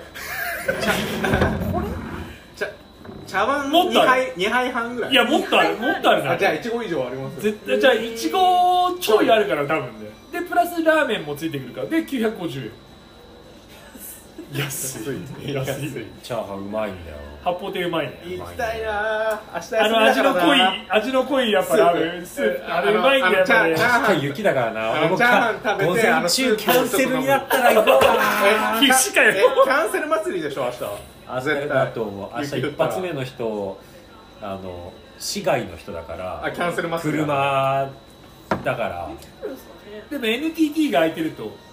[SPEAKER 1] 茶茶碗
[SPEAKER 3] もっ
[SPEAKER 1] 2
[SPEAKER 3] とある
[SPEAKER 1] 杯二杯半ぐらい
[SPEAKER 3] いやもっとあるもっとある
[SPEAKER 1] あ
[SPEAKER 3] な
[SPEAKER 1] じゃあいちご以上ありますよ
[SPEAKER 3] 絶対じゃあ1合ちょいあるから多分ねでプラスラーメンもついてくるからで950円安い安い
[SPEAKER 4] チャーハンうまいんだよ
[SPEAKER 3] 八方亭うまいね
[SPEAKER 1] 行きたいなぁ明日休み
[SPEAKER 3] あの味の
[SPEAKER 1] だから
[SPEAKER 3] 濃い
[SPEAKER 1] な
[SPEAKER 3] 味の濃いやっぱラーメンスープあれうまいんだよやっぱ
[SPEAKER 1] あの
[SPEAKER 3] ね
[SPEAKER 1] チャー
[SPEAKER 4] 今日雪だからな
[SPEAKER 1] あの
[SPEAKER 4] 俺も
[SPEAKER 1] チャー
[SPEAKER 4] か
[SPEAKER 1] ハン食
[SPEAKER 4] 午
[SPEAKER 1] べて
[SPEAKER 4] 前
[SPEAKER 1] あ
[SPEAKER 4] 中
[SPEAKER 1] の
[SPEAKER 4] キャンセルになったら行こうか な
[SPEAKER 3] 必死か
[SPEAKER 1] え
[SPEAKER 3] よ
[SPEAKER 1] キャンセル祭りでしょ明日
[SPEAKER 4] 明日
[SPEAKER 1] 絶対
[SPEAKER 4] だと思う明日
[SPEAKER 1] 雪降
[SPEAKER 4] 一
[SPEAKER 1] ったら
[SPEAKER 4] 発目の人あの市外の人だから
[SPEAKER 1] あキャンセル祭りだ
[SPEAKER 4] 車だから
[SPEAKER 6] そうですかね
[SPEAKER 3] でも NTT が空いてると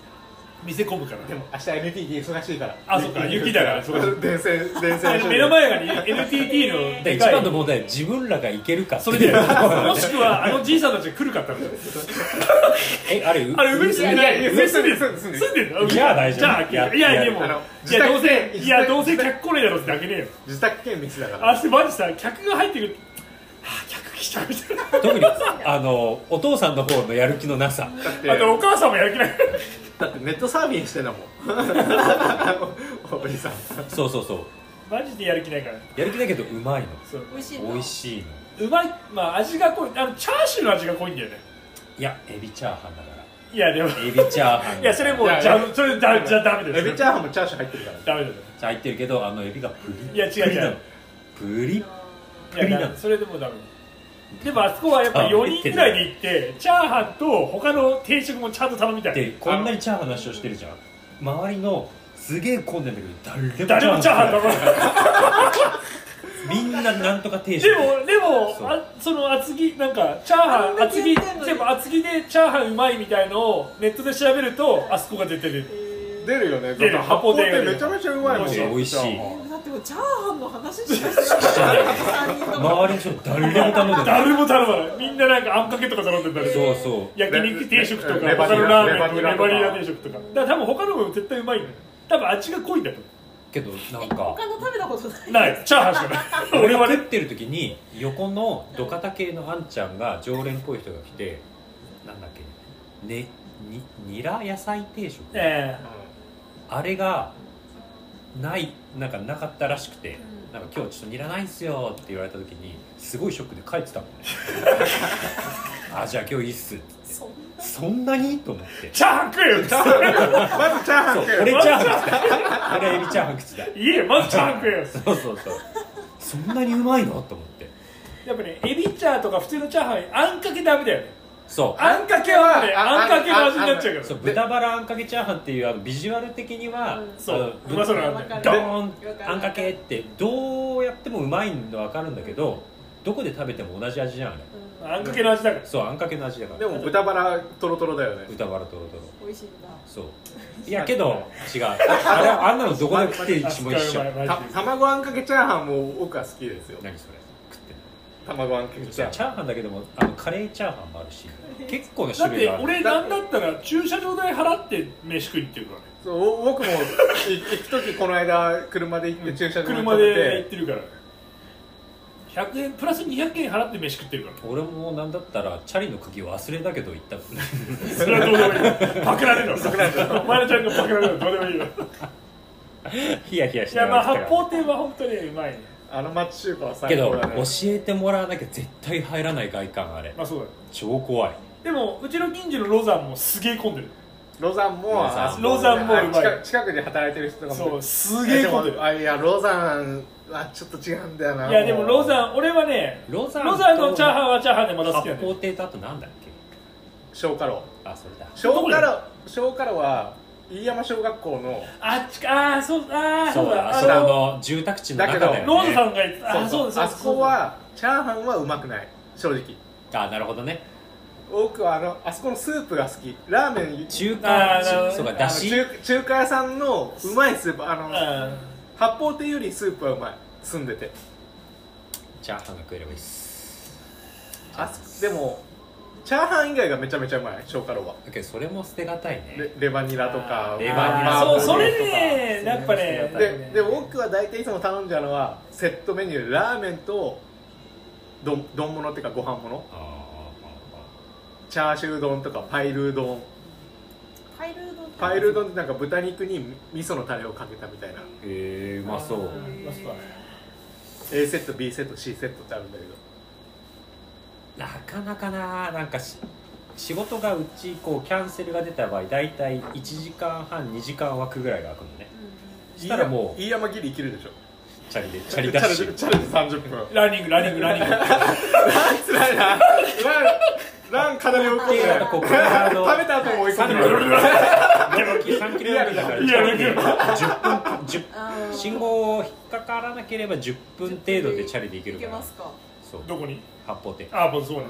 [SPEAKER 3] 見せ込むから
[SPEAKER 1] でも明日 NTT 忙しいから
[SPEAKER 3] あそっか雪だからそこ
[SPEAKER 1] 電線電
[SPEAKER 3] あ
[SPEAKER 1] 線
[SPEAKER 3] の目の前がに NTT の
[SPEAKER 4] で
[SPEAKER 3] で
[SPEAKER 4] 一
[SPEAKER 3] かい
[SPEAKER 4] 番の問題は自分らが行けるか
[SPEAKER 3] それでもしくはあのじいさんたちが来るかったの
[SPEAKER 4] えあれう
[SPEAKER 3] あれ上に住んでない上に住んでる
[SPEAKER 1] 住んでる
[SPEAKER 3] 住んでる
[SPEAKER 4] じゃあ大丈夫
[SPEAKER 3] じゃあいやい
[SPEAKER 4] いや
[SPEAKER 3] やでも
[SPEAKER 1] あの
[SPEAKER 3] いやどうせ
[SPEAKER 1] 自宅
[SPEAKER 3] いやどうせ客来ねえだろってだけねえよ
[SPEAKER 1] 自宅兼密だから
[SPEAKER 3] あしてマジさ客が入ってくるあ客来たみたいな
[SPEAKER 4] 特にあのお父さんの方のやる気のなさ
[SPEAKER 1] だっ
[SPEAKER 3] あ
[SPEAKER 1] て
[SPEAKER 3] とお母さんもやる気ない
[SPEAKER 1] だってネットサーフィンしてんだもん おじさん
[SPEAKER 4] そうそうそう
[SPEAKER 3] マジでやる気ないから
[SPEAKER 4] やる気だけどうまいの
[SPEAKER 3] そう
[SPEAKER 6] 美味しいの
[SPEAKER 4] 美味しいの
[SPEAKER 3] うまいまあ味が濃いあのチャーシューの味が濃いんだよね
[SPEAKER 4] いやエビチャーハンだから
[SPEAKER 3] いやでも
[SPEAKER 4] エビチャーハン
[SPEAKER 3] いやそれもう
[SPEAKER 1] いや
[SPEAKER 3] じゃあそれだじゃあダメです
[SPEAKER 1] エビチャーハンもチャーシュー入ってるから
[SPEAKER 3] ダメだよ
[SPEAKER 4] じゃあ入ってるけどあのエビがプリ
[SPEAKER 3] いや違う
[SPEAKER 4] プリな
[SPEAKER 3] 違
[SPEAKER 4] の
[SPEAKER 3] う
[SPEAKER 4] プリ
[SPEAKER 3] いや
[SPEAKER 4] 無理なの
[SPEAKER 3] それでもダメでもあそこはやっぱ4人ぐらいで行ってチャーハンと他の定食もちゃんと頼みた
[SPEAKER 4] っ
[SPEAKER 3] い
[SPEAKER 4] てこんなにチャーハンの話をしてるじゃん周りのすげえ混んでんだけど誰
[SPEAKER 3] 誰
[SPEAKER 4] も
[SPEAKER 3] もチャーハン頼まない
[SPEAKER 4] 食べないみんななんとか定食
[SPEAKER 3] でもでも
[SPEAKER 4] そう
[SPEAKER 3] あその厚木なんかチャーハ
[SPEAKER 6] あん
[SPEAKER 3] ン
[SPEAKER 6] な
[SPEAKER 3] 厚木
[SPEAKER 6] にやってんのに
[SPEAKER 3] でも厚木でチャーハンうまいみたいのをネットで調べるとあそこが出てる
[SPEAKER 1] 出るよね
[SPEAKER 3] 出る
[SPEAKER 1] だって発泡ってめちゃめちゃうまいもん
[SPEAKER 3] 美味しい
[SPEAKER 4] 美味しい
[SPEAKER 1] チャー
[SPEAKER 2] え
[SPEAKER 1] ハン
[SPEAKER 2] だってもうチャーハンの話しかしてない3人とも
[SPEAKER 4] 周りの人誰も頼んでない
[SPEAKER 3] 誰も頼まないみんななんかあんかけとか頼んでたり
[SPEAKER 4] そうそ
[SPEAKER 3] 焼肉定食とか
[SPEAKER 1] レレ
[SPEAKER 3] 他のラーメンとか
[SPEAKER 1] レ
[SPEAKER 3] レ
[SPEAKER 1] バ
[SPEAKER 3] バ
[SPEAKER 1] ニ
[SPEAKER 3] ニ
[SPEAKER 1] ラ
[SPEAKER 3] ラ
[SPEAKER 1] 定
[SPEAKER 3] 定食とかだから多分他のも絶対うまいのよ多分味が濃いんだと思
[SPEAKER 4] うけどなん
[SPEAKER 2] え
[SPEAKER 4] か
[SPEAKER 2] 他の食べたことな
[SPEAKER 3] う
[SPEAKER 2] い
[SPEAKER 3] ないチャーハンしかない
[SPEAKER 4] 俺
[SPEAKER 3] 俺
[SPEAKER 4] は
[SPEAKER 3] は
[SPEAKER 4] 食
[SPEAKER 3] ね
[SPEAKER 4] ってる時に横の土方系のあんちゃんが常連っぽい人が来てなんだっけねにニラ野菜定食
[SPEAKER 3] ええ
[SPEAKER 4] あれがないなんかなかったらしくて「なんか今日ちょっとニラないんすよ」って言われた時にすごいショックで帰ってたもんねあじゃあ今日いいっすって
[SPEAKER 2] そんな
[SPEAKER 4] そんなにと思って
[SPEAKER 3] チャーハン食えよって
[SPEAKER 1] まずチャーハ
[SPEAKER 4] そ
[SPEAKER 1] ン
[SPEAKER 4] う
[SPEAKER 1] 食えよ
[SPEAKER 4] 俺チャーハン口だ俺エビチャーハン口だ
[SPEAKER 3] いいよまずチャーハン食えよ
[SPEAKER 4] そうそうそうそんなにうまいのと思って
[SPEAKER 3] やっぱねエビチャーとか普通のチャーハンよりあんかけダメだよね
[SPEAKER 4] そう
[SPEAKER 3] あんかけはねあんかけの味になっちゃうか
[SPEAKER 4] そう
[SPEAKER 3] ら
[SPEAKER 4] 豚バラあんかけチャーハンっていうあのビジュアル的には、
[SPEAKER 6] うん
[SPEAKER 3] そう
[SPEAKER 4] あの
[SPEAKER 3] うまそうなん
[SPEAKER 6] わかる
[SPEAKER 4] ドーン
[SPEAKER 6] わかる
[SPEAKER 4] あんかけってどうやってもうまいの分かるんだけどどこで食べても同じ味じゃんあれ
[SPEAKER 3] あんかけの味だから
[SPEAKER 4] そうあんかけの味だから
[SPEAKER 1] でも豚バラトロトロだよね
[SPEAKER 4] 豚バラとろとろ
[SPEAKER 6] 美味しいんだ
[SPEAKER 4] そういやけど違うああれあんなのどこで食って
[SPEAKER 3] あ
[SPEAKER 4] 一も一緒
[SPEAKER 3] 使う前
[SPEAKER 1] た
[SPEAKER 3] マジで
[SPEAKER 1] 卵あんかけチャーハンも僕は好きですよ
[SPEAKER 4] 何それ食ってんの
[SPEAKER 1] 卵あんかけチ
[SPEAKER 4] チ
[SPEAKER 1] ャ
[SPEAKER 4] ャ
[SPEAKER 1] ーハン
[SPEAKER 4] ーハンだけどもあのカレーチャーハンもあるし結構な
[SPEAKER 3] だ
[SPEAKER 4] 種
[SPEAKER 3] っ
[SPEAKER 4] 類があ
[SPEAKER 3] て
[SPEAKER 4] る
[SPEAKER 3] 俺なんだったら駐車場代払って飯食いに行ってるからね
[SPEAKER 1] そうお僕もい行く時この間車で行って駐車場に
[SPEAKER 3] 車
[SPEAKER 1] 止
[SPEAKER 3] で行
[SPEAKER 1] め
[SPEAKER 3] っててるから100円プラス200円払って飯食ってるから
[SPEAKER 4] 俺もなんだったらチャリの鍵忘れたけど行った もんね
[SPEAKER 3] それはどうでもいいパクられるのお前のちゃんがパクられるのどうでもいいよ
[SPEAKER 4] ヒヤヒヤし
[SPEAKER 3] い
[SPEAKER 4] な
[SPEAKER 3] や
[SPEAKER 4] が
[SPEAKER 3] まあ
[SPEAKER 4] ら来た
[SPEAKER 3] 八方
[SPEAKER 4] から
[SPEAKER 3] 亭は本当にうまいね
[SPEAKER 1] あの町中華は
[SPEAKER 4] け
[SPEAKER 1] 最
[SPEAKER 4] ど
[SPEAKER 1] 高
[SPEAKER 4] 教
[SPEAKER 1] だね
[SPEAKER 4] えてもらわなきゃ絶対入らない外観あれ
[SPEAKER 3] まあそうだよ
[SPEAKER 4] 超怖い
[SPEAKER 3] でもうちの近所のロザンもすげえ混んでる
[SPEAKER 1] ロザンも
[SPEAKER 4] ロザン
[SPEAKER 1] あ
[SPEAKER 4] ロ
[SPEAKER 3] ザンもうまい
[SPEAKER 1] あ近近くで働いてる人がも
[SPEAKER 3] そうすげえ混ん
[SPEAKER 1] いやで
[SPEAKER 3] でる
[SPEAKER 1] もあいやロザンはちょっと違うんだよない
[SPEAKER 3] いやでもロザ
[SPEAKER 1] ン
[SPEAKER 3] ン俺はね
[SPEAKER 4] ロザン
[SPEAKER 3] ロザンのチャーハンはチャーハンでまだ好き
[SPEAKER 4] 発
[SPEAKER 3] なんだよ
[SPEAKER 4] 泡亭とあとなんだっけ
[SPEAKER 1] 小家老
[SPEAKER 4] あそれだ
[SPEAKER 1] 小家老小家老は飯山小学校の
[SPEAKER 3] あっちかあーそうあー
[SPEAKER 4] そうだ
[SPEAKER 3] あ
[SPEAKER 4] それあ
[SPEAKER 3] の
[SPEAKER 4] の住宅地の中だよ、ね、
[SPEAKER 1] だけど
[SPEAKER 3] ローズさんが言ってたあ
[SPEAKER 1] そうそう
[SPEAKER 3] そうだ
[SPEAKER 1] あそこはチャーハンはうまくない正直
[SPEAKER 4] あなるほどね
[SPEAKER 1] 僕はあのあそこのスープが好きラーメン
[SPEAKER 4] 中
[SPEAKER 3] あ
[SPEAKER 4] 華
[SPEAKER 3] ーなるほど
[SPEAKER 4] そうか
[SPEAKER 1] あの
[SPEAKER 4] だし
[SPEAKER 1] 中中華屋さんのうまいスープあの
[SPEAKER 3] あ
[SPEAKER 1] 八宝亭よりスープはうまい住んでて
[SPEAKER 4] チャーハンが食えればいいっす
[SPEAKER 1] あそでもチャーハン以外がめちゃめちゃうまい小家老は
[SPEAKER 4] だけどそれも捨てがたいね
[SPEAKER 1] レレバニラとか
[SPEAKER 4] レバニ
[SPEAKER 3] あ
[SPEAKER 4] ラ
[SPEAKER 1] 麻
[SPEAKER 3] そ
[SPEAKER 1] 婆
[SPEAKER 3] うそれ
[SPEAKER 1] 豆腐とか
[SPEAKER 3] ねやっぱね
[SPEAKER 1] でで僕は大体いつも頼んじゃうのはセットメニューラーメンと丼丼物っていうかご飯物
[SPEAKER 4] あーあ
[SPEAKER 1] チャーシュー丼とかパイルー丼
[SPEAKER 6] パイルードン
[SPEAKER 1] パイルー丼ってなんか豚肉に味噌のタレをかけたみたいな
[SPEAKER 4] ーあーへえうまそう
[SPEAKER 3] ーまあそうだね
[SPEAKER 1] A セット B セット C セットってあるんだけど
[SPEAKER 4] なかなかななんかし仕事がうちこうキャンセルが出た場合大体1時間半2時間枠ぐらいが空くのねしたらもう
[SPEAKER 1] 飯山ギリ生きるでしょ
[SPEAKER 4] チャリでチャリダッシュ
[SPEAKER 1] チャレンジ30分
[SPEAKER 3] ランニングランニングランニング
[SPEAKER 1] つらいなランランかなり大きいね
[SPEAKER 4] なんかこう体の
[SPEAKER 1] 食べた後も追い込んでくる
[SPEAKER 4] 3キロぐらいだから
[SPEAKER 3] リアルリアル
[SPEAKER 4] 10分10
[SPEAKER 2] あー
[SPEAKER 4] 信号を引っかからなければ10分程度でチャリで行ける
[SPEAKER 6] いけ
[SPEAKER 4] から
[SPEAKER 6] ますか
[SPEAKER 4] そう
[SPEAKER 3] どこに
[SPEAKER 4] 八方亭
[SPEAKER 3] ああそうなの
[SPEAKER 1] う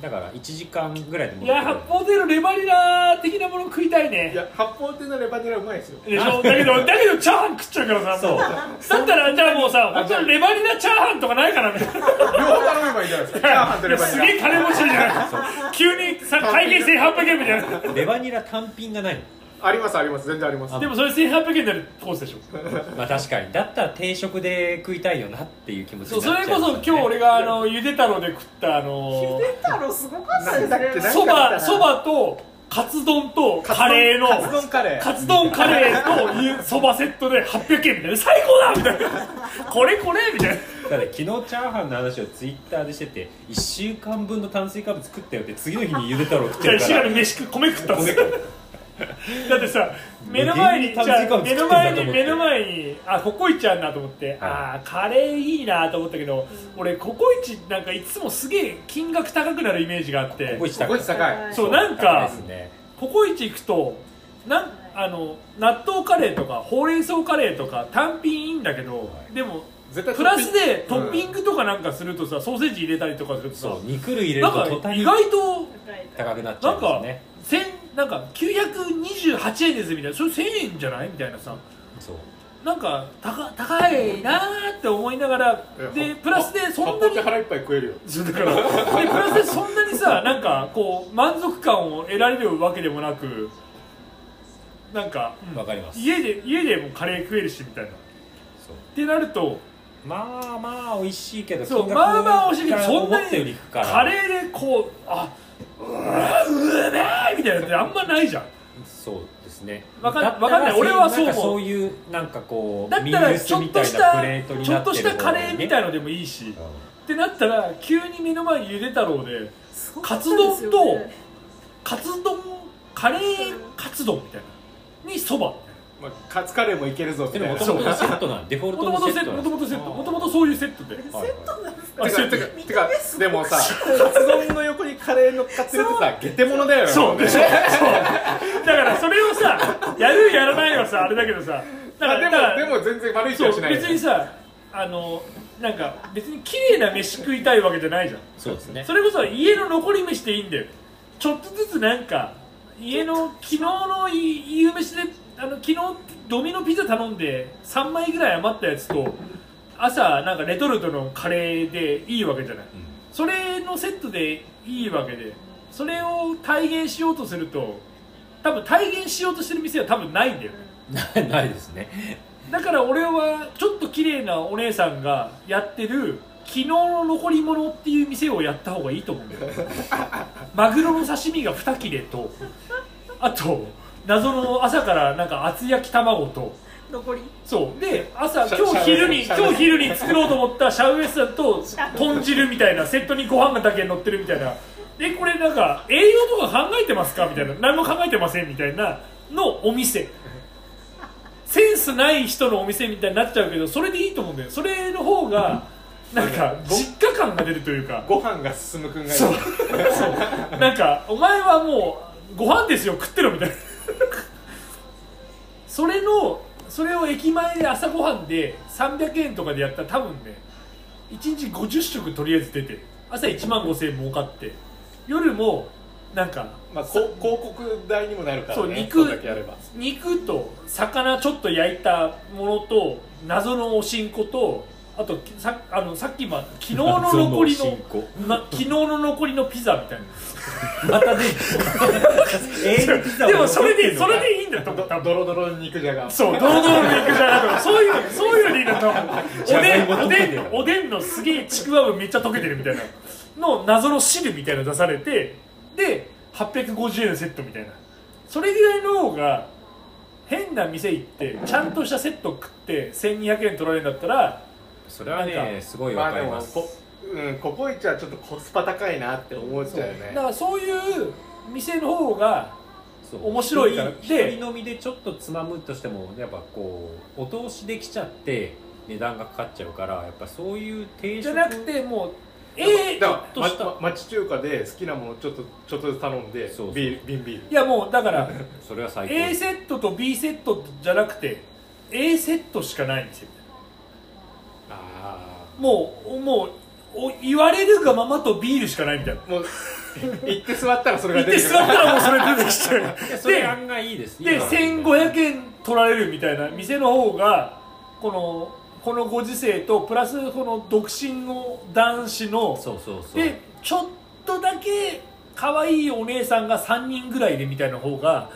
[SPEAKER 4] だから1時間ぐらいで
[SPEAKER 3] い
[SPEAKER 4] 戻
[SPEAKER 3] や
[SPEAKER 4] って
[SPEAKER 3] 八方亭のレバニラ的なもの食いたいね
[SPEAKER 1] いや八方亭のレバニラうまいですよ
[SPEAKER 3] でしょだけどだけどチャーハン食っちゃうからさ
[SPEAKER 4] そう
[SPEAKER 3] だったらじゃあもうさ本当にレバニラチャーハンとかないかなみたいな
[SPEAKER 1] 両方頼めばいいじゃないですかチャーハンとレバ
[SPEAKER 3] す
[SPEAKER 1] ニラ
[SPEAKER 3] げえ金持ちじゃない急にさ会計1800円みたいな
[SPEAKER 4] くるレバニラ単品がない
[SPEAKER 1] ありますあります全然あります
[SPEAKER 4] あ
[SPEAKER 3] でもそれ1800円になるコースでしょ
[SPEAKER 4] まあ確かにだったら定食で食いたいよなっていう気持ち
[SPEAKER 3] そう
[SPEAKER 4] に
[SPEAKER 3] そ
[SPEAKER 4] な
[SPEAKER 3] れ
[SPEAKER 4] っちゃ
[SPEAKER 3] こ
[SPEAKER 4] う
[SPEAKER 3] そ
[SPEAKER 4] からね
[SPEAKER 3] 今日俺があ のゆで太郎で食ったあの
[SPEAKER 6] 太郎すごかったです
[SPEAKER 1] なんだっけ
[SPEAKER 6] ね
[SPEAKER 1] な
[SPEAKER 3] そばそばとカツ丼とカレーの
[SPEAKER 1] カツ丼カレー
[SPEAKER 3] カツ丼カレーとそばセットで800円みたいな最高だみたいな これこれみたいな
[SPEAKER 4] だって昨日チャーハンの話をツイッターでしてて1週間分の炭水化物食ったよって次の日にゆで太郎食って
[SPEAKER 3] じゃあ
[SPEAKER 4] るか
[SPEAKER 3] 石原飯
[SPEAKER 4] ら
[SPEAKER 3] 食米食ったんですよだってさ目の前に
[SPEAKER 4] 無
[SPEAKER 3] じ
[SPEAKER 4] 限に
[SPEAKER 3] ゃあ
[SPEAKER 4] 炭
[SPEAKER 3] 目の
[SPEAKER 4] 水化物食って
[SPEAKER 3] 前
[SPEAKER 4] んだと思って
[SPEAKER 3] に目の前にあココイチあんなと思って、あーカレーいいなと思ったけど俺ココイチなんかいつもすげえ金額高くなるイメージがあって
[SPEAKER 4] ここ一
[SPEAKER 1] ここ
[SPEAKER 4] 高い
[SPEAKER 1] 一高い
[SPEAKER 3] そうなんか
[SPEAKER 4] ですね
[SPEAKER 3] ココイチ行くとなんあの納豆カレーとかほうれん草カレーとか単品いいんだけど、でも
[SPEAKER 1] 絶対
[SPEAKER 3] プラスでトッピングとかなんかするとさソーセージ入れたりとかするとさ
[SPEAKER 4] そう肉類入れる
[SPEAKER 3] な
[SPEAKER 4] と途
[SPEAKER 3] んか
[SPEAKER 4] 端
[SPEAKER 3] 意
[SPEAKER 4] に
[SPEAKER 3] 外と
[SPEAKER 4] 高くなっちゃ
[SPEAKER 3] な
[SPEAKER 4] うんんです
[SPEAKER 3] か
[SPEAKER 4] ね
[SPEAKER 3] 千なんか928円ですみたいなそれ1000円じゃないみたいなさ
[SPEAKER 4] そう
[SPEAKER 3] なんか高高いなーって思いながら
[SPEAKER 1] え
[SPEAKER 3] で
[SPEAKER 1] ほ
[SPEAKER 3] プラスでそんなに
[SPEAKER 1] 八方亭腹いっぱい食えるよ
[SPEAKER 3] そうだからでプラスでそんなにさなんかこう満足感を得られるわけでもなくなんか、うん
[SPEAKER 4] わかります
[SPEAKER 3] 家で家でもカレー食えるしみたいなっ
[SPEAKER 4] そう
[SPEAKER 3] てなると
[SPEAKER 4] まあまあ美味しいけど
[SPEAKER 3] そう
[SPEAKER 4] 金額
[SPEAKER 3] まあまあおしいけど
[SPEAKER 4] が
[SPEAKER 3] そんな
[SPEAKER 4] 思ったよりい
[SPEAKER 3] に
[SPEAKER 4] くから
[SPEAKER 3] カレーでこうあうわうめえみたいなのってあんまないじゃん
[SPEAKER 4] そうですね
[SPEAKER 3] わかん
[SPEAKER 4] だったら
[SPEAKER 3] わかんない俺はそう思うん
[SPEAKER 4] かそういうなんかこう
[SPEAKER 3] だったらちょっとした
[SPEAKER 4] ミニウスみたいなプレートに
[SPEAKER 3] ちょ
[SPEAKER 4] な
[SPEAKER 3] ってと
[SPEAKER 4] る
[SPEAKER 3] したカレーみたい
[SPEAKER 4] な
[SPEAKER 3] のでもいいしってなったら急に目の前にゆで太郎でカツ丼とカツ丼カレーカツ丼みたいなにそば
[SPEAKER 1] まあカツカレーもいけるぞみ
[SPEAKER 4] で
[SPEAKER 1] たい
[SPEAKER 4] も
[SPEAKER 1] な
[SPEAKER 4] もともとセットなんデフォル
[SPEAKER 3] も
[SPEAKER 4] ト
[SPEAKER 3] と
[SPEAKER 4] の
[SPEAKER 3] も
[SPEAKER 4] セ
[SPEAKER 3] と
[SPEAKER 4] ッ
[SPEAKER 3] セッ
[SPEAKER 4] ト
[SPEAKER 3] ト
[SPEAKER 4] な
[SPEAKER 3] も
[SPEAKER 4] ん
[SPEAKER 3] ともと
[SPEAKER 4] です
[SPEAKER 3] セットもともとそういうセットで
[SPEAKER 4] はいはい
[SPEAKER 3] あ
[SPEAKER 1] て
[SPEAKER 3] セ
[SPEAKER 1] か
[SPEAKER 3] ット
[SPEAKER 1] て
[SPEAKER 3] で
[SPEAKER 1] かてかでもさカツ丼の横にカレーのっかってるってさゲテモノだよね
[SPEAKER 3] そうでしょそう だからそれをさやるやらないはさあれだけどさだか
[SPEAKER 1] あ
[SPEAKER 3] らだから
[SPEAKER 1] でもでも全然悪い気
[SPEAKER 3] そ
[SPEAKER 1] はし
[SPEAKER 3] う
[SPEAKER 1] ないよ
[SPEAKER 3] 別
[SPEAKER 1] ね
[SPEAKER 3] にさあのなんか別に綺麗な飯食いたいわけじゃないじゃん
[SPEAKER 4] そうですね
[SPEAKER 3] それこそ家の残り飯でいいんだよちょっとずつなんか家の昨日のい夕飯であの昨日ドミノピザ頼んで3枚ぐらい余ったやつと朝なんかレトルトのカレーでいいわけじゃない、それのセットでいいわけでそれを体現しようとすると多分体現しようとしてる店は多分ないんだよね
[SPEAKER 4] ない ないです ね
[SPEAKER 3] だから俺はちょっと綺麗なお姉さんがやってる昨日の残り物っていう店をやった方がいいと思うんだよマグロの刺身が2切れとあと謎の朝からなんか厚焼き卵と
[SPEAKER 6] 残 り
[SPEAKER 3] そうで朝
[SPEAKER 1] シャ
[SPEAKER 3] 今日昼に
[SPEAKER 1] シャウエッ
[SPEAKER 3] 今
[SPEAKER 1] セン
[SPEAKER 3] 日昼に作ろうと思ったシャウエッセンと
[SPEAKER 6] ャ
[SPEAKER 3] 豚汁みたいなセットにご飯がだけ乗ってるみたいなでこれなんか栄養とか考えてますかみたいな何も考えてませんみたいなのお店センスない人のお店みたいになっちゃうけどそれでいいと思うんだよそれの方がなんか実家感が出るというか
[SPEAKER 1] ご飯が進むくんがいい
[SPEAKER 3] そうそう なんかお前はもうご飯ですよ食ってろみたいな それのそれを駅前で朝ごはんで300円とかでやったら多分ね1日50食とりあえず出て朝1万5000円儲かって夜もなんか
[SPEAKER 1] まあこ広告代にもなるから
[SPEAKER 3] そう
[SPEAKER 1] ね
[SPEAKER 3] 肉
[SPEAKER 1] んだけやれば
[SPEAKER 3] 肉と魚ちょっと焼いたものと謎のおしんことあとさあのさっきま昨日の残り
[SPEAKER 4] 謎のおしん
[SPEAKER 3] の
[SPEAKER 4] こ
[SPEAKER 3] な昨日の残りのピザみたいな
[SPEAKER 4] またね永遠にピザを
[SPEAKER 3] でもそれで
[SPEAKER 4] 残
[SPEAKER 3] それ
[SPEAKER 4] ってるのか
[SPEAKER 3] でいいんだと思う
[SPEAKER 1] ど
[SPEAKER 3] 多分
[SPEAKER 1] ドロドロの肉じゃが
[SPEAKER 3] そう堂々の肉じゃがとかそういうのそういうのでいいんだと思
[SPEAKER 4] じゃがいも
[SPEAKER 3] う
[SPEAKER 4] 溶
[SPEAKER 3] お
[SPEAKER 4] けて
[SPEAKER 3] で
[SPEAKER 4] る
[SPEAKER 3] んおでんおでんのすげえちくわぶめっちゃ溶けてるみたいなの謎の汁みたいなの出されてで850円セットみたいなそれぐらいの方が変な店行ってちゃんとしたセット食って1200円取られるんだったら
[SPEAKER 4] それは
[SPEAKER 3] なん
[SPEAKER 4] ね
[SPEAKER 3] か
[SPEAKER 4] すごい
[SPEAKER 1] ま
[SPEAKER 4] わ
[SPEAKER 1] あ
[SPEAKER 4] か
[SPEAKER 1] で
[SPEAKER 4] り
[SPEAKER 1] も
[SPEAKER 4] ます
[SPEAKER 1] こうんココイチはちょっとコスパ高いなって思っちゃうよね
[SPEAKER 3] だからそういう店の方が
[SPEAKER 4] そう
[SPEAKER 3] 面白いから
[SPEAKER 4] 一
[SPEAKER 3] で
[SPEAKER 4] 人一人飲みでちょっとつまむとしてもやっぱこうお通しできちゃって値段がかかっちゃうからやっぱそういう定食
[SPEAKER 3] じゃなくてもうええ
[SPEAKER 1] だか
[SPEAKER 4] と
[SPEAKER 1] ら
[SPEAKER 4] した
[SPEAKER 1] まま町中華で好きなものちょっとちょっとずつ頼んで
[SPEAKER 4] そうそう
[SPEAKER 1] ビール瓶ビール
[SPEAKER 3] いやもうだから
[SPEAKER 4] それは最高
[SPEAKER 3] A セットと B セットじゃなくて A セットしかないんですよ
[SPEAKER 1] あ
[SPEAKER 3] もうもうお言われるがままとビールしかないみたいな
[SPEAKER 1] あもう行って座ったらそれ
[SPEAKER 3] 行
[SPEAKER 1] が
[SPEAKER 3] っ
[SPEAKER 1] 出
[SPEAKER 3] て
[SPEAKER 1] てく
[SPEAKER 3] 座
[SPEAKER 1] る
[SPEAKER 3] ったらもうそれ出てきちゃう
[SPEAKER 4] それ案外いいです
[SPEAKER 3] で1500円取られるみたいな店の方がこのこのご時世とプラスこの独身の男子の
[SPEAKER 4] そうそうそう
[SPEAKER 3] でちょっとだけ可愛いお姉さんが3人ぐらいでみたいな方が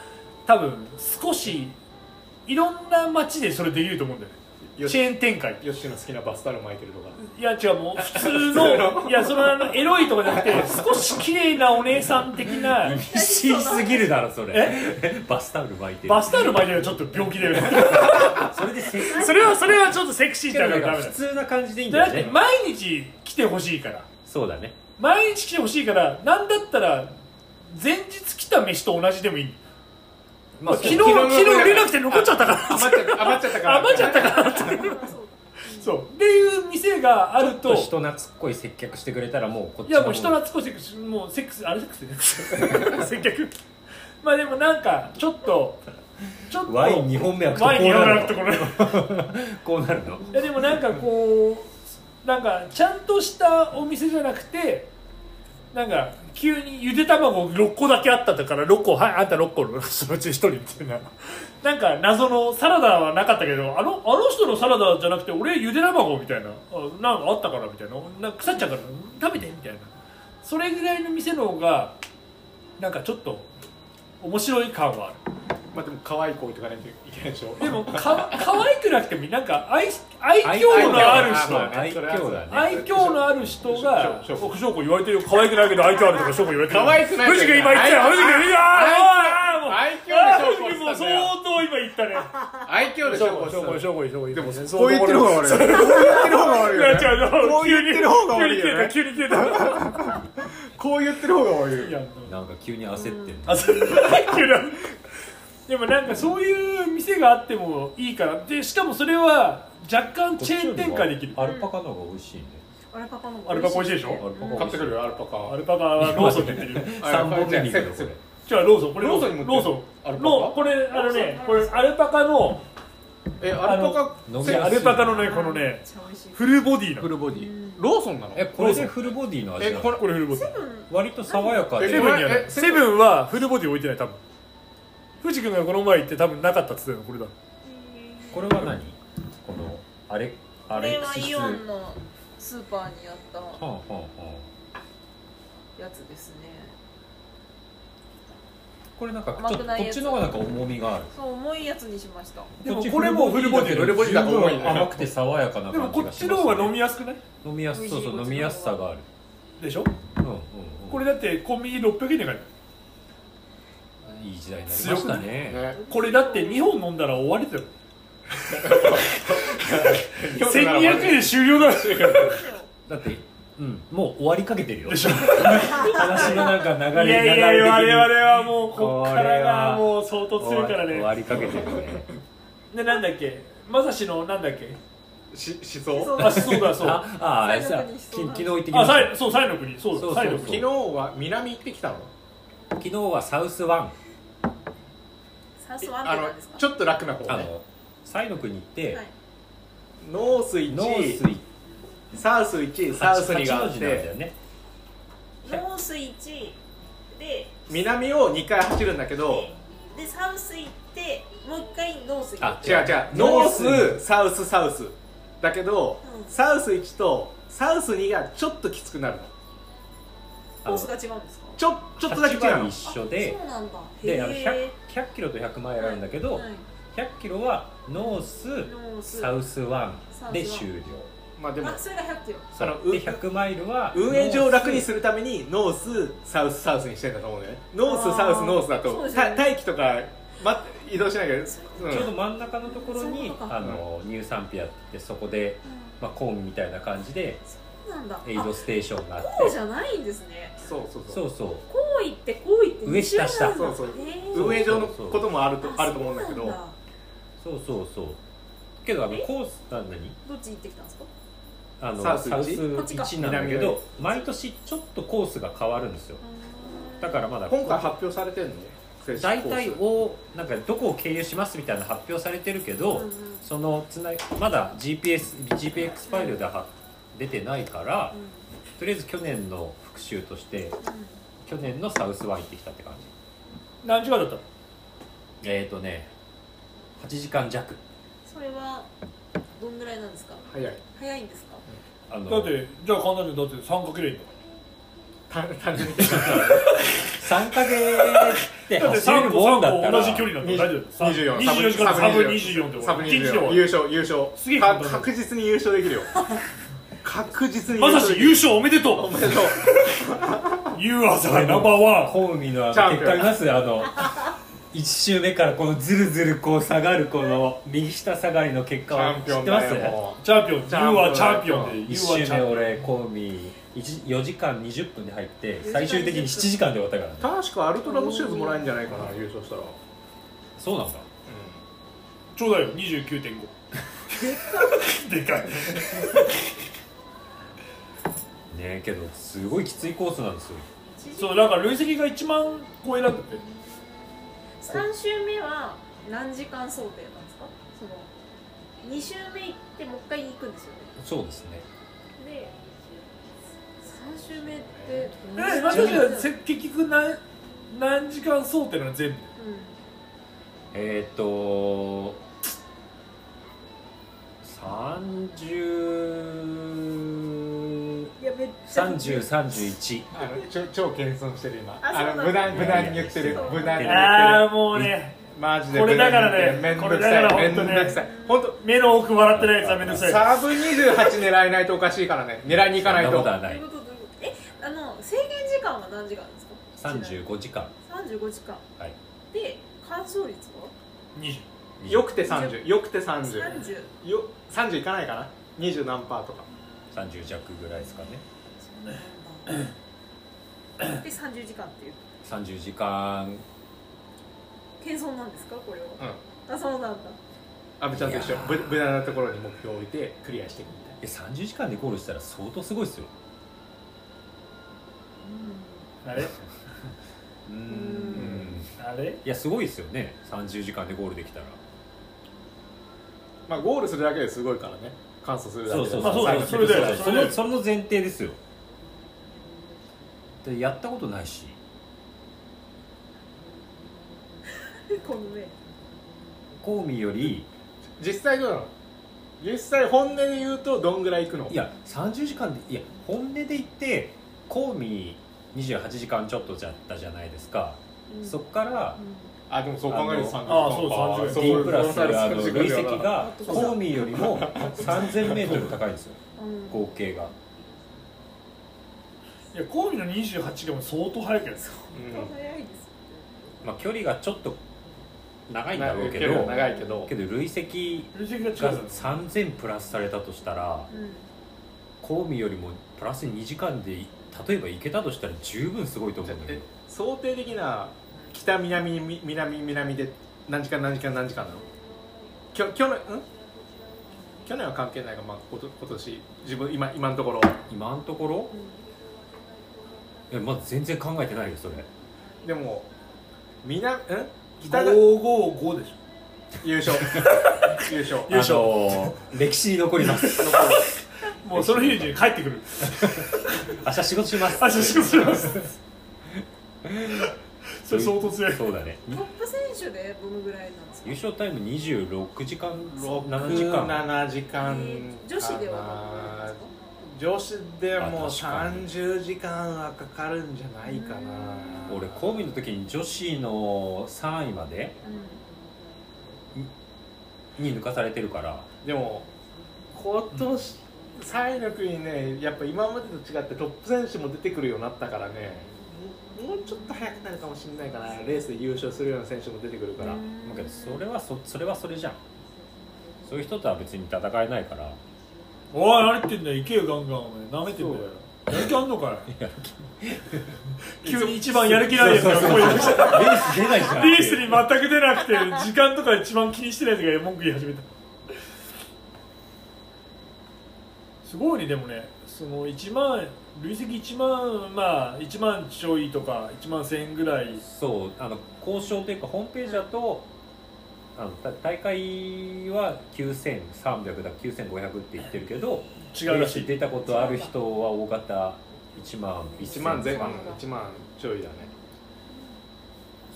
[SPEAKER 3] 多分少しいろんな街でそれできると思うんだよね
[SPEAKER 1] よ
[SPEAKER 3] チェーン展開
[SPEAKER 1] ヨッシーの好きなバスタオル巻いてるとか
[SPEAKER 3] いや違うもう普通のいやそのあのエロいとかじゃなく て少し綺麗なお姉さん的な
[SPEAKER 4] 厳しすぎるだろそれ バスタオル巻いてる
[SPEAKER 3] バスタオル巻いてるのはちょっと病気だよね
[SPEAKER 4] それでセクシー
[SPEAKER 3] それはそれはちょっとセクシーだからダメだ
[SPEAKER 4] 普通な感じでいいんだ
[SPEAKER 3] だっ
[SPEAKER 4] よ
[SPEAKER 3] て
[SPEAKER 4] ね
[SPEAKER 3] 毎日来てほしいから
[SPEAKER 4] そうだね
[SPEAKER 3] 毎日来てほしいからなんだったら前日来た飯と同じでもいい
[SPEAKER 4] まあ
[SPEAKER 3] 昨日
[SPEAKER 1] そう
[SPEAKER 3] 昨日売れなくて残っちゃったから
[SPEAKER 1] 余っちゃ余っちゃったから
[SPEAKER 3] 余っちゃったから
[SPEAKER 6] そう
[SPEAKER 3] そうっていう店がある
[SPEAKER 4] ちょ
[SPEAKER 3] と
[SPEAKER 4] っと人懐っこい接客してくれたらもうこっち
[SPEAKER 3] いやもう人
[SPEAKER 4] 懐
[SPEAKER 3] 懐っこいセックスもうセックスあれセックスセックス接客まあでもなんかちょっとちょっと
[SPEAKER 4] ワイン2本目は
[SPEAKER 3] ワイン
[SPEAKER 4] こう
[SPEAKER 3] 飲ま
[SPEAKER 4] な
[SPEAKER 3] な
[SPEAKER 4] る
[SPEAKER 3] くて
[SPEAKER 4] の
[SPEAKER 3] これ
[SPEAKER 4] こうなるの
[SPEAKER 3] いやでもなんかこうなんかちゃんとしたお店じゃなくてなんか急にゆで卵6個だけあったから6個はいあんた6個のそのうち1人みたいななんか謎のサラダはなかったけどあのあの人のサラダじゃなくて俺ゆで卵みたいなあなんかあったからみたいななんか腐っちゃうから食べてみたいなそれぐらいの店の方がなんかちょっと面白い感はある
[SPEAKER 1] まあでも可愛い子置いてかないといけないでしょ
[SPEAKER 3] でもか可愛くなくてもいいなんか愛 愛嬌のある人
[SPEAKER 4] 愛嬌だね
[SPEAKER 3] 愛嬌のある人が
[SPEAKER 1] しょしょ
[SPEAKER 3] 「翔子言われてるよ可愛くないけど愛嬌ある」とか翔子言われてるよ
[SPEAKER 1] 可愛くない
[SPEAKER 3] 藤君今言ったよ藤君いやーおい
[SPEAKER 1] 愛嬌で
[SPEAKER 3] あー
[SPEAKER 1] 証拠言
[SPEAKER 3] 藤
[SPEAKER 1] っ
[SPEAKER 3] 君も
[SPEAKER 1] た
[SPEAKER 3] うん
[SPEAKER 1] だよ
[SPEAKER 3] 相当今言ったね
[SPEAKER 1] 愛嬌で
[SPEAKER 3] 翔
[SPEAKER 1] 証
[SPEAKER 3] 子
[SPEAKER 1] 拠
[SPEAKER 3] 翔子
[SPEAKER 1] し
[SPEAKER 3] 翔子翔子でも
[SPEAKER 1] たこう言ってる方が悪いよね
[SPEAKER 3] いや違う違う
[SPEAKER 1] こう言ってる方が悪いよね
[SPEAKER 3] 急に急に消えた急に消え
[SPEAKER 1] こう言ってる方が悪いよ
[SPEAKER 3] たいや
[SPEAKER 4] なんか急に焦ってる
[SPEAKER 3] あそう急にでもなんかそういう店があってもいいからでしかもそれは若干チェーン展開できる
[SPEAKER 4] アルパカの方が美味しいね
[SPEAKER 6] アルパカの方が
[SPEAKER 3] アル
[SPEAKER 6] 美味
[SPEAKER 3] パカ
[SPEAKER 6] しい
[SPEAKER 3] 美味しいでし
[SPEAKER 4] アル
[SPEAKER 3] ょ
[SPEAKER 4] パカ
[SPEAKER 1] 買ってくるよアルパカ
[SPEAKER 3] アルパカはローソンで売ってるよ
[SPEAKER 4] 3本目に行くのこ
[SPEAKER 1] セッ
[SPEAKER 4] れ
[SPEAKER 1] ク
[SPEAKER 3] じゃあローソンこれ
[SPEAKER 1] ローソンにも
[SPEAKER 3] ローソン
[SPEAKER 1] アルパカ
[SPEAKER 3] ローこれあのねこれアルパカの
[SPEAKER 1] えアルパ
[SPEAKER 4] あの
[SPEAKER 1] カ
[SPEAKER 3] い
[SPEAKER 1] セ
[SPEAKER 3] や
[SPEAKER 1] ッ
[SPEAKER 3] ア
[SPEAKER 1] ク
[SPEAKER 3] ル
[SPEAKER 1] ス
[SPEAKER 3] パカのねこのねフルボディな
[SPEAKER 5] フ
[SPEAKER 3] の
[SPEAKER 5] ルボディ
[SPEAKER 1] ローソンなの
[SPEAKER 4] えこれでフルボディの味
[SPEAKER 1] え
[SPEAKER 4] な
[SPEAKER 1] これ
[SPEAKER 4] の
[SPEAKER 3] これフルボディ
[SPEAKER 4] 割と爽やか
[SPEAKER 1] え
[SPEAKER 4] で
[SPEAKER 3] セブンにはない
[SPEAKER 1] え
[SPEAKER 3] セブンはフルボディ置いてない多分藤君がこの前行って多分なかったっつってたのこれだ
[SPEAKER 4] これは何このアレ
[SPEAKER 6] こ
[SPEAKER 4] アレ
[SPEAKER 6] れ
[SPEAKER 4] ク
[SPEAKER 6] は
[SPEAKER 4] シス
[SPEAKER 6] イオンのスーパーにあった
[SPEAKER 4] はんはんはん
[SPEAKER 6] やつですね
[SPEAKER 4] これなんかちょ
[SPEAKER 6] 甘
[SPEAKER 4] っと
[SPEAKER 6] く
[SPEAKER 4] こ
[SPEAKER 6] ない
[SPEAKER 4] っ
[SPEAKER 6] やつ
[SPEAKER 4] ちの方がなんか重みがある
[SPEAKER 6] そう重いやつにしました
[SPEAKER 3] でも
[SPEAKER 4] っち
[SPEAKER 3] これもフルボディ
[SPEAKER 4] フルボディだけど
[SPEAKER 1] フルボディだと重い
[SPEAKER 4] 十
[SPEAKER 1] ね
[SPEAKER 4] 分甘くて爽やかな感じ
[SPEAKER 3] で
[SPEAKER 4] が
[SPEAKER 3] も
[SPEAKER 4] し
[SPEAKER 3] こ
[SPEAKER 4] ま
[SPEAKER 3] っ
[SPEAKER 4] すね
[SPEAKER 3] ちの方が飲みやすくない
[SPEAKER 4] 飲みやすそうそう飲みやすさがある
[SPEAKER 3] でしょ
[SPEAKER 4] うんうんうん
[SPEAKER 3] これだってコンビニ600円で買える
[SPEAKER 4] いい時代になりましたね
[SPEAKER 1] ね
[SPEAKER 3] これだって2本飲んだら終わりだよ1200
[SPEAKER 1] 1200
[SPEAKER 3] 円で終了だよ
[SPEAKER 4] だってうんもう終わりかけてるよ
[SPEAKER 3] でしょ
[SPEAKER 4] 話のなんか流れ
[SPEAKER 3] いやいや
[SPEAKER 4] 流れ的に
[SPEAKER 3] 我々はもうこっか
[SPEAKER 4] これ
[SPEAKER 3] らが
[SPEAKER 4] は
[SPEAKER 3] もう相当強いから
[SPEAKER 4] 終
[SPEAKER 3] ね
[SPEAKER 4] わりかけてるね
[SPEAKER 3] でなんだっけまさしのなんだっけ
[SPEAKER 1] ししそう
[SPEAKER 3] あそうだそう だ
[SPEAKER 4] あああれさ
[SPEAKER 6] 最後にし
[SPEAKER 4] き
[SPEAKER 6] そうな
[SPEAKER 4] 昨日行ってき
[SPEAKER 3] あ
[SPEAKER 4] ました
[SPEAKER 3] サイそうサイの国そうだ
[SPEAKER 4] そうそう
[SPEAKER 3] サイの
[SPEAKER 1] 昨
[SPEAKER 3] 国
[SPEAKER 1] 日は南行ってきたの
[SPEAKER 4] 昨日はサウスワン
[SPEAKER 6] サウスワンっ
[SPEAKER 1] あ
[SPEAKER 6] て
[SPEAKER 1] の
[SPEAKER 6] 何ですか
[SPEAKER 1] ちょっと楽な方
[SPEAKER 4] あ
[SPEAKER 1] ね
[SPEAKER 4] のサイの国行って、
[SPEAKER 6] はい
[SPEAKER 1] ノース1
[SPEAKER 4] ノースイ
[SPEAKER 1] サウス1サウス2があっ
[SPEAKER 4] 八王子なんだ
[SPEAKER 1] て
[SPEAKER 4] よね
[SPEAKER 6] ノース1で
[SPEAKER 1] 南を2回走るんだけど
[SPEAKER 6] でサウス行ってもう一回ノース行っ
[SPEAKER 4] あ
[SPEAKER 6] て
[SPEAKER 1] 違う違うノースサウスサウスだけど、
[SPEAKER 6] うん
[SPEAKER 1] サウス1とサウス2がちょっときつくなるの
[SPEAKER 4] あ
[SPEAKER 6] コ
[SPEAKER 4] の
[SPEAKER 6] ースが違うんですか
[SPEAKER 1] ちょちょっとだけ違う
[SPEAKER 4] 八
[SPEAKER 1] の
[SPEAKER 4] 割一緒で
[SPEAKER 6] あそうなんだ
[SPEAKER 4] であの
[SPEAKER 6] へ
[SPEAKER 4] 100,
[SPEAKER 6] え
[SPEAKER 4] 100キロと100マイルあるんだけど、
[SPEAKER 6] はい
[SPEAKER 4] 100キロはノース
[SPEAKER 6] ノース
[SPEAKER 4] サウスワ
[SPEAKER 6] サウスワ
[SPEAKER 4] ン
[SPEAKER 6] ン
[SPEAKER 4] で終了
[SPEAKER 1] まあでも
[SPEAKER 6] あそれが100キロ
[SPEAKER 1] その
[SPEAKER 4] そうで100マイルは
[SPEAKER 1] 運営上楽に
[SPEAKER 4] る
[SPEAKER 1] するためにノースサウスサウスにしてんだと思うねノースサウス
[SPEAKER 6] あー
[SPEAKER 1] ノースだ
[SPEAKER 6] そう
[SPEAKER 1] と、
[SPEAKER 6] ですよね
[SPEAKER 1] た待機とか、ま、移動しなきゃ、うん、
[SPEAKER 4] ちょうど真ん中のところ
[SPEAKER 6] そうい
[SPEAKER 4] に
[SPEAKER 6] うことか
[SPEAKER 4] あのニューサンピアってそこで、まあ、コーンみたいな感じで
[SPEAKER 6] そうなんだあ
[SPEAKER 4] エイドステーションがあって
[SPEAKER 6] こうじゃないんですね
[SPEAKER 1] そうそうそう
[SPEAKER 4] そうそう
[SPEAKER 6] こう行ってこう行って
[SPEAKER 4] 上下下
[SPEAKER 6] 二周なんだ
[SPEAKER 1] そうそう
[SPEAKER 6] へえ
[SPEAKER 1] 運営上のこともあるとあると思うんだけど
[SPEAKER 6] そな
[SPEAKER 4] そうそうそうけどあの
[SPEAKER 6] え
[SPEAKER 4] コースなんだに
[SPEAKER 6] どっち行ってきたんですか
[SPEAKER 4] あのサ
[SPEAKER 1] サ
[SPEAKER 4] ウ
[SPEAKER 1] ウ
[SPEAKER 4] ス
[SPEAKER 1] ス
[SPEAKER 6] こっちか
[SPEAKER 4] 1なんだけ
[SPEAKER 1] 南
[SPEAKER 4] ど毎年ちょっとコースが変わるんですよだからまだ
[SPEAKER 1] 今回発表されてんの正式
[SPEAKER 4] 大
[SPEAKER 1] コー
[SPEAKER 4] 体
[SPEAKER 1] ス
[SPEAKER 4] をなんかどこを経由しますみたいな発表されてるけど、
[SPEAKER 6] うんうん
[SPEAKER 4] そのつなまだ GPS GPX ファイルでは出てないから、
[SPEAKER 6] うん
[SPEAKER 4] とりあえず去年の復習として去年のサウスは行ってきたって感じ
[SPEAKER 3] 何時間だったの
[SPEAKER 4] えっ、ー、とね8時間弱
[SPEAKER 6] それはどんぐらいなんですか
[SPEAKER 1] 早い
[SPEAKER 6] 早いんですか
[SPEAKER 4] あの
[SPEAKER 3] だってじゃあ簡単にだって3かけりゃいいんだか
[SPEAKER 1] 単単純に計算した
[SPEAKER 4] 3か月で
[SPEAKER 3] らだって
[SPEAKER 4] 走れ
[SPEAKER 3] 3
[SPEAKER 4] る
[SPEAKER 3] 個
[SPEAKER 4] もんだっ
[SPEAKER 3] 3
[SPEAKER 4] た
[SPEAKER 3] 個
[SPEAKER 4] ら
[SPEAKER 3] 同じ距離だったら大丈夫さ
[SPEAKER 1] 24
[SPEAKER 3] 24時間
[SPEAKER 1] サ
[SPEAKER 3] サ
[SPEAKER 1] ブ
[SPEAKER 3] ブ
[SPEAKER 1] 24
[SPEAKER 3] 24って
[SPEAKER 1] サブ
[SPEAKER 3] 俺近畿地
[SPEAKER 1] 24
[SPEAKER 3] 方
[SPEAKER 1] 優勝優勝
[SPEAKER 3] すげえ
[SPEAKER 1] か
[SPEAKER 3] 簡単だ
[SPEAKER 1] 確実に優勝できるよ 確実に
[SPEAKER 3] まさし優
[SPEAKER 1] 勝
[SPEAKER 3] 勝おめで
[SPEAKER 1] お
[SPEAKER 3] と
[SPEAKER 1] めでとう
[SPEAKER 3] う You are the number one
[SPEAKER 4] コウミのあ
[SPEAKER 1] チャ
[SPEAKER 4] の
[SPEAKER 1] ンピオ
[SPEAKER 4] 結
[SPEAKER 1] ン
[SPEAKER 4] 果見ますあの1周目からこのずるずるこう下がるこの右下下がりの結
[SPEAKER 1] チ
[SPEAKER 4] 果は
[SPEAKER 1] ャンピ
[SPEAKER 4] 知
[SPEAKER 1] オ
[SPEAKER 4] っ
[SPEAKER 1] ン
[SPEAKER 4] てま
[SPEAKER 1] だ
[SPEAKER 4] す
[SPEAKER 1] よも
[SPEAKER 3] チャンピオン You
[SPEAKER 1] チャンピオン
[SPEAKER 3] are チャンピオンで You are
[SPEAKER 4] 1
[SPEAKER 3] チ
[SPEAKER 4] 周
[SPEAKER 3] ャン
[SPEAKER 4] 目
[SPEAKER 3] ピオン
[SPEAKER 4] 俺コウミ1 4時間20分で入って
[SPEAKER 6] 間
[SPEAKER 4] 最終的に7時間で終わったからね
[SPEAKER 1] う確かアルトラもシューズもらえるんじゃないかな優勝したら
[SPEAKER 4] そうなんだ
[SPEAKER 3] ちょうだいよ29.5 でかい
[SPEAKER 4] ねけどすごいきついコースなんですよ
[SPEAKER 3] そうなんか累積が1万超えなんだって
[SPEAKER 6] 3週目は何時間想定なんですかその2週目行ってもう一回行くんですよね
[SPEAKER 4] そうですね
[SPEAKER 6] で3週目って
[SPEAKER 3] えまさせ結局何何時間想定なの全部
[SPEAKER 4] えーっと
[SPEAKER 6] う
[SPEAKER 4] 30
[SPEAKER 6] んいやめっちゃ
[SPEAKER 4] 3031
[SPEAKER 1] あのちょ超謙遜してる今
[SPEAKER 6] あ
[SPEAKER 1] あ
[SPEAKER 6] そ
[SPEAKER 1] の
[SPEAKER 6] うなんだ
[SPEAKER 1] 無難無難に言ってる
[SPEAKER 6] そう
[SPEAKER 1] 無難に言
[SPEAKER 3] あ
[SPEAKER 1] っ
[SPEAKER 3] あもうね
[SPEAKER 1] てるマジで
[SPEAKER 3] これだからね
[SPEAKER 1] 無難に言ってるめんどく
[SPEAKER 3] これだ
[SPEAKER 1] さ
[SPEAKER 3] から
[SPEAKER 1] いめん
[SPEAKER 3] 本当
[SPEAKER 1] ど
[SPEAKER 3] ね
[SPEAKER 1] くさい本当
[SPEAKER 3] 目の奥笑ってないやつはめんどくさい
[SPEAKER 1] サーブ28狙えないとおかしいからね狙いに行かない
[SPEAKER 4] そんなことは
[SPEAKER 1] と
[SPEAKER 4] な
[SPEAKER 6] どうい
[SPEAKER 4] いう
[SPEAKER 6] ことどういうことえあの制限時間は何時間ですか
[SPEAKER 4] 35時間
[SPEAKER 6] 35時間
[SPEAKER 4] はい
[SPEAKER 6] で乾燥率は
[SPEAKER 3] 20
[SPEAKER 1] よくて30よくて30
[SPEAKER 6] 30
[SPEAKER 1] よ30いかないかな20何パーとか
[SPEAKER 4] 30弱ぐらいですかね
[SPEAKER 6] そうなんだで30時間っていう
[SPEAKER 4] 30時間
[SPEAKER 6] 謙遜なんですかこれは
[SPEAKER 1] うん
[SPEAKER 6] あそうなんだ
[SPEAKER 1] 阿部ちゃんと一緒
[SPEAKER 4] いやー
[SPEAKER 1] ぶ無難なところに目標を置いてクリアしていくみたい
[SPEAKER 4] え30時間でゴールしたら相当すごいですよ
[SPEAKER 3] あれ
[SPEAKER 4] うー
[SPEAKER 1] ん
[SPEAKER 3] あれ
[SPEAKER 4] いやすごいですよね30時間でゴールできたら
[SPEAKER 1] なまあゴールするだけですごいからね完走するだけで
[SPEAKER 3] そうそ
[SPEAKER 1] ま
[SPEAKER 3] う
[SPEAKER 1] あ
[SPEAKER 3] そう
[SPEAKER 1] 最後の
[SPEAKER 3] それ
[SPEAKER 1] 最
[SPEAKER 3] だ
[SPEAKER 1] 後
[SPEAKER 3] よ
[SPEAKER 1] の
[SPEAKER 4] そのその前提ですよでやったことないし
[SPEAKER 6] このね
[SPEAKER 4] コウミより
[SPEAKER 1] 実際どうなの実際本音で言うとどんぐらいいくの
[SPEAKER 4] いや30時間でいや本音で言ってコウミ28時間ちょっとじゃったじゃないですか、
[SPEAKER 6] うん
[SPEAKER 4] そっから
[SPEAKER 6] う
[SPEAKER 1] あでもそう考えると30
[SPEAKER 3] あのあそう30
[SPEAKER 4] D プラスあの
[SPEAKER 1] そうそう
[SPEAKER 4] 累積が
[SPEAKER 6] そうそう
[SPEAKER 4] コウミよりも 3000m 高いんですよ
[SPEAKER 6] んうん
[SPEAKER 4] 合計が
[SPEAKER 3] いやコウミの28がもう相当速いけ
[SPEAKER 6] 早い
[SPEAKER 3] ど
[SPEAKER 6] です
[SPEAKER 4] まあ、距離がちょっと長
[SPEAKER 1] う
[SPEAKER 4] い
[SPEAKER 1] ん
[SPEAKER 4] んだろうけ
[SPEAKER 1] 距離は
[SPEAKER 4] ど
[SPEAKER 1] 長いけど
[SPEAKER 4] けど累積
[SPEAKER 3] 累積が違う
[SPEAKER 4] が
[SPEAKER 3] んです
[SPEAKER 4] 3000プラスされたとしたら
[SPEAKER 6] うん
[SPEAKER 4] コウミよりもプラス2時間で例えば行けたとしたら十分すごいと思うんだけ
[SPEAKER 1] え
[SPEAKER 4] ど
[SPEAKER 1] 想定的な北南み南南で何時間何時間何時間なのきょ去年ん去年は関係ないが、まあ、こと今年自分今今のところ
[SPEAKER 4] 今のところいやまだ全然考えてないよそれ
[SPEAKER 1] でも南ん北が
[SPEAKER 3] 555でし
[SPEAKER 1] 優勝優勝
[SPEAKER 3] 優勝
[SPEAKER 4] あの ー歴史に残ります
[SPEAKER 3] ょもうその日に帰ってくる
[SPEAKER 4] 明日仕事します
[SPEAKER 3] あ写真す ますそれ相当強い
[SPEAKER 4] そうだね
[SPEAKER 6] トップ選手でどのぐらいなんですか
[SPEAKER 4] 優勝タイム26時間7
[SPEAKER 1] 7
[SPEAKER 4] 時
[SPEAKER 1] 時間
[SPEAKER 4] 間
[SPEAKER 1] 時
[SPEAKER 6] え
[SPEAKER 1] 間
[SPEAKER 6] ー女子では
[SPEAKER 1] 女子でも
[SPEAKER 4] あ確かに
[SPEAKER 1] 30時間はかかるんじゃないかな
[SPEAKER 4] 俺コウミの時に女子の3位まで
[SPEAKER 6] どのぐらいなんです
[SPEAKER 4] に抜かされてるから
[SPEAKER 1] でも今年3位の国にねやっぱ今までと違ってトップ選手も出てくるようになったからねもうもうちょっと早くなるかもしれないかなレースで優勝するような選手も出てくるか
[SPEAKER 6] か、
[SPEAKER 1] ら、
[SPEAKER 6] うん
[SPEAKER 4] だけどそれはそそれはそれじゃんそういう人とは別に戦えないから
[SPEAKER 3] おい何言ってんだよ行けよガンガンお前舐めてんだよやる気あんのか い急に一番やる気ないやつがここにいました
[SPEAKER 4] レース出ないじゃん
[SPEAKER 3] リースに全く出なくて時間とか一番気にしてないやつが文句言い始めたすごいねでもねその1万累積1万まあ1万ちょいとか1万1000ぐらい
[SPEAKER 4] そうあの交渉というかホームページだとあのた大会は9300だ9500って言ってるけど
[SPEAKER 3] 違うらし
[SPEAKER 4] レース
[SPEAKER 3] い
[SPEAKER 4] 出たことある人は大型1万
[SPEAKER 1] 1万前
[SPEAKER 4] 後
[SPEAKER 1] 後1万ちょいだね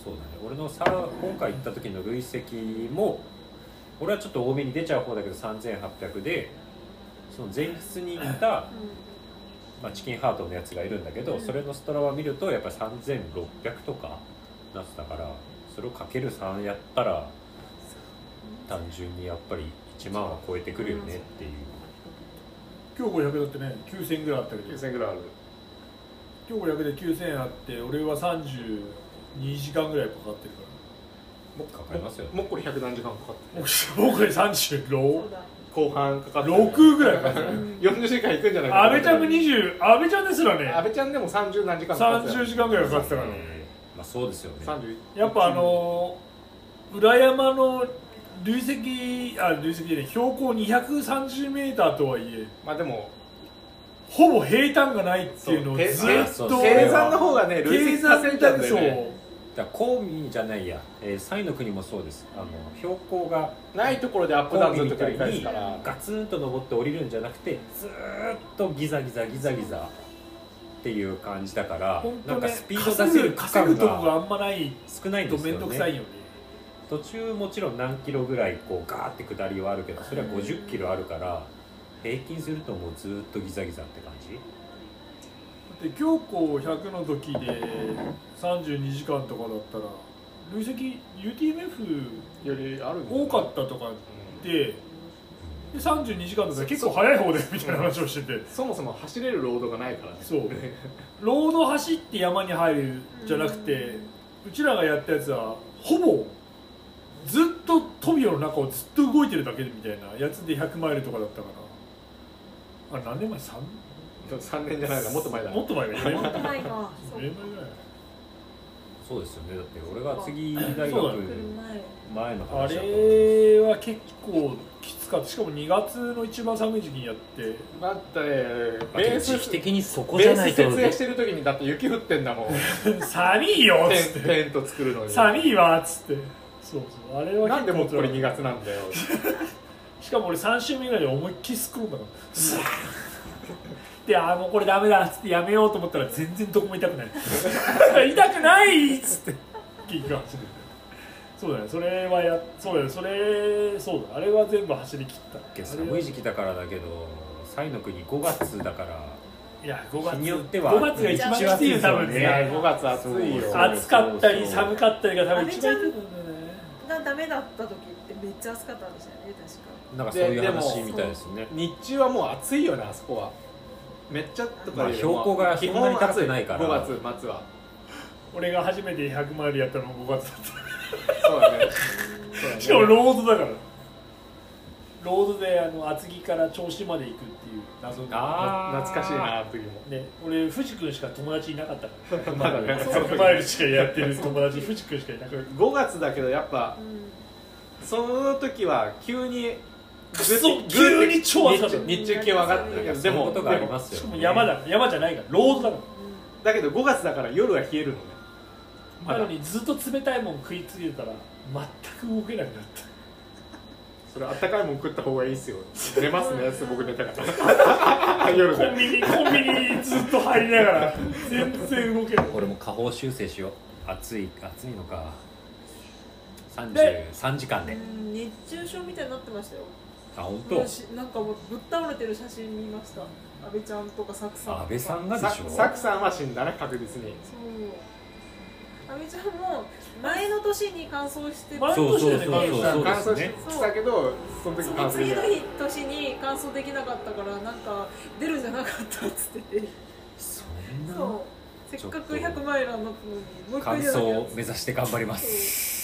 [SPEAKER 4] そうだね俺のさ今回行った時の累積も俺はちょっと多めに出ちゃう方だけど3800でその前日に行った、まあ、チキンハートのやつがいるんだけど、
[SPEAKER 6] うん
[SPEAKER 4] それのストラバ見るとやっぱり3600とかなってたからそれをかける3やったら単純にやっぱり1万は超えてくるよねっていう
[SPEAKER 3] 今日500だってね9000円ぐらいあったけど
[SPEAKER 1] 9000円ぐらいある
[SPEAKER 3] 今日500で9000円あって俺は32時間ぐらいかかってるか
[SPEAKER 1] も
[SPEAKER 3] ら
[SPEAKER 4] かかりますよね
[SPEAKER 1] もうこれ100何時間かかっ
[SPEAKER 3] 僕で36
[SPEAKER 6] そうだ
[SPEAKER 1] た後半かかった
[SPEAKER 3] 6ぐらいかかってる
[SPEAKER 1] 40時間いくんじゃないかな
[SPEAKER 3] 安倍ちゃんも20安倍ちゃんですら
[SPEAKER 1] 安
[SPEAKER 3] ね
[SPEAKER 1] 倍ちゃんでも30何時間かかってた
[SPEAKER 3] 30時間ぐらいかかってたからね
[SPEAKER 4] まあそうですよね
[SPEAKER 1] 31
[SPEAKER 3] やっぱあのー裏山の累積あ累積で、ね、標高230メーターとはいえ
[SPEAKER 1] まあでも
[SPEAKER 3] ほぼ平坦がないっていうのを
[SPEAKER 1] そう
[SPEAKER 3] ず
[SPEAKER 4] て
[SPEAKER 3] っと
[SPEAKER 4] て
[SPEAKER 1] 計算の方がね累
[SPEAKER 3] 計
[SPEAKER 1] 積さ
[SPEAKER 3] 算
[SPEAKER 1] せ
[SPEAKER 3] み
[SPEAKER 1] た
[SPEAKER 3] た
[SPEAKER 1] ん
[SPEAKER 3] い
[SPEAKER 1] だ
[SPEAKER 3] そ
[SPEAKER 1] よ
[SPEAKER 3] う
[SPEAKER 1] ね
[SPEAKER 4] だからコーミーじゃないや、えー、サイの国もそうですあの標高が
[SPEAKER 1] ないところでアップダウンずっと繰り返すから
[SPEAKER 4] ガツンと登って降りるんじゃなくてずーっとギザギザギザギザっていう感じだから、
[SPEAKER 3] 本
[SPEAKER 4] なん
[SPEAKER 3] 当
[SPEAKER 4] か
[SPEAKER 3] ね
[SPEAKER 4] スピード出
[SPEAKER 3] 稼
[SPEAKER 4] せ
[SPEAKER 3] ぐ
[SPEAKER 4] る区間
[SPEAKER 3] 稼ぐとこが
[SPEAKER 4] が
[SPEAKER 3] あんまない
[SPEAKER 4] 少ないんで
[SPEAKER 3] と
[SPEAKER 4] す
[SPEAKER 3] め
[SPEAKER 4] よ
[SPEAKER 3] んどくさい
[SPEAKER 4] ね
[SPEAKER 3] よね
[SPEAKER 4] 途中もちろん何キロぐらいこうガーって下りはあるけどそれは50キロあるから平均するともうずーっとギザギザって感じ
[SPEAKER 3] で京子100の時で32時間とかだったら累積 UTMF
[SPEAKER 1] よりあるんだ
[SPEAKER 3] 多かったとかでで32時間だったら結構早い方でみたいな話をしてて
[SPEAKER 1] そもそも走れるロードがないからね
[SPEAKER 3] そうロード走って山に入るじゃなくてうちらがやったやつはほぼずっとトビオの中をずっと動いてるだけみたいなやつで100マイルとかだったからあ何年前3
[SPEAKER 1] 3年じゃないかもっと前だ
[SPEAKER 3] もっと前だよね
[SPEAKER 6] もっと前かそう
[SPEAKER 3] 0
[SPEAKER 6] 来
[SPEAKER 3] 年前ぐらい
[SPEAKER 4] そうですよねだって俺が次大
[SPEAKER 3] そう
[SPEAKER 4] 学
[SPEAKER 3] だね
[SPEAKER 6] る前
[SPEAKER 4] 前の
[SPEAKER 3] あ
[SPEAKER 4] 話だと思うんです
[SPEAKER 3] れは結構きつかったしかも2月の一番寒い時期にやって
[SPEAKER 1] だってね
[SPEAKER 4] まあ
[SPEAKER 1] ベース
[SPEAKER 4] 時期的にそこじ
[SPEAKER 1] ベ
[SPEAKER 4] ゃ
[SPEAKER 1] ー
[SPEAKER 4] ない
[SPEAKER 1] ス
[SPEAKER 4] と
[SPEAKER 1] 設営してる時にだって雪降ってんだもん
[SPEAKER 3] 寒いよっつ
[SPEAKER 1] テ
[SPEAKER 3] っ
[SPEAKER 1] ン
[SPEAKER 3] て
[SPEAKER 1] テント作るのに
[SPEAKER 3] 寒いわっつってそうそうあれは
[SPEAKER 1] なんでもっこり
[SPEAKER 3] 辛い
[SPEAKER 1] 2月なんだよ
[SPEAKER 3] しかも俺3週目ぐらいで思いっきりすくんだからスワーッでああもうこれダメだっつってやめようと思ったら全然どこも痛くない痛くないっつって結局走るそうだねそれはやそうだねそれそうだあれは全部走り切った
[SPEAKER 4] けど寒い時期だからだけどサイの国5月だから
[SPEAKER 3] いや5月
[SPEAKER 4] 日によっては
[SPEAKER 3] 5月が一番きついよ多分
[SPEAKER 1] い
[SPEAKER 3] ね
[SPEAKER 1] や5月暑いよ
[SPEAKER 4] そう
[SPEAKER 3] 暑かったり寒かったりが多分一番きつい
[SPEAKER 6] あれ
[SPEAKER 3] と思うんだよね
[SPEAKER 6] がダメだった時ってめっちゃ暑かったんですよね確か
[SPEAKER 4] なんかそういう
[SPEAKER 1] ででも
[SPEAKER 4] 話みたいですね
[SPEAKER 1] 日中はもう暑いよねあそこはめっちゃとかよりも
[SPEAKER 4] まあ標高がそんなに高くないから
[SPEAKER 1] 基本暑い5月末は
[SPEAKER 3] 俺が初めて100マイルやったのも5月だった
[SPEAKER 1] そうだ ね
[SPEAKER 3] しか
[SPEAKER 1] そう
[SPEAKER 3] も
[SPEAKER 1] だね
[SPEAKER 3] ロードだからロードであの厚木から銚子まで行くっていう謎の
[SPEAKER 1] な
[SPEAKER 4] あー
[SPEAKER 1] 懐かしいなあの時も
[SPEAKER 3] ね、俺藤君しか友達いなかったから
[SPEAKER 1] まだね
[SPEAKER 3] 100マイルしかやってる友達藤君しかいなかった
[SPEAKER 1] 5月だけどやっぱ
[SPEAKER 6] うん
[SPEAKER 1] その時は急に
[SPEAKER 3] くそ急に超暑かっ
[SPEAKER 1] 日
[SPEAKER 3] た
[SPEAKER 1] 中日中気は上がってるけどで
[SPEAKER 4] そういう
[SPEAKER 1] も
[SPEAKER 4] ことがあります
[SPEAKER 3] しか
[SPEAKER 4] よ、
[SPEAKER 3] も
[SPEAKER 4] ね、
[SPEAKER 3] 山だ山じゃないからロードだか
[SPEAKER 1] だけど5月だから夜は冷えるのねま
[SPEAKER 3] ら
[SPEAKER 1] だ
[SPEAKER 3] なのにずっと冷たいもん食いついてたら全く動けなくなっ
[SPEAKER 1] それあったかいもん食った方がいいっすよ寝ますね僕寝たから夜
[SPEAKER 3] たコン
[SPEAKER 1] で
[SPEAKER 3] ビニコンビニずっと入りながら全然動けない
[SPEAKER 4] 俺も下方修正しよう暑い暑いのか
[SPEAKER 3] で
[SPEAKER 4] 33時間で、
[SPEAKER 6] うん熱中症みたいになってましたよ
[SPEAKER 4] あ本当
[SPEAKER 6] 私なんかもうぶっ倒れてる写真見ました安倍ちゃんとかサクさんとか
[SPEAKER 4] 安倍さんがで
[SPEAKER 1] さ
[SPEAKER 4] しょ
[SPEAKER 1] サクさんは死んだね確実に
[SPEAKER 6] そう安倍ちゃんも前の年に乾燥して
[SPEAKER 3] 前
[SPEAKER 4] そうそうそう
[SPEAKER 3] 半年だ
[SPEAKER 1] 乾
[SPEAKER 4] そうで
[SPEAKER 1] 燥
[SPEAKER 4] す
[SPEAKER 1] し
[SPEAKER 4] ね
[SPEAKER 1] てたけどその時
[SPEAKER 6] そ
[SPEAKER 1] 乾燥
[SPEAKER 6] の次
[SPEAKER 1] し
[SPEAKER 6] の
[SPEAKER 1] て
[SPEAKER 6] 日年に乾燥できなかったからなんか出るんじゃなかったっつってて
[SPEAKER 4] そんな
[SPEAKER 6] そうせっかく
[SPEAKER 4] ちょっと
[SPEAKER 6] 100マイラーになったのにもう一
[SPEAKER 4] 乾
[SPEAKER 6] 回出なきゃ
[SPEAKER 4] 燥
[SPEAKER 6] っ
[SPEAKER 4] を
[SPEAKER 6] つって
[SPEAKER 4] 目指して頑張ります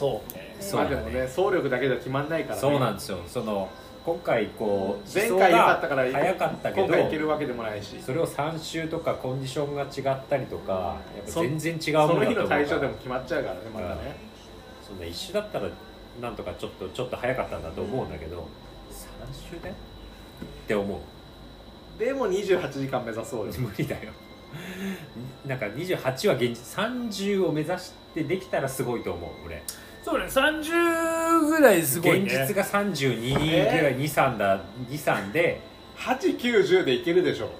[SPEAKER 3] そうね
[SPEAKER 4] そう
[SPEAKER 1] まあで
[SPEAKER 4] だね
[SPEAKER 1] もね総力だけじゃ決まんないからね
[SPEAKER 4] そうなんですよその今回こう
[SPEAKER 1] 前回良かったから
[SPEAKER 4] 思想が早かったけ
[SPEAKER 1] 今回いける
[SPEAKER 4] ど
[SPEAKER 1] わけでもないし
[SPEAKER 4] それを3週とかコンディションが違ったりとかやっぱ
[SPEAKER 1] そ
[SPEAKER 4] 全然違う
[SPEAKER 1] その
[SPEAKER 4] ものだと
[SPEAKER 1] 日
[SPEAKER 4] 思
[SPEAKER 1] の
[SPEAKER 4] うから
[SPEAKER 1] 対象でも決まっちゃうからねまだね
[SPEAKER 4] そんな一週だったらなんとかちょっとちょっと早かったんだと思うんだけど3週でって思う
[SPEAKER 1] でも28時間目指そうよ
[SPEAKER 4] 無理だよ なんか28は現実30を目指してできたらすごいと思う俺
[SPEAKER 3] そうね30ぐらいすごいね
[SPEAKER 4] 現実が32ぐらい23だ23で
[SPEAKER 1] 890でいけるでしょ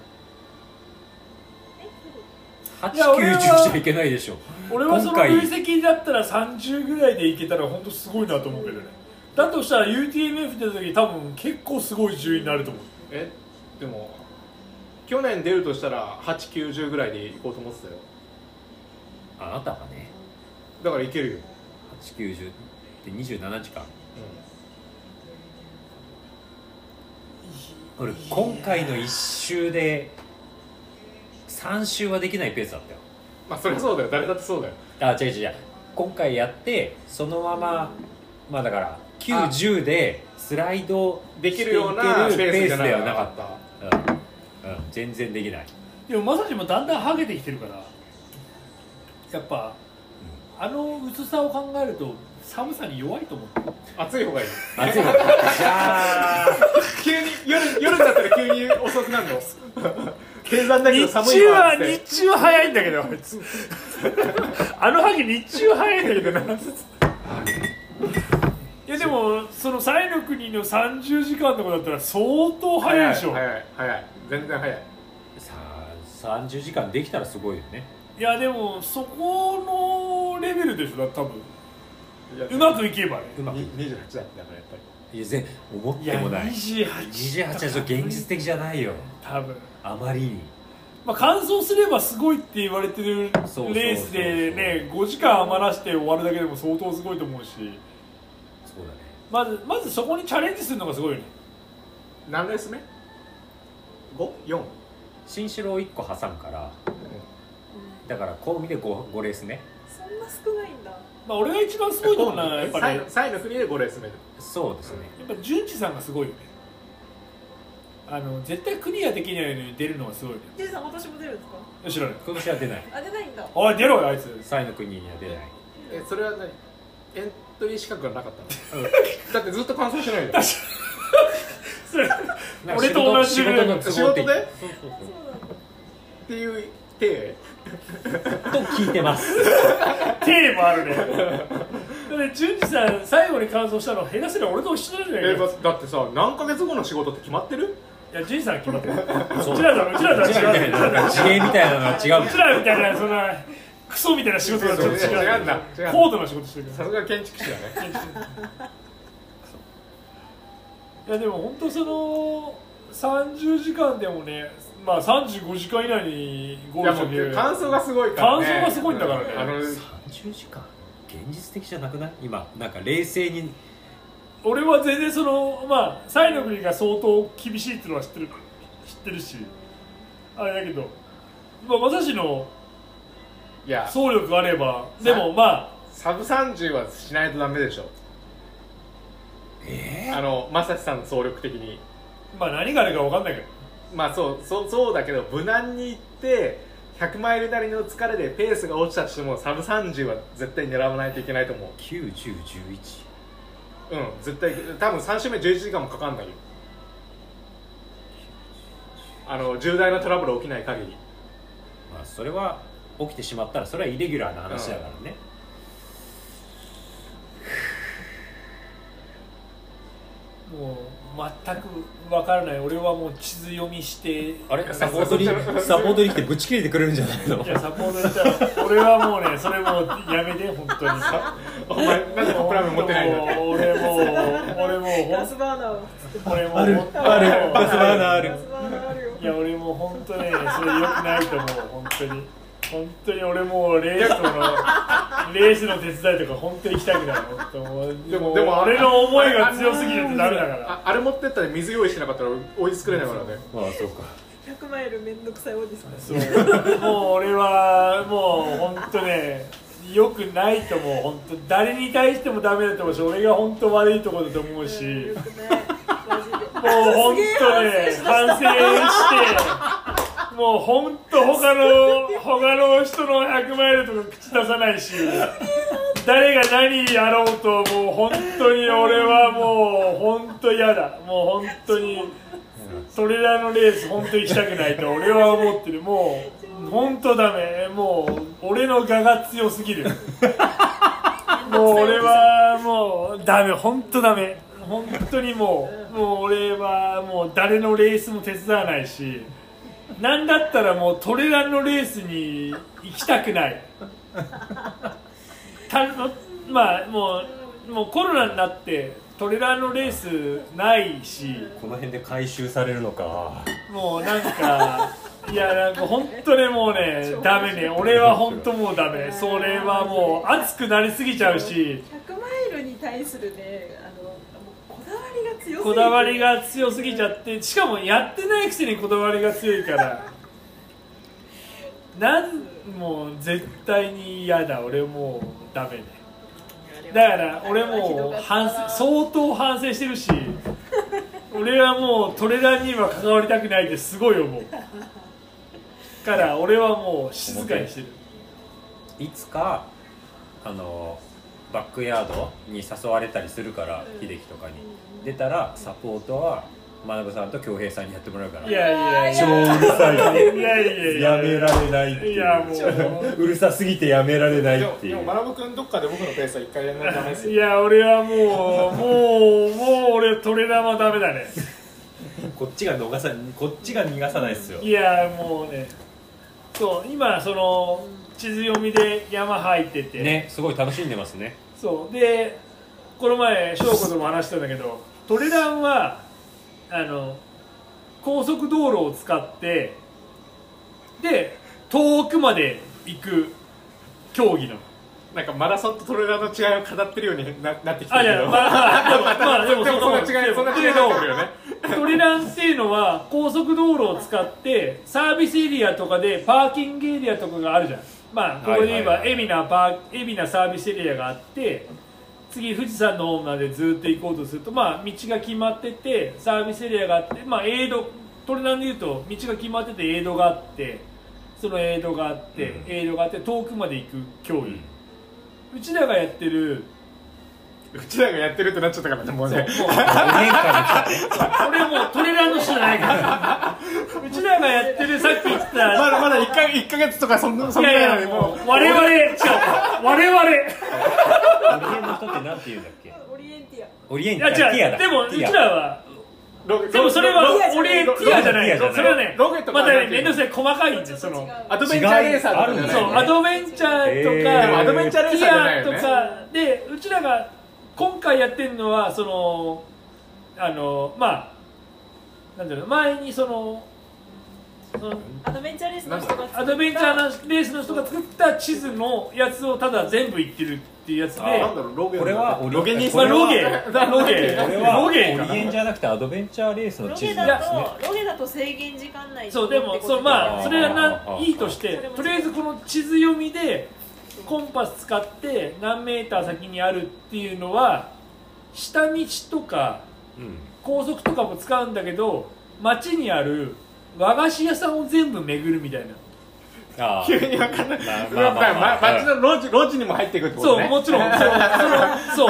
[SPEAKER 4] 8、
[SPEAKER 3] や俺は
[SPEAKER 4] 9、10じゃいけないでしょ
[SPEAKER 3] 俺はその
[SPEAKER 4] 今回
[SPEAKER 3] 累積だったら30ぐらいでいけたら本当すごいなと思うけどねだとしたら UTMF 出た時多分結構すごい順位になると思う
[SPEAKER 1] えでも去年出るとしたら890ぐらいで行こうと思ってたよ
[SPEAKER 4] あなたがね
[SPEAKER 1] だからいけるよ、
[SPEAKER 4] 8、9、10で27時間俺今回の1周で3周はできないペースだったよ
[SPEAKER 1] まあそりゃそうだよ誰だってそうだよ
[SPEAKER 4] あ違う違う違う今回やってそのまままあだから90でスライド
[SPEAKER 1] できるような
[SPEAKER 4] して
[SPEAKER 1] ペ
[SPEAKER 4] いけ
[SPEAKER 1] ー
[SPEAKER 4] るペ
[SPEAKER 1] スじ
[SPEAKER 4] ー
[SPEAKER 1] ゃ
[SPEAKER 4] ス
[SPEAKER 1] な
[SPEAKER 4] ではな
[SPEAKER 1] か
[SPEAKER 4] か
[SPEAKER 1] っ
[SPEAKER 4] ったた、うんうん、全然できない
[SPEAKER 3] でもまさしもだんだんハゲてきてるからやっぱあの薄さを考えると寒さに弱いと思う
[SPEAKER 1] 暑い方がいい
[SPEAKER 4] 暑いのじゃあ
[SPEAKER 1] 急に夜夜になったら急に遅くなる の計算だけど
[SPEAKER 3] 日
[SPEAKER 1] 寒い
[SPEAKER 3] 中
[SPEAKER 1] わ
[SPEAKER 3] は
[SPEAKER 1] っ
[SPEAKER 3] 日
[SPEAKER 1] て
[SPEAKER 3] 中は早いんだけどあいつあのハゲ日中は早いんだけどないやでもそのサイの国の30時間とかだったら相当早いでしょ
[SPEAKER 1] 早い早い全然早い
[SPEAKER 4] さあ30時間できたらすごいよね
[SPEAKER 3] いやでもそこのレベルでしょだって多分
[SPEAKER 1] いや
[SPEAKER 3] うまくいけばね
[SPEAKER 4] うまくい
[SPEAKER 1] に28だったからやっぱり
[SPEAKER 4] いやぜ思ってもない
[SPEAKER 3] 28
[SPEAKER 4] 28はちょっと現実的じゃないよ
[SPEAKER 3] 多分
[SPEAKER 4] あまりに
[SPEAKER 3] まあ完走すればすごいって言われてるレ
[SPEAKER 4] そうそうそう
[SPEAKER 3] ースでね5時間余らして終わるだけでも相当すごいと思うし
[SPEAKER 4] そうだね
[SPEAKER 3] まずまずそこにチャレンジするのがすごいよね
[SPEAKER 1] 何レース目 ?54
[SPEAKER 4] 新城を1個挟むからだからこう見て 5, 5レース目
[SPEAKER 6] そんな少ないんだ
[SPEAKER 3] まあ俺が一番すごいと思うのはやっぱね
[SPEAKER 1] 3位の三位の国で5レース目
[SPEAKER 4] そうですね、
[SPEAKER 3] やっぱ淳二さんがすごいよねあの絶対クリアできないのに出るのがすごいよ
[SPEAKER 6] ジェイさん私も出るんですか
[SPEAKER 3] ね知らない
[SPEAKER 4] 今年は出ない
[SPEAKER 6] あ出ないんだ
[SPEAKER 3] おい出ろよあいつ
[SPEAKER 4] サイの国には出ない
[SPEAKER 1] えそれは何エントリー資格がなかったの、 だってずっと完走しないで
[SPEAKER 4] なんか
[SPEAKER 3] 俺と同じ
[SPEAKER 4] 仕事の都合って
[SPEAKER 1] 仕事で
[SPEAKER 4] そうそう
[SPEAKER 6] そうなんだ
[SPEAKER 1] っていう手
[SPEAKER 4] そうと聞いてます
[SPEAKER 3] テーマあるねだって淳二さん最後に感想したの下手すりゃ俺と一緒なんじゃない
[SPEAKER 1] え
[SPEAKER 3] か
[SPEAKER 1] だだってさ何ヶ月後の仕事って決まってる
[SPEAKER 3] いや淳二さんは決まってる
[SPEAKER 4] そう
[SPEAKER 3] うちらとはうちらとは
[SPEAKER 4] うちらみ
[SPEAKER 3] 違う
[SPEAKER 4] たいななんか地形みたいなのは違う
[SPEAKER 3] うちらみたいなそんなクソみたいな仕事がちょ
[SPEAKER 1] 違う
[SPEAKER 3] っと違
[SPEAKER 1] 違う
[SPEAKER 3] うんん
[SPEAKER 1] だ
[SPEAKER 3] だ
[SPEAKER 1] 違うんだ
[SPEAKER 3] 高度な仕事してるか
[SPEAKER 1] さ
[SPEAKER 3] ら
[SPEAKER 1] すが建築士だね
[SPEAKER 3] いやでも本当その30時間でもねまあ35時間以内に
[SPEAKER 1] い
[SPEAKER 3] ゴー
[SPEAKER 1] や
[SPEAKER 3] ルし
[SPEAKER 1] も
[SPEAKER 3] なきゃいけ
[SPEAKER 1] う
[SPEAKER 3] ない
[SPEAKER 1] 感想がすごいからね
[SPEAKER 3] 感想がすごいんだからね
[SPEAKER 1] あの
[SPEAKER 4] 30時間現実的じゃなくない今なんか冷静に
[SPEAKER 3] 俺は全然そのまあサイの国が相当厳しいっていうのは知ってる知ってるしあれだけどまあまさしの
[SPEAKER 1] いや
[SPEAKER 3] 総力あればでもま
[SPEAKER 1] サブ30はしないとダメでしょ
[SPEAKER 4] え
[SPEAKER 1] あのまさしさんの総力的に
[SPEAKER 3] あまあ何があるか分かんないけど
[SPEAKER 1] まあそうそうそうだけど無難にいって100マイルなりの疲れでペースが落ちたとしてもサブ30は絶対狙わないといけないと思う
[SPEAKER 4] ー、9011
[SPEAKER 1] うん絶対多分3周目11時間もかかんないよあの重大なトラブル起きない限り
[SPEAKER 4] まあそれは起きてしまったらそれはイレギュラーな話だからね、
[SPEAKER 3] もう全く分からない俺はもう地図読みして
[SPEAKER 4] あれサポートにサポートに来てぶち切れてくれるんじゃないの
[SPEAKER 3] いやサポートしたら俺はもうねそれもうやめて本当に
[SPEAKER 1] お前なんでカップラーメン持ってないんだ
[SPEAKER 3] もう俺もう俺もうほ
[SPEAKER 6] ガ
[SPEAKER 3] ん
[SPEAKER 6] スバーナーを
[SPEAKER 3] 俺もう本当に
[SPEAKER 4] あるバスバーナーあ
[SPEAKER 6] ガ
[SPEAKER 4] る
[SPEAKER 6] スバーナーあるよ
[SPEAKER 3] いや俺もう本当ねそれ良くないと思う本当に本当に俺もうレースのレースの手伝いとか本当に行きたくない本当もう
[SPEAKER 1] でも
[SPEAKER 3] う
[SPEAKER 1] でも
[SPEAKER 3] 俺の思いが強すぎるってダメだから
[SPEAKER 1] ああれ持ってったら水用意してなかったら追いつくれないからね
[SPEAKER 4] まあそうか
[SPEAKER 6] 100マイルめんどくさいおじさん
[SPEAKER 3] そう もう俺はもう本当ね良くないと思う本当誰に対してもダメだと思うし俺が本当悪いところだと思うし、
[SPEAKER 6] よくないマジで
[SPEAKER 3] もう本当ね反省してもう本当他の他の人の100マイルとか口出さないし誰が何やろうともう本当に俺はもう本当嫌だもう本当にそれらのレース本当に行きたくないと俺は思ってるもう本当ダメもう俺の我が強すぎるもう俺はもうダメ本当ダメ本当にもうもう俺はもう誰のレースも手伝わないしなんだったらもうトレランのレースに行きたくないたのまあもうもうコロナになってトレランのレースないし
[SPEAKER 4] この辺で回収されるのか
[SPEAKER 3] もうなんかいやなんか本当ねもうねダメね俺は本当もうダメそれはもう熱くなりすぎちゃうし
[SPEAKER 2] 100マイルに対するねあのもうこだわりが強すぎて
[SPEAKER 3] こだわりが強すぎちゃってしかもやってないくせにこだわりが強いから なんもう絶対に嫌だ俺もうダメねだから俺もう反省相当反省してる し俺はもうトレーラーには関わりたくないってすごい思うから俺はもう静かにしてる
[SPEAKER 4] いつかあのバックヤードに誘われたりするから秀樹とかに出たらサポートは学さんと恭平さんにやってもらうから
[SPEAKER 3] いやいやい
[SPEAKER 4] 超
[SPEAKER 3] や
[SPEAKER 4] うるさいって
[SPEAKER 3] いやいやいや
[SPEAKER 4] やめられないって
[SPEAKER 3] い
[SPEAKER 4] い
[SPEAKER 3] やも
[SPEAKER 4] ううるさすぎてやめられない
[SPEAKER 1] で
[SPEAKER 4] っ
[SPEAKER 1] も
[SPEAKER 4] てい
[SPEAKER 1] で
[SPEAKER 4] う
[SPEAKER 1] も学ぶ君どっかで僕のペースは一回やらないとダメです
[SPEAKER 3] うい
[SPEAKER 1] よ
[SPEAKER 3] や俺はもうもうもう俺トレーラーはダメだね
[SPEAKER 4] こっちが逃さこっちが逃がさないですよ
[SPEAKER 3] いやもうねそう今その地図読みで山入ってて
[SPEAKER 4] ねすごい楽しんでますね
[SPEAKER 3] そうでこの前翔子とも話したんだけどトレランはあの高速道路を使ってで遠くまで行く競技なの
[SPEAKER 1] なんかマラソンとトレーラーの違いを語ってるようにななってきて
[SPEAKER 3] あ
[SPEAKER 1] る
[SPEAKER 3] い
[SPEAKER 1] け
[SPEAKER 3] や
[SPEAKER 1] ど
[SPEAKER 3] まあまあでも
[SPEAKER 1] でもそんな違いそんな違いがあるよね
[SPEAKER 3] トレランっていうのは高速道路を使ってサービスエリアとかでパーキングエリアとかがあるじゃんまあここで言え
[SPEAKER 4] はい
[SPEAKER 3] ば
[SPEAKER 4] はいはい
[SPEAKER 3] 海老名パー海老名サービスエリアがあって次富士山の方までずっと行こうとするとまあ道が決まっててサービスエリアがあってまあエイドトレランでいうと道が決まっててエイドがあってそのエイドがあって、
[SPEAKER 4] うん
[SPEAKER 3] エイドがあって遠くまで行く競技、うちらがやってる
[SPEAKER 1] うちらがやってるってなっちゃったからね もうね
[SPEAKER 3] もう俺もうトレーラーの人じゃないからうちらがやってるさっき言った
[SPEAKER 1] まだまだ一か一ヶ月とかそんなそん
[SPEAKER 3] い
[SPEAKER 1] な
[SPEAKER 3] やい
[SPEAKER 1] のに
[SPEAKER 3] やも
[SPEAKER 1] も
[SPEAKER 3] う我々違う我々
[SPEAKER 4] オリエンの人ってなんて言うんだっけ
[SPEAKER 2] オリエンティア
[SPEAKER 4] オリエン
[SPEAKER 3] い
[SPEAKER 4] ティア
[SPEAKER 3] や
[SPEAKER 4] ティ
[SPEAKER 3] 違
[SPEAKER 4] アだ
[SPEAKER 3] うでもう
[SPEAKER 4] テ
[SPEAKER 3] ち
[SPEAKER 4] ィア
[SPEAKER 3] らは
[SPEAKER 1] ロ
[SPEAKER 3] でもそれは
[SPEAKER 1] ロ
[SPEAKER 3] 俺ティアじゃない
[SPEAKER 4] ロケット
[SPEAKER 3] それはね
[SPEAKER 1] ロケット
[SPEAKER 3] またね
[SPEAKER 1] ロケ
[SPEAKER 3] 面
[SPEAKER 1] ット
[SPEAKER 3] 倒くさい細かいんでその
[SPEAKER 1] アドベンチャーレーサーとかじゃ
[SPEAKER 4] 違
[SPEAKER 1] ない
[SPEAKER 4] いあるん
[SPEAKER 3] そ
[SPEAKER 4] だ
[SPEAKER 3] うアドベンチャーと
[SPEAKER 4] へーでも
[SPEAKER 3] か
[SPEAKER 4] アドベ
[SPEAKER 1] ンチャーレーサーじゃないよね
[SPEAKER 3] ティアとかでうちらが今回やってるのはそのあのまあなんだろうの前にそのその
[SPEAKER 6] アドベンチャーレースの人が
[SPEAKER 3] アドベンチャーなレースの人が作った地図のやつをただ全部言ってるっていうやつで
[SPEAKER 4] あー
[SPEAKER 1] なんだろうロゲ
[SPEAKER 4] これはオリ
[SPEAKER 1] ロゲに
[SPEAKER 3] まあ、ロゲ
[SPEAKER 4] こ
[SPEAKER 3] ロゲ
[SPEAKER 4] これは
[SPEAKER 3] ロ
[SPEAKER 4] オリ
[SPEAKER 3] ゲか
[SPEAKER 4] エンじゃなくてアドベンチャーレースの
[SPEAKER 6] ロ
[SPEAKER 4] 地
[SPEAKER 6] ゲ
[SPEAKER 4] 図なん
[SPEAKER 6] だ
[SPEAKER 4] ですね
[SPEAKER 6] とロゲだと制限時間内
[SPEAKER 3] そうでも
[SPEAKER 6] ってこと
[SPEAKER 3] そうまあ
[SPEAKER 4] あー
[SPEAKER 3] それは
[SPEAKER 4] あー
[SPEAKER 3] な
[SPEAKER 4] あー
[SPEAKER 3] いいとしてとりあえずこの地図読みでコンパス使って何メーター先にあるっていうのは下道とか
[SPEAKER 4] うん
[SPEAKER 3] 高速とかも使うんだけど街にある和菓子屋さんを全部巡るみたいな
[SPEAKER 4] あ
[SPEAKER 1] 急にわかんない
[SPEAKER 4] まあ
[SPEAKER 1] ま
[SPEAKER 4] まあ
[SPEAKER 1] あま
[SPEAKER 4] まあまあ
[SPEAKER 1] あ街の路地路地にも入っていくってこ
[SPEAKER 3] そ
[SPEAKER 1] と
[SPEAKER 3] う
[SPEAKER 1] ね
[SPEAKER 3] もちろんそうそう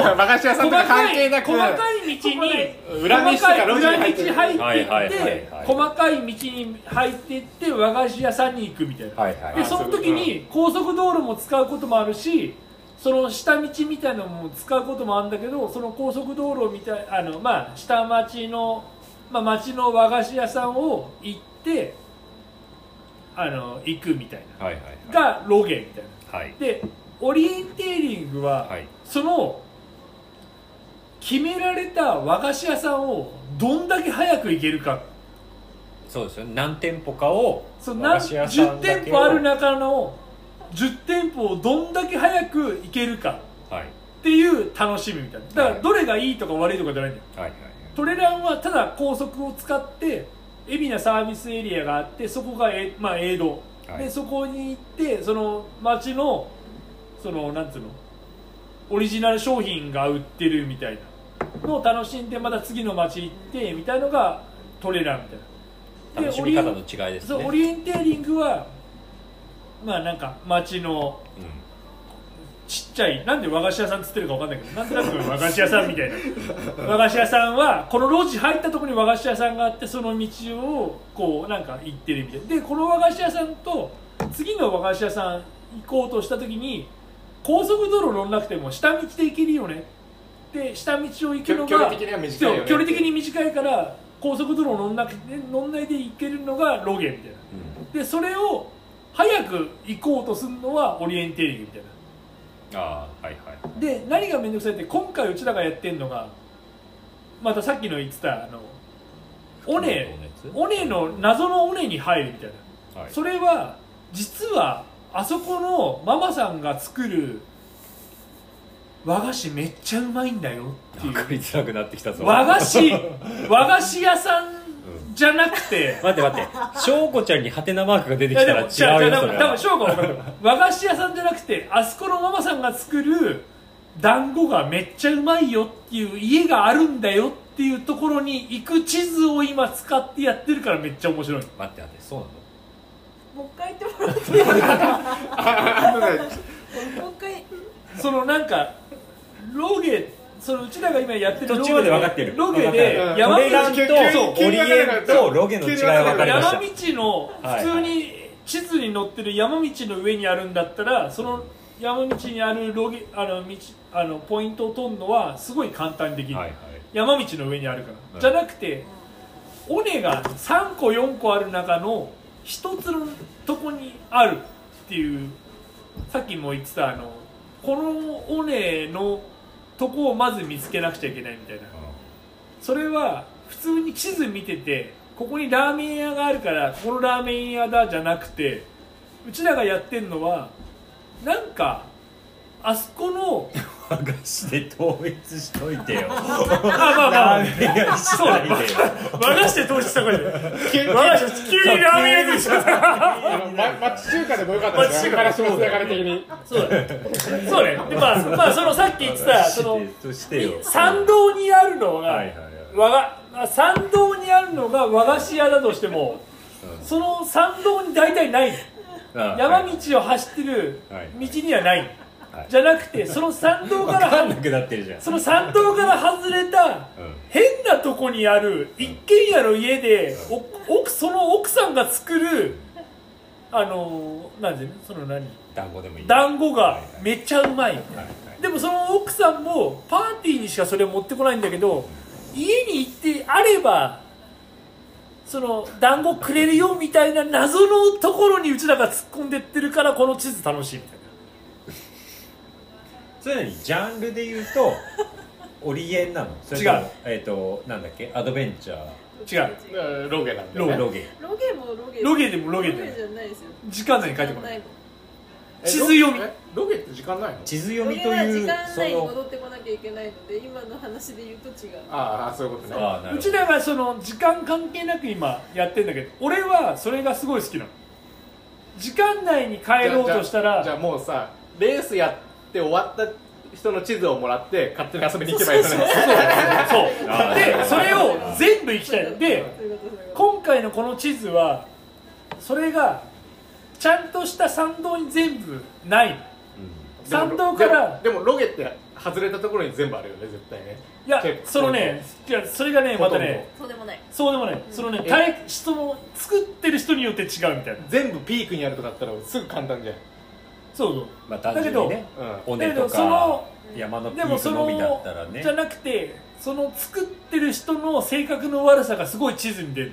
[SPEAKER 3] そ
[SPEAKER 1] 和
[SPEAKER 3] う
[SPEAKER 1] 菓子屋さんと
[SPEAKER 3] 細
[SPEAKER 1] か関
[SPEAKER 3] かい
[SPEAKER 1] 係なく
[SPEAKER 3] 細かい道に
[SPEAKER 1] 裏道とか路地に
[SPEAKER 3] 裏道
[SPEAKER 1] 入っ
[SPEAKER 3] 入って
[SPEAKER 1] て
[SPEAKER 3] い
[SPEAKER 1] る
[SPEAKER 4] はいはいはい
[SPEAKER 3] って
[SPEAKER 4] はい
[SPEAKER 3] 細かい道に入っていって和菓子屋さんに行くみたいな、
[SPEAKER 4] はいはい
[SPEAKER 3] でその時に高速道路も使うこともあるしその下道みたいなのも使うこともあるんだけどその高速道路みたいあの、まあ、下町の、まあ、町の和菓子屋さんを行ってあの行くみたいな、
[SPEAKER 4] はいはいはい
[SPEAKER 3] がロゲみたいな
[SPEAKER 4] はい
[SPEAKER 3] でオリエンテーリングは、
[SPEAKER 4] はい
[SPEAKER 3] その決められた和菓子屋さんをどんだけ早く行けるか
[SPEAKER 4] そうですよね何店舗かを
[SPEAKER 3] その何10店舗ある中の10店舗をどんだけ早く行けるか
[SPEAKER 4] はい
[SPEAKER 3] っていう楽しみみたいなだか
[SPEAKER 4] は
[SPEAKER 3] ら
[SPEAKER 4] い
[SPEAKER 3] どれがいいとか悪いとかじゃないんだよ
[SPEAKER 4] はいはい
[SPEAKER 3] トレランはただ高速を使って海老名サービスエリアがあってそこがえ、まあ、エイド、
[SPEAKER 4] はい
[SPEAKER 3] でそこに行ってその町のそのなんつうのオリジナル商品が売ってるみたいなのを楽しんでまた次の町行ってみたいのがトレランみたいな
[SPEAKER 4] 楽
[SPEAKER 3] で
[SPEAKER 4] し
[SPEAKER 3] オ
[SPEAKER 4] み
[SPEAKER 3] リエ
[SPEAKER 4] 方
[SPEAKER 3] ン
[SPEAKER 4] の違いです
[SPEAKER 3] そう
[SPEAKER 4] ね
[SPEAKER 3] オリエンテーリングはまあなんか町のちっちゃいなんで和菓子屋さんっつってるかわかんないけどなんとなく和菓子屋さんみたいな 和菓子屋さんはこの路地入ったところに和菓子屋さんがあってその道をこうなんか行ってるみたいでこの和菓子屋さんと次の和菓子屋さん行こうとした時に高速道路乗らなくても下道で行けるよねで下道を行くのが
[SPEAKER 1] 距離的には短いよね
[SPEAKER 3] そう距離的に短いから高速道路乗んな乗んないで行けるのがロゲみたいなでそれを早く行こうとするのはオリエンテーリングみたいな
[SPEAKER 4] ああはいはい
[SPEAKER 3] で何が面倒くさいって今回うちらがやってるのがまたさっきの言ってたあの尾根尾根の謎の尾根に入るみたいな
[SPEAKER 4] はい
[SPEAKER 3] それは実はあそこのママさんが作る和菓子めっちゃうまいんだよっていう
[SPEAKER 4] 分かりづらくなってきたぞ
[SPEAKER 3] 和菓子和菓子屋さんじゃなくて、
[SPEAKER 4] 待って待って翔子ちゃんにハテナマークが出てきたら違うよそ
[SPEAKER 3] じゃあ
[SPEAKER 4] れ
[SPEAKER 3] じゃあ多分多
[SPEAKER 4] は
[SPEAKER 3] 分翔子は分かる和菓子屋さんじゃなくてあそこのママさんが作る団子がめっちゃうまいよっていう家があるんだよっていうところに行く地図を今使ってやってるからめっちゃ面白い
[SPEAKER 4] 待って待ってそうなの
[SPEAKER 2] もう一回言ってもらっていいですかもう一回
[SPEAKER 3] そのなんかロゲそのうちらが今やってる
[SPEAKER 4] 途中まで分かってる
[SPEAKER 3] ロゲ
[SPEAKER 4] 分かって
[SPEAKER 3] で
[SPEAKER 4] る
[SPEAKER 3] 山
[SPEAKER 4] トレラン
[SPEAKER 3] 道
[SPEAKER 1] 急に
[SPEAKER 4] と
[SPEAKER 1] 急に
[SPEAKER 4] オリエンとロゲの違いは分かりました
[SPEAKER 3] 山道の
[SPEAKER 4] はい
[SPEAKER 3] 普通に地図に載ってる山道の上にあるんだったらその山道にあるロゲあの道あのポイントを取るのはすごい簡単にできる、
[SPEAKER 4] はいはい
[SPEAKER 3] 山道の上にあるから、
[SPEAKER 4] はい
[SPEAKER 3] じゃなくて尾根が3個4個ある中の1つのとこにあるっていうさっきも言ってたあのこの尾根のとこをまず見つけなくちゃいけないみたいなそれは普通に地図見ててここにラーメン屋があるからここのラーメン屋だじゃなくてうちらがやってるのはなんかあそこの
[SPEAKER 4] 和菓子で統一しといてよ
[SPEAKER 3] あまあまあ
[SPEAKER 4] ラーメン屋にしないでよ
[SPEAKER 3] 和菓子で統一したから和菓子急にラーメン屋でしょ
[SPEAKER 1] ま町中華でもよかったですね話のつながり的に
[SPEAKER 3] そうだねそうねでまあ、まあ、そのさっき言ってたその
[SPEAKER 4] としてよ
[SPEAKER 3] 参道にあるのが、
[SPEAKER 4] はいはいはい
[SPEAKER 3] 和があ参道にあるのが和菓子屋だとしても
[SPEAKER 4] うん
[SPEAKER 3] その参道に大体ない
[SPEAKER 4] あ
[SPEAKER 3] 山道を走ってる
[SPEAKER 4] はい
[SPEAKER 3] 道にはない
[SPEAKER 4] はい
[SPEAKER 3] じゃなくてその参道から
[SPEAKER 4] 分かん
[SPEAKER 3] は
[SPEAKER 4] なくなってるじゃん
[SPEAKER 3] その参道から外れた
[SPEAKER 4] うん
[SPEAKER 3] 変なとこにある一軒家の家でお奥その奥さんが作るあのなんでねその何
[SPEAKER 4] 団子でもいい
[SPEAKER 3] 団子がめっちゃうまい
[SPEAKER 4] はいはい
[SPEAKER 3] でもその奥さんもパーティーにしかそれを持ってこないんだけど家に行ってあればその団子くれるよみたいな謎のところにうちらが突っ込んでってるからこの地図楽しいみたい
[SPEAKER 4] それなにジャンルで言うとオリエンなのそれとも
[SPEAKER 3] 違う
[SPEAKER 4] えっ、となんだっけアドベンチャー
[SPEAKER 3] な違う
[SPEAKER 1] ロゲなんで、
[SPEAKER 3] ロゲ
[SPEAKER 1] ね、
[SPEAKER 4] ロゲ
[SPEAKER 6] ロゲもロゲ
[SPEAKER 3] ロゲでもロゲ
[SPEAKER 6] ロ
[SPEAKER 3] でも
[SPEAKER 6] ゲじゃないですよ
[SPEAKER 3] 時間内に書いてこな
[SPEAKER 6] ないい
[SPEAKER 3] 地図読み
[SPEAKER 1] えロゲって時間ないの
[SPEAKER 4] 地図
[SPEAKER 6] ロ
[SPEAKER 4] 読
[SPEAKER 6] ゲ
[SPEAKER 4] みと
[SPEAKER 6] は
[SPEAKER 4] い
[SPEAKER 6] 時
[SPEAKER 4] う
[SPEAKER 6] 間
[SPEAKER 4] そ
[SPEAKER 6] 内に
[SPEAKER 4] の
[SPEAKER 6] 戻ってこなきゃいけないので今の話で言うと違う
[SPEAKER 1] ああそういうことね
[SPEAKER 4] ああなる
[SPEAKER 3] う
[SPEAKER 4] ほ
[SPEAKER 3] ち
[SPEAKER 4] ど
[SPEAKER 3] らがその時間関係なく今やってんだけど俺はそれがすごい好きなの時間内に帰ろうとした
[SPEAKER 1] じゃあじゃあじゃ
[SPEAKER 3] ら
[SPEAKER 1] あもうさレースやって終わった人の地図をもらって勝手に遊びに行けばいいのね
[SPEAKER 3] そう
[SPEAKER 4] あー
[SPEAKER 3] でそれを全部行きたいので
[SPEAKER 6] そういうことそういうこ
[SPEAKER 3] 今回のこの地図はそれがちゃんとした参道に全部ない参道から
[SPEAKER 1] でもでもロゲって外れたところに全部あるよね絶対ね
[SPEAKER 3] いや
[SPEAKER 1] 結構
[SPEAKER 3] そのねいやそれがねまたね
[SPEAKER 6] とそうでもない
[SPEAKER 3] そうでもねそのね体人の作ってる人によって違うみたいな
[SPEAKER 1] 全部ピークにあるとかだったらすぐ簡単じゃん
[SPEAKER 3] そうそう
[SPEAKER 4] まあ単純にね
[SPEAKER 1] うん
[SPEAKER 4] 尾
[SPEAKER 3] だけ
[SPEAKER 4] 根と
[SPEAKER 3] どそ
[SPEAKER 4] か
[SPEAKER 3] の
[SPEAKER 4] 山のピ
[SPEAKER 3] でも
[SPEAKER 4] ーク
[SPEAKER 3] その
[SPEAKER 4] のみだったらね
[SPEAKER 3] じゃなくてその作ってる人の性格の悪さがすごい地図に出る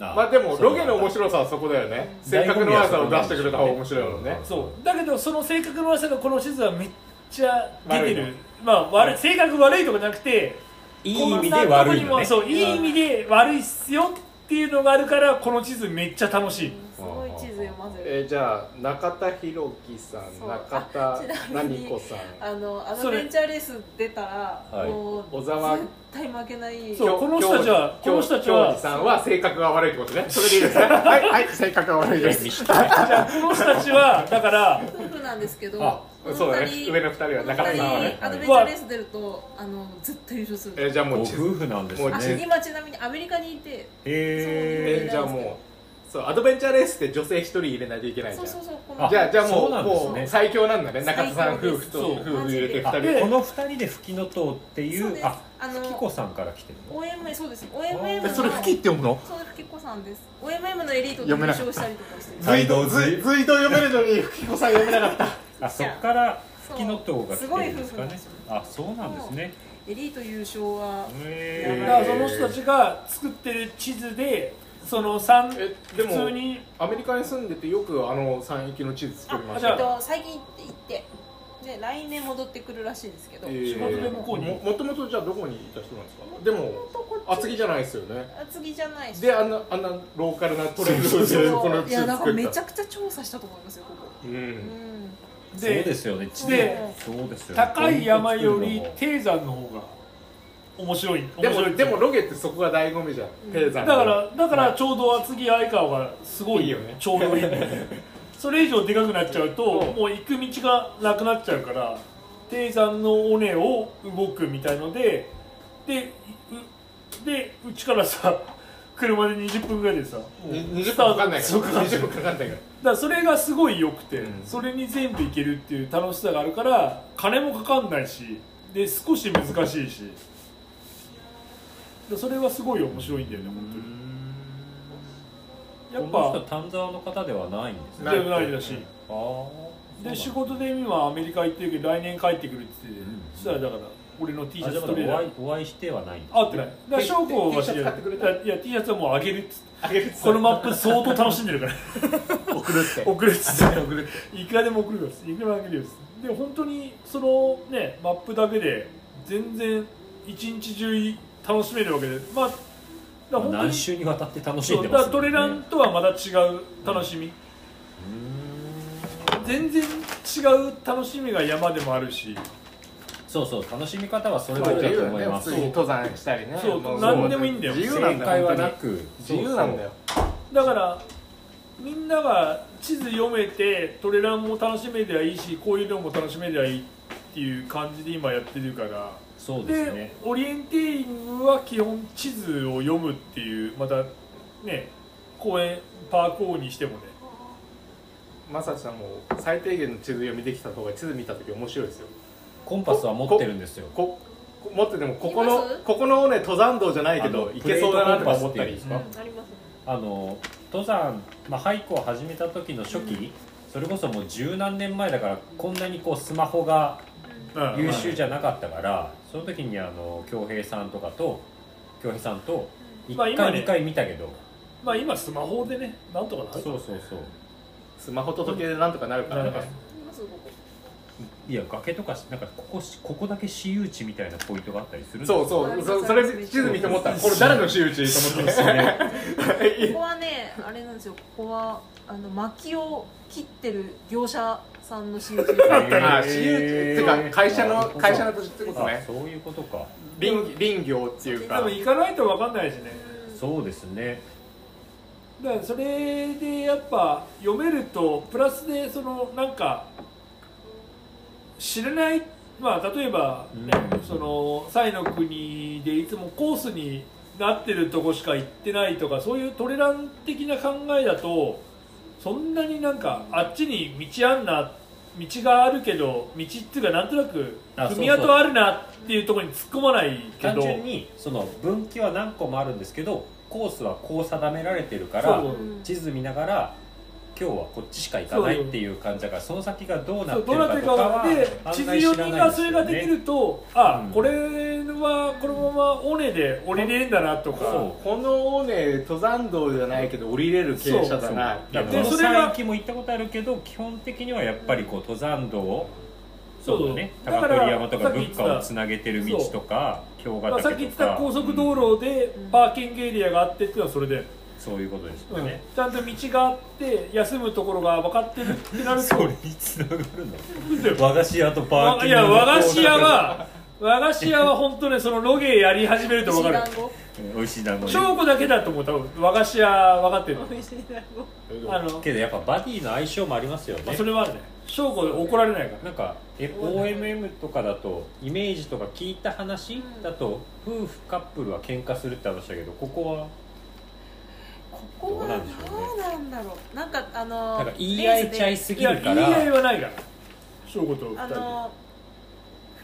[SPEAKER 4] あ
[SPEAKER 1] まあでも
[SPEAKER 4] そう
[SPEAKER 1] ロゲの面白さはそこだよね性
[SPEAKER 4] 醍醐味は
[SPEAKER 1] 格の悪さを出してくれた方が面白いもんね
[SPEAKER 4] そ
[SPEAKER 3] そうだけどその性格の悪さがこの地図はめっちゃ出て
[SPEAKER 1] 悪い
[SPEAKER 3] るまあ悪い性格悪いとかじゃなくて
[SPEAKER 4] いい意味で悪
[SPEAKER 3] こ
[SPEAKER 4] い
[SPEAKER 3] ん
[SPEAKER 4] の
[SPEAKER 3] な
[SPEAKER 4] ね
[SPEAKER 3] とこにもそういい意味で悪いっすよっていうのがあるからこの地図めっちゃ楽しい
[SPEAKER 6] すごい地図読ませる
[SPEAKER 1] えーじゃあ中田博樹さ
[SPEAKER 6] そ
[SPEAKER 1] ん
[SPEAKER 6] う
[SPEAKER 1] 中田
[SPEAKER 6] あちなみ
[SPEAKER 1] 奈
[SPEAKER 6] に
[SPEAKER 1] 美子さん
[SPEAKER 6] あのア
[SPEAKER 3] そ
[SPEAKER 6] ド
[SPEAKER 3] れ
[SPEAKER 6] ベンチャーレース出たら
[SPEAKER 4] はい
[SPEAKER 6] もう
[SPEAKER 1] 小沢
[SPEAKER 6] 絶対負けない
[SPEAKER 3] そうこの人たちは
[SPEAKER 1] 京
[SPEAKER 3] この人たちは
[SPEAKER 1] 京二さんは性格が悪いってことねそれでいいですねはいはい性格が悪いです
[SPEAKER 3] じゃあこの人たち はだから
[SPEAKER 6] 夫婦なんですけど
[SPEAKER 1] あ
[SPEAKER 6] この
[SPEAKER 1] そうだね
[SPEAKER 6] 二人
[SPEAKER 1] 上の二人は中田さんはね
[SPEAKER 6] この二人アドベンチャーレース出るとあの絶対優勝する
[SPEAKER 1] えーじゃあ
[SPEAKER 4] ご
[SPEAKER 1] もう
[SPEAKER 4] 夫
[SPEAKER 1] 地図
[SPEAKER 4] 婦なんです
[SPEAKER 1] もう
[SPEAKER 6] あ
[SPEAKER 4] ね
[SPEAKER 6] 今ちなみにアメリカにいて
[SPEAKER 4] へ
[SPEAKER 1] えーじゃあもうそうアドベンチャーレースって女性一人入れないといけないじゃ
[SPEAKER 6] そ
[SPEAKER 1] ん
[SPEAKER 6] うそうそうこ
[SPEAKER 4] あ
[SPEAKER 6] の
[SPEAKER 1] じゃあじゃあ
[SPEAKER 4] そ
[SPEAKER 1] も
[SPEAKER 4] う
[SPEAKER 1] う
[SPEAKER 4] なんです
[SPEAKER 1] も
[SPEAKER 4] ね
[SPEAKER 1] う最強なんだね中田さん
[SPEAKER 6] 最強
[SPEAKER 1] 夫
[SPEAKER 6] です
[SPEAKER 1] 婦と
[SPEAKER 3] そう
[SPEAKER 1] 夫婦入れて二
[SPEAKER 4] あ
[SPEAKER 1] 人
[SPEAKER 3] で
[SPEAKER 4] この二人で吹きの塔ってい
[SPEAKER 6] そう
[SPEAKER 4] う
[SPEAKER 6] です
[SPEAKER 4] あ
[SPEAKER 6] あの
[SPEAKER 4] 吹子さんから来てるの
[SPEAKER 6] OMA そうです OMM
[SPEAKER 4] え
[SPEAKER 6] の
[SPEAKER 5] て読むの
[SPEAKER 6] そうですきっこさんです OMM のエリートで優
[SPEAKER 5] 読めなかった
[SPEAKER 6] 勝したりとかしてる
[SPEAKER 4] 街道
[SPEAKER 1] 随
[SPEAKER 4] 随
[SPEAKER 1] と読めるのに吹子さん読めなかった
[SPEAKER 4] あそっから吹きの塔が来てるんですかね
[SPEAKER 6] そうすごい夫婦なん
[SPEAKER 4] あそうなんですね
[SPEAKER 6] エリート優勝は
[SPEAKER 1] へ
[SPEAKER 3] だ
[SPEAKER 1] ー
[SPEAKER 3] からその人たちが作ってる地図でその三
[SPEAKER 1] えで
[SPEAKER 3] 普
[SPEAKER 1] も
[SPEAKER 3] 通に
[SPEAKER 1] アメリカに住んでてよくあの山域の地図作りまし
[SPEAKER 3] あ
[SPEAKER 1] た
[SPEAKER 3] じゃあ
[SPEAKER 6] と最近行ってで来年戻ってくるらしいんですけど、
[SPEAKER 1] えー
[SPEAKER 3] 仕事で向こうに
[SPEAKER 1] ももともとじゃあどこにいた人なんですかでも厚木じゃないですよね
[SPEAKER 6] 厚木じゃないし
[SPEAKER 1] であんなあんなローカルなトレンド
[SPEAKER 6] そう
[SPEAKER 1] でこの
[SPEAKER 6] い
[SPEAKER 1] 地
[SPEAKER 6] や
[SPEAKER 1] 図
[SPEAKER 6] なんか
[SPEAKER 1] 作
[SPEAKER 6] め
[SPEAKER 1] っ
[SPEAKER 6] ち
[SPEAKER 1] た
[SPEAKER 6] ゃくちゃ調査したと思いますよここ、
[SPEAKER 1] う
[SPEAKER 6] うんん、
[SPEAKER 4] そうで
[SPEAKER 3] です
[SPEAKER 4] よね地
[SPEAKER 3] で
[SPEAKER 4] そうですよね
[SPEAKER 3] 高い山より低山の方が面白い
[SPEAKER 1] で
[SPEAKER 3] 面白い
[SPEAKER 1] もでもロケってそこが醍醐味じゃん低山
[SPEAKER 3] だ
[SPEAKER 1] の
[SPEAKER 3] からだからちょうど厚木相川がすごい
[SPEAKER 1] いいよね
[SPEAKER 3] ちょうどいいんだ よねそれ以上でかくなっちゃうと
[SPEAKER 1] うん
[SPEAKER 3] もう行く道がなくなっちゃうから低山の尾根を動くみたいのででうでうちからさ車で20分ぐらいでさ
[SPEAKER 1] に20分かかんないか
[SPEAKER 3] そう
[SPEAKER 1] ら
[SPEAKER 3] か
[SPEAKER 1] 20分かかんないから
[SPEAKER 3] だからそれがすごい良くて、
[SPEAKER 1] うん
[SPEAKER 3] それに全部いけるっていう楽しさがあるから金もかかんないしで少し難しいしでそれはすごい面白いんだよね本当に
[SPEAKER 4] この
[SPEAKER 3] や
[SPEAKER 4] 人
[SPEAKER 3] っ
[SPEAKER 4] 丹沢の方ではないんですね
[SPEAKER 3] ぱでもないらしい
[SPEAKER 4] ああ
[SPEAKER 3] で仕事で今アメリカ行ってるけど来年帰ってくるって言ってて、
[SPEAKER 4] ん
[SPEAKER 3] そしたらだから俺の T シ
[SPEAKER 4] あ
[SPEAKER 3] ャ
[SPEAKER 4] じゃ
[SPEAKER 3] ツ
[SPEAKER 4] あまだ
[SPEAKER 3] トレー
[SPEAKER 4] お
[SPEAKER 3] ダー
[SPEAKER 4] 会いお会いしてはないんだ
[SPEAKER 3] 合ってないだから翔子は
[SPEAKER 1] T シャツ買ってくれた
[SPEAKER 3] いや T シャツはもうあげるっつって
[SPEAKER 1] あげるっつって
[SPEAKER 3] このマップ相当楽しんでるから
[SPEAKER 1] 送る って
[SPEAKER 3] 送るっつって
[SPEAKER 1] 送るって
[SPEAKER 3] いくらでも送るよっつっていくらでもあげるよっつってで本当にそのねマップだけで全然一日中楽しめるわけでまあだから本当
[SPEAKER 4] 何
[SPEAKER 3] に
[SPEAKER 4] 週にわたって楽し
[SPEAKER 3] そ
[SPEAKER 4] んで
[SPEAKER 3] うだ
[SPEAKER 4] ま
[SPEAKER 3] から
[SPEAKER 4] す
[SPEAKER 3] トレランとはまた違う楽しみ、全然違う楽しみが山でもあるし、
[SPEAKER 4] そうそう楽しみ方はそれ
[SPEAKER 1] まあ
[SPEAKER 4] ぞ
[SPEAKER 1] 自
[SPEAKER 4] れだ
[SPEAKER 1] 由
[SPEAKER 4] と
[SPEAKER 1] だよ
[SPEAKER 4] 思
[SPEAKER 1] ね
[SPEAKER 4] いま
[SPEAKER 1] 普
[SPEAKER 4] す
[SPEAKER 1] 通に登山したりね
[SPEAKER 3] そう
[SPEAKER 1] も
[SPEAKER 3] 何でもいいんだよ
[SPEAKER 1] 自由なん
[SPEAKER 4] 正
[SPEAKER 1] だ
[SPEAKER 4] 解
[SPEAKER 1] よ本
[SPEAKER 4] は
[SPEAKER 1] 当
[SPEAKER 4] な
[SPEAKER 1] に
[SPEAKER 4] く
[SPEAKER 1] 自由なんだよ
[SPEAKER 3] だからみんなが地図読めてトレランも楽しめりゃいいしこういうのも楽しめりゃいいっていう感じで今やってるから
[SPEAKER 4] そうそうです
[SPEAKER 3] で
[SPEAKER 4] ね
[SPEAKER 3] オリエンテーリングは基本地図を読むっていうまたね公園パーク王にしてもね
[SPEAKER 1] まさしさんも最低限の地図読みできた方が地図見た時面白いですよ
[SPEAKER 4] コンパスは持ってるんですよ
[SPEAKER 1] ここ持っててもここの
[SPEAKER 6] います
[SPEAKER 1] ここのね登山道じゃないけど
[SPEAKER 4] あの
[SPEAKER 1] 行けそうだなとか思った
[SPEAKER 4] プ
[SPEAKER 1] り
[SPEAKER 4] レートコンパスってい
[SPEAKER 6] あ
[SPEAKER 4] うんですか
[SPEAKER 6] りますね
[SPEAKER 4] あの登山、まあ、ハイクを始めた時の初期、それこそもう十何年前だからこんなにこうスマホが
[SPEAKER 3] うん
[SPEAKER 4] 優秀じゃなかったからその時にあの恭平さんとかと恭平さんと1
[SPEAKER 3] まあ
[SPEAKER 4] 回
[SPEAKER 3] 今ね
[SPEAKER 4] 2回見たけど、
[SPEAKER 3] まあ今スマホでねなんとかな
[SPEAKER 4] そう
[SPEAKER 3] る
[SPEAKER 4] そうそう
[SPEAKER 1] スマホと時計でなんとかなるから、
[SPEAKER 3] う
[SPEAKER 1] な
[SPEAKER 3] ん
[SPEAKER 1] んか
[SPEAKER 6] ありますここ
[SPEAKER 4] いや崖とかしなんかここしここだけ私有地みたいなポイントがあったりするんですよ
[SPEAKER 1] そうそうそそれ地図見て思ったこれ誰の私有地と思って
[SPEAKER 6] ここはねあれなんですよここはあの薪を切ってる業者さんの仕事です
[SPEAKER 4] あ
[SPEAKER 6] ね
[SPEAKER 4] った ね
[SPEAKER 1] あ私有地ってか会社の
[SPEAKER 4] そう
[SPEAKER 1] 会社の土地ってこと
[SPEAKER 4] あ
[SPEAKER 1] ね
[SPEAKER 4] そういうことか
[SPEAKER 1] 林林業っていう
[SPEAKER 3] 多
[SPEAKER 1] か
[SPEAKER 3] 分行かないと分かんないしね
[SPEAKER 4] そうですね
[SPEAKER 3] だからそれでやっぱ読めるとプラスでそのなんか知らないまあ例えば、ね
[SPEAKER 4] うん
[SPEAKER 3] その西の国でいつもコースになってるとこしか行ってないとかそういうトレラン的な考えだとそんなになんかあっちに道あんな道があるけど道っていうかなんとなく
[SPEAKER 4] あそうそう
[SPEAKER 3] 踏み跡あるなっていうところに突っ込まないけ
[SPEAKER 4] 単
[SPEAKER 3] ど
[SPEAKER 4] 純にその分岐は何個もあるんですけどコースはこう定められてるか
[SPEAKER 3] そう
[SPEAKER 4] ら
[SPEAKER 6] うん
[SPEAKER 4] 地図見ながら今日はこっちしか行かないっていう感じだからその先がどうな
[SPEAKER 3] そ
[SPEAKER 4] っ
[SPEAKER 3] うど
[SPEAKER 4] てる
[SPEAKER 3] な
[SPEAKER 4] か
[SPEAKER 3] た
[SPEAKER 4] とか
[SPEAKER 3] か
[SPEAKER 4] は
[SPEAKER 3] で地
[SPEAKER 4] 案
[SPEAKER 3] 図
[SPEAKER 4] 外知ら
[SPEAKER 3] 読み
[SPEAKER 4] ない
[SPEAKER 3] が
[SPEAKER 4] です
[SPEAKER 3] それ
[SPEAKER 4] よね
[SPEAKER 3] ができるとあ、
[SPEAKER 4] うん
[SPEAKER 3] これはこのまま尾根で降りれるんだなとか
[SPEAKER 4] そ
[SPEAKER 1] このね登山道じゃないけど降りれる傾斜だな
[SPEAKER 4] だから
[SPEAKER 3] で
[SPEAKER 4] この
[SPEAKER 3] それが
[SPEAKER 4] 山域も行ったことあるけど基本的にはやっぱりこう登山道を
[SPEAKER 3] そう
[SPEAKER 4] そうだね
[SPEAKER 3] だか
[SPEAKER 4] 高
[SPEAKER 3] ら
[SPEAKER 4] 取山とか
[SPEAKER 3] さっき言っ
[SPEAKER 4] 仏
[SPEAKER 3] てた
[SPEAKER 4] 花をつなげてる道とか京ヶ
[SPEAKER 3] まあ、
[SPEAKER 4] 岳とか、
[SPEAKER 3] さっき言ってた高速道路でパーキングエリアがあってっていうのはそれで、
[SPEAKER 4] そういうことですよ
[SPEAKER 3] うん
[SPEAKER 4] ね、
[SPEAKER 3] ちゃんと道があって休むところが分かってるってなると
[SPEAKER 4] それにつながるの和菓子屋とパー
[SPEAKER 3] わ
[SPEAKER 4] キング
[SPEAKER 3] いや和菓子屋は和菓子屋は本当ねそのロゲやり始めると分かる
[SPEAKER 6] 石団子
[SPEAKER 4] 美味しい団子ね
[SPEAKER 3] 翔子だけだと思う多分和菓子屋分かってるの
[SPEAKER 6] 美味しい団子
[SPEAKER 3] あの、
[SPEAKER 4] けどやっぱバディの相性もありますよ
[SPEAKER 3] まあ、
[SPEAKER 4] ね
[SPEAKER 3] それはあるね翔子怒られないから
[SPEAKER 4] なんかえ OMM とかだとイメージとか聞いた話だと夫婦カップルは喧嘩するって話だけどここ
[SPEAKER 6] ここは
[SPEAKER 4] どうな
[SPEAKER 6] ど
[SPEAKER 4] んでしょ
[SPEAKER 6] うなんだろうなんかあの
[SPEAKER 4] はなんか言い合いちゃいす
[SPEAKER 3] い
[SPEAKER 4] ぎ
[SPEAKER 3] や
[SPEAKER 4] る
[SPEAKER 3] 言
[SPEAKER 4] か
[SPEAKER 3] い
[SPEAKER 4] ら
[SPEAKER 3] 合いはないから翔子と二
[SPEAKER 6] あ
[SPEAKER 3] 人で
[SPEAKER 6] の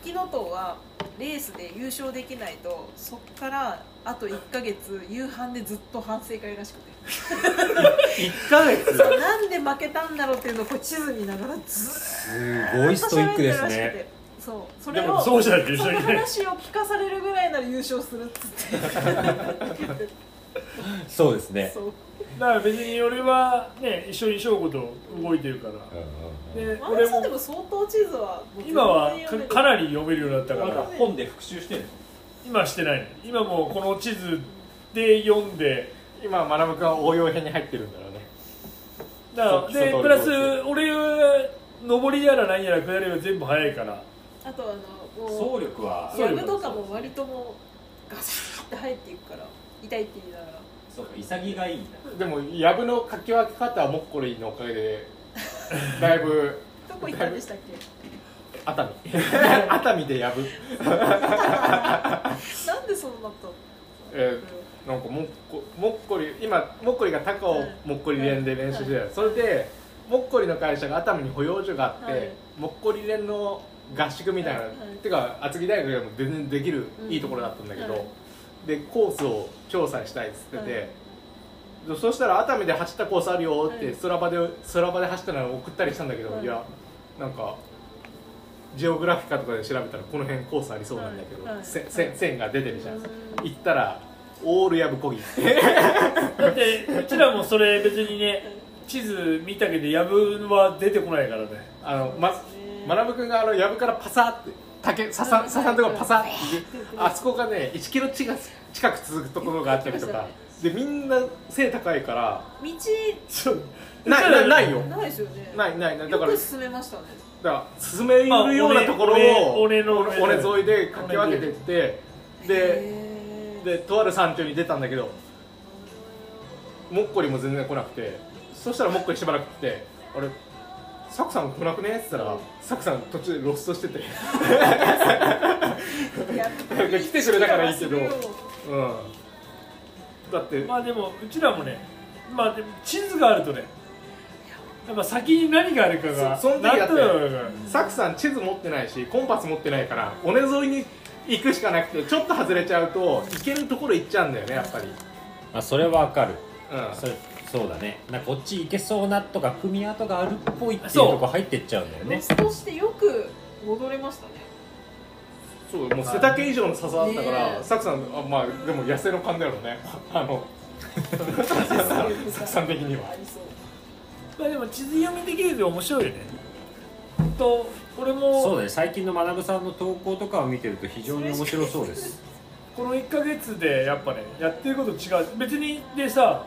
[SPEAKER 6] 吹きの塔はレースで優勝できないとそっからあと1か月夕飯でずっと反省会らしくて
[SPEAKER 1] 1ヶ月
[SPEAKER 6] なんで負けたんだろうっていうのをこう地図見ながらずーっ
[SPEAKER 4] すごい
[SPEAKER 6] と
[SPEAKER 4] ストイックです
[SPEAKER 6] 喋ってるらしく
[SPEAKER 4] ね
[SPEAKER 6] てそうそ
[SPEAKER 4] で
[SPEAKER 6] れ
[SPEAKER 4] も
[SPEAKER 6] を
[SPEAKER 4] そうじゃなきゃ一
[SPEAKER 6] そ
[SPEAKER 4] 緒
[SPEAKER 6] の
[SPEAKER 4] に ね
[SPEAKER 6] 話を聞かされるぐらいなら優勝するっつって
[SPEAKER 4] そうですね
[SPEAKER 6] そう
[SPEAKER 3] だから別に俺はね一緒に翔吾と動いてるから、で
[SPEAKER 6] マ
[SPEAKER 3] 俺
[SPEAKER 6] ンさん
[SPEAKER 3] も
[SPEAKER 6] でも相当地図はもう
[SPEAKER 3] 今は
[SPEAKER 6] 全然読める
[SPEAKER 3] かかなり読めるようになったか
[SPEAKER 4] なんから本で復習してる
[SPEAKER 3] 今はしてないね今もうこの地図で読んで
[SPEAKER 1] 今学ぶ君は応用編に入ってるんだろうね
[SPEAKER 3] だから
[SPEAKER 1] そう
[SPEAKER 3] で
[SPEAKER 1] 一通り
[SPEAKER 3] プラス
[SPEAKER 1] こう
[SPEAKER 3] 俺は上りやら何やら下りは全部早いから
[SPEAKER 6] あとあのも
[SPEAKER 4] 総力は
[SPEAKER 6] うヤグとかも割ともうガシャーって入っていくから痛いって言いながら
[SPEAKER 4] そうか潔がいいんだ
[SPEAKER 1] でもやぶの書き分け方はもっこりのおかげでだいぶ
[SPEAKER 6] どこ行ったんでしたっけ
[SPEAKER 1] 熱海 熱海でやぶ、
[SPEAKER 6] なんでそうなったの
[SPEAKER 1] えーなんかもっこもっこり今もっこりが高をもっこり連で練習してたそれでもっこりの会社が熱海に保養所があって、
[SPEAKER 6] はい
[SPEAKER 1] もっこり連の合宿みたいな、
[SPEAKER 6] はい
[SPEAKER 1] てか厚木大学でも全然できる、
[SPEAKER 6] うん
[SPEAKER 1] いいところだったんだけど、
[SPEAKER 6] はい
[SPEAKER 1] でコースを調査したいっつってて、
[SPEAKER 6] はい
[SPEAKER 1] でそしたら熱海で走ったコースあるよって
[SPEAKER 6] はい
[SPEAKER 1] 空場で空場で走ったのを送ったりしたんだけど、
[SPEAKER 6] はい
[SPEAKER 1] い、やなんかジオグラフィカとかで調べたらこの辺コースありそうなんだけど、
[SPEAKER 6] はいはい
[SPEAKER 1] せせ線が出てるじゃん、
[SPEAKER 6] うん
[SPEAKER 1] 行ったらオールやぶこぎ
[SPEAKER 3] だってうちらもそれ別にね地図見たけどやぶは出てこないからね
[SPEAKER 1] あのま
[SPEAKER 6] ね
[SPEAKER 1] まなぶ君があのやぶからパサって竹ささささんとこパサってあそこがね1キロ近く近く続くところがあったりとかでみんな背高いから
[SPEAKER 6] 道
[SPEAKER 1] ないないないよ
[SPEAKER 6] ないですよね
[SPEAKER 1] ないないないだ
[SPEAKER 6] よ
[SPEAKER 1] から
[SPEAKER 6] く
[SPEAKER 1] だ
[SPEAKER 6] 進めましたね
[SPEAKER 1] から進めるようなところを
[SPEAKER 3] 俺の
[SPEAKER 1] 俺俺沿いでかき分けてってで
[SPEAKER 6] へー
[SPEAKER 1] でとある山頂に出たんだけどもっこりも全然来なくてそしたらもっこりしばらく来て「あれサクさん来なくね?」って言ったらサクさん途中でロストしてて
[SPEAKER 6] いや
[SPEAKER 1] 来てくれたからいいけど
[SPEAKER 6] それを
[SPEAKER 1] うんだって
[SPEAKER 3] まあでもうちらもねまあでも地図があるとねやっぱ先に何があるかが
[SPEAKER 1] そその時だって
[SPEAKER 3] なんとなくわかる
[SPEAKER 1] サクさん地図持ってないしコンパス持ってないから尾根沿いに行くしかなくてちょっと外れちゃうと行けるところ行っちゃうんだよねやっぱり
[SPEAKER 4] あそれはわかる
[SPEAKER 1] う
[SPEAKER 4] それそうだねなんかこっち行けそうなとか組み跡があるっぽいっていう
[SPEAKER 3] そう
[SPEAKER 4] とこ入ってっちゃうんだよ
[SPEAKER 6] ロ
[SPEAKER 4] ね
[SPEAKER 6] ストしてよく戻れましたね
[SPEAKER 1] んそうもう背丈以上の笹だったか
[SPEAKER 6] ね
[SPEAKER 1] ら
[SPEAKER 6] え
[SPEAKER 1] サクさんあまあでも野生の勘だろうねあのサクさん的には
[SPEAKER 6] ありそう
[SPEAKER 3] まあでも地図読みできると面白いよねと俺
[SPEAKER 4] そう
[SPEAKER 3] も
[SPEAKER 4] だね最近の学さんの投稿とかを見てると非常に面白そうです
[SPEAKER 3] この1か月でやっぱねやってること違う別にでさ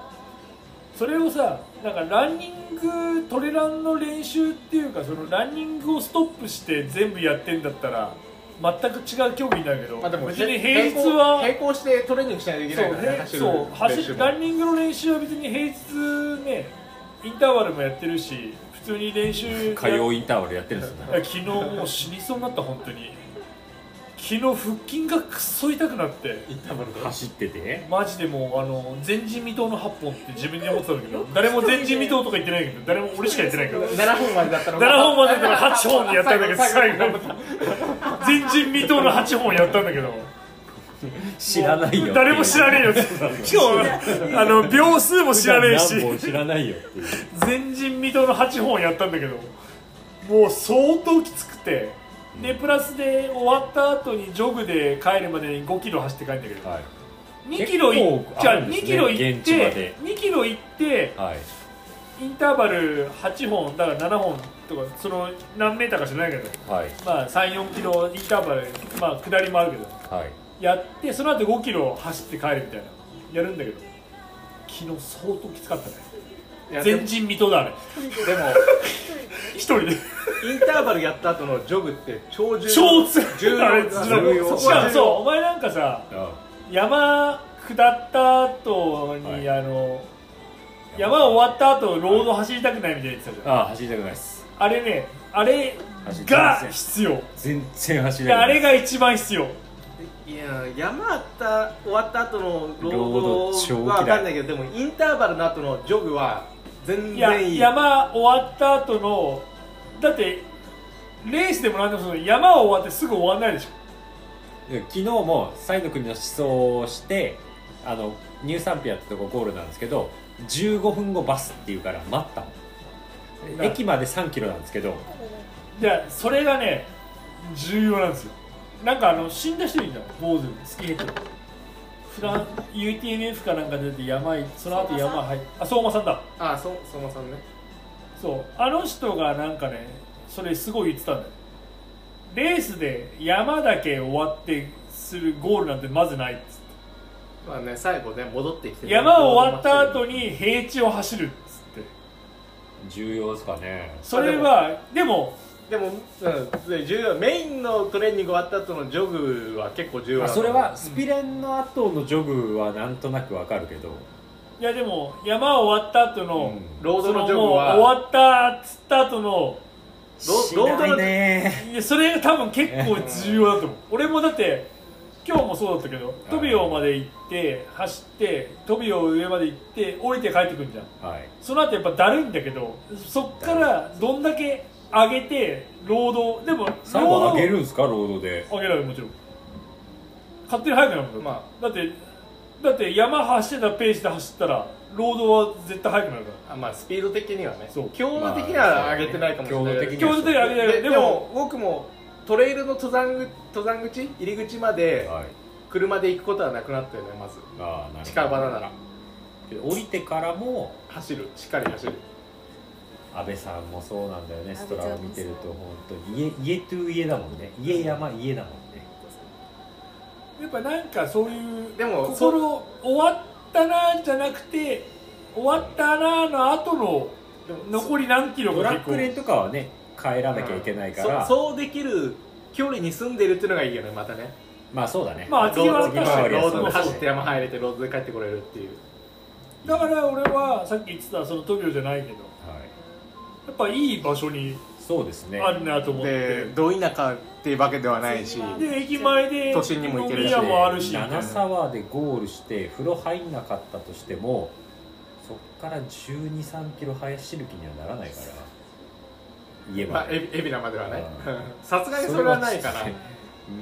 [SPEAKER 3] それをさなんかランニングトレランの練習っていうかそのランニングをストップして全部やってんだったら全く違う競技になるけど、
[SPEAKER 1] まあでも
[SPEAKER 3] 別に平日
[SPEAKER 1] 並行
[SPEAKER 3] は
[SPEAKER 1] 並行してトレーニングしないといけない
[SPEAKER 3] そう
[SPEAKER 1] からね
[SPEAKER 3] ね
[SPEAKER 1] 走る
[SPEAKER 3] そう走
[SPEAKER 1] 練習
[SPEAKER 3] る
[SPEAKER 1] も
[SPEAKER 3] ランニングの練習は別に平日ねインターバルもやってるし普通に練習
[SPEAKER 4] 火曜インターバルやってるんですよね
[SPEAKER 3] 昨日もう死にそうになった本当に昨日腹筋がくっそ痛くなって
[SPEAKER 1] インターバルで
[SPEAKER 4] 走ってて
[SPEAKER 3] マジでもうあの前人未到の8本って自分で思ってたんだけど誰も前人未到とか言ってないけど誰も俺しか言ってないから
[SPEAKER 1] 7本までだったのが
[SPEAKER 3] 7本までから8本やったんだけど最後 前人未到の8本やったんだけど
[SPEAKER 4] 知らないよっていう
[SPEAKER 3] 誰も知らねえよってしかもあの秒数も知らねえし
[SPEAKER 4] 何本知らないよっていう
[SPEAKER 3] 前人未到の8本やったんだけどもう相当きつくてでプラスで終わった後にジョグで帰るまでに5キロ走って帰るんだけど、
[SPEAKER 4] はい
[SPEAKER 3] 2キロ行っ
[SPEAKER 4] 結構
[SPEAKER 3] じゃ
[SPEAKER 4] あ
[SPEAKER 3] あ
[SPEAKER 4] るんです
[SPEAKER 3] 2
[SPEAKER 4] ね
[SPEAKER 3] キロ行っ
[SPEAKER 4] 現地ま
[SPEAKER 3] て
[SPEAKER 4] で
[SPEAKER 3] 2キロ行って
[SPEAKER 4] はい
[SPEAKER 3] インターバル8本だから7本とかその何メーターか知らないけど
[SPEAKER 4] はい
[SPEAKER 3] まあ34キロインターバルまあ下りもあるけど
[SPEAKER 4] はい
[SPEAKER 3] やってその後5キロ走って帰るみたいなやるんだけど昨日相当きつかったね
[SPEAKER 1] いやでも
[SPEAKER 3] 前人未到だね
[SPEAKER 1] でも
[SPEAKER 3] 一人で
[SPEAKER 1] インターバルやった後のジョグって超重要
[SPEAKER 3] 超
[SPEAKER 1] 重
[SPEAKER 3] 強あれ
[SPEAKER 1] 要
[SPEAKER 3] 重
[SPEAKER 1] 重
[SPEAKER 3] 要
[SPEAKER 1] 要
[SPEAKER 3] しかもそうお前なんかさ山下った後に、
[SPEAKER 4] はい
[SPEAKER 3] あの山終わった後ロード走りたくないみたいな言ってたじゃん、
[SPEAKER 4] ああ走りたくないです
[SPEAKER 3] あれねあれが必要
[SPEAKER 4] 全然走れない
[SPEAKER 3] あれが一番必要
[SPEAKER 1] いや山あった終わった後の労
[SPEAKER 4] 労
[SPEAKER 1] 働
[SPEAKER 4] 働超嫌い
[SPEAKER 1] は分かんないけどでもインターバルの後のジョグは全
[SPEAKER 3] いや
[SPEAKER 1] 然いい
[SPEAKER 3] 山終わった後のだってレースでもなんでもその山終わってすぐ終わんないでしょ
[SPEAKER 4] 昨日もサイの国の思想をしてあのニューサンピアってとこゴールなんですけど15分後バスっていうから待ったの
[SPEAKER 3] な
[SPEAKER 4] 駅まで3キロなんですけど
[SPEAKER 3] じゃあそれがね重要なんですよなんかあの死んだ人いるじゃん坊主のスキンヘッドフラン UTMF かなんか出て山へその後山入っあ相馬さんだ
[SPEAKER 1] あそそのさんね
[SPEAKER 3] そうあの人がなんかねそれすごい言ってたんだよレースで山だけ終わってするゴールなんてまずないっつって
[SPEAKER 1] まあね最後ね戻ってきて
[SPEAKER 3] 山終わった後に平地を走るっつって
[SPEAKER 4] 重要ですかね
[SPEAKER 3] それはでも
[SPEAKER 1] でも、うん、で重要メインのトレーニング終わった後のジョグは結構重要
[SPEAKER 4] あ
[SPEAKER 1] なの
[SPEAKER 4] それはスピレンの後のジョグはなんとなくわかるけど、
[SPEAKER 3] いやでも山終わった後
[SPEAKER 4] う
[SPEAKER 3] の、
[SPEAKER 4] ん
[SPEAKER 1] ロー
[SPEAKER 3] そ
[SPEAKER 1] ド
[SPEAKER 3] の
[SPEAKER 1] の
[SPEAKER 3] も
[SPEAKER 1] ジ
[SPEAKER 3] う
[SPEAKER 1] ョグは
[SPEAKER 3] 終わったっつった後の
[SPEAKER 1] ロロードの
[SPEAKER 4] ね
[SPEAKER 3] いやそれが多分結構重要だと思う俺もだって今日もそうだったけどトビオまで行って走ってトビオ上まで行って降りて帰ってくるじゃん
[SPEAKER 4] はい
[SPEAKER 3] その後やっぱだるいんだけどそっからどんだけ上げて労働でも
[SPEAKER 4] 最後上げ
[SPEAKER 3] 労
[SPEAKER 4] るんですかロードで
[SPEAKER 3] 働上げられるもちろん勝手に速くなるもん、
[SPEAKER 1] ま
[SPEAKER 3] だってだって山走ってたペースで走ったら労働は絶対速くなるから
[SPEAKER 1] あまあスピード的にはね
[SPEAKER 3] そう
[SPEAKER 1] 強度的には上げてないかもしれない、
[SPEAKER 4] まあそうね強度的に
[SPEAKER 3] 今
[SPEAKER 4] は
[SPEAKER 3] 日の時上げられ
[SPEAKER 1] で
[SPEAKER 3] る
[SPEAKER 1] で
[SPEAKER 3] で
[SPEAKER 1] も
[SPEAKER 3] も
[SPEAKER 1] 僕もトレイルの登山ぐ登山口入り口まで
[SPEAKER 4] はい
[SPEAKER 1] 車で行くことはなくなったよねまず
[SPEAKER 4] ああなるほど
[SPEAKER 1] 近場なら
[SPEAKER 4] 降りてからも
[SPEAKER 1] 走るしっかり走る
[SPEAKER 4] 安倍さんもそうなんだよね
[SPEAKER 2] 安
[SPEAKER 4] ス
[SPEAKER 2] 倍
[SPEAKER 4] トラを見てると本当に家家トゥ家だもんね家山家だもんね
[SPEAKER 3] やっぱなんかそういう
[SPEAKER 1] でもそう
[SPEAKER 3] 心終わったなじゃなくて終わったなの後の
[SPEAKER 1] でも
[SPEAKER 3] 残り何キロ
[SPEAKER 4] ト
[SPEAKER 3] が
[SPEAKER 4] ラッ
[SPEAKER 3] 結構
[SPEAKER 4] ク連とかはね帰らなきゃいけないから、
[SPEAKER 1] そそうできる距離に住んでるっていうのがいいよねまたね
[SPEAKER 4] まあそうだね、
[SPEAKER 3] まあ
[SPEAKER 1] ロード
[SPEAKER 3] は
[SPEAKER 1] ロー
[SPEAKER 4] ロ
[SPEAKER 1] ド
[SPEAKER 4] ー
[SPEAKER 1] で
[SPEAKER 4] ドで
[SPEAKER 1] 走
[SPEAKER 4] 走
[SPEAKER 1] っ
[SPEAKER 4] ってて
[SPEAKER 1] 山入れてロードで帰ってこれるっていう
[SPEAKER 3] だから俺はさっき言ってたそのトビオじゃないけど
[SPEAKER 4] はい、
[SPEAKER 3] やっぱいい場所に
[SPEAKER 4] そうですね
[SPEAKER 3] あるなと思って、
[SPEAKER 1] ど田舎っていうわけではないし
[SPEAKER 2] そう
[SPEAKER 3] で駅前で
[SPEAKER 1] 都心にも行けるし
[SPEAKER 3] 飲み屋もあるしみたいな
[SPEAKER 4] 長沢でゴールして風呂入んなかったとしてもそっから1 2 3キロ走る気にはならないから言えば、
[SPEAKER 1] まあ海老海老名まではね
[SPEAKER 4] う
[SPEAKER 1] さすがにそれはないから
[SPEAKER 4] それは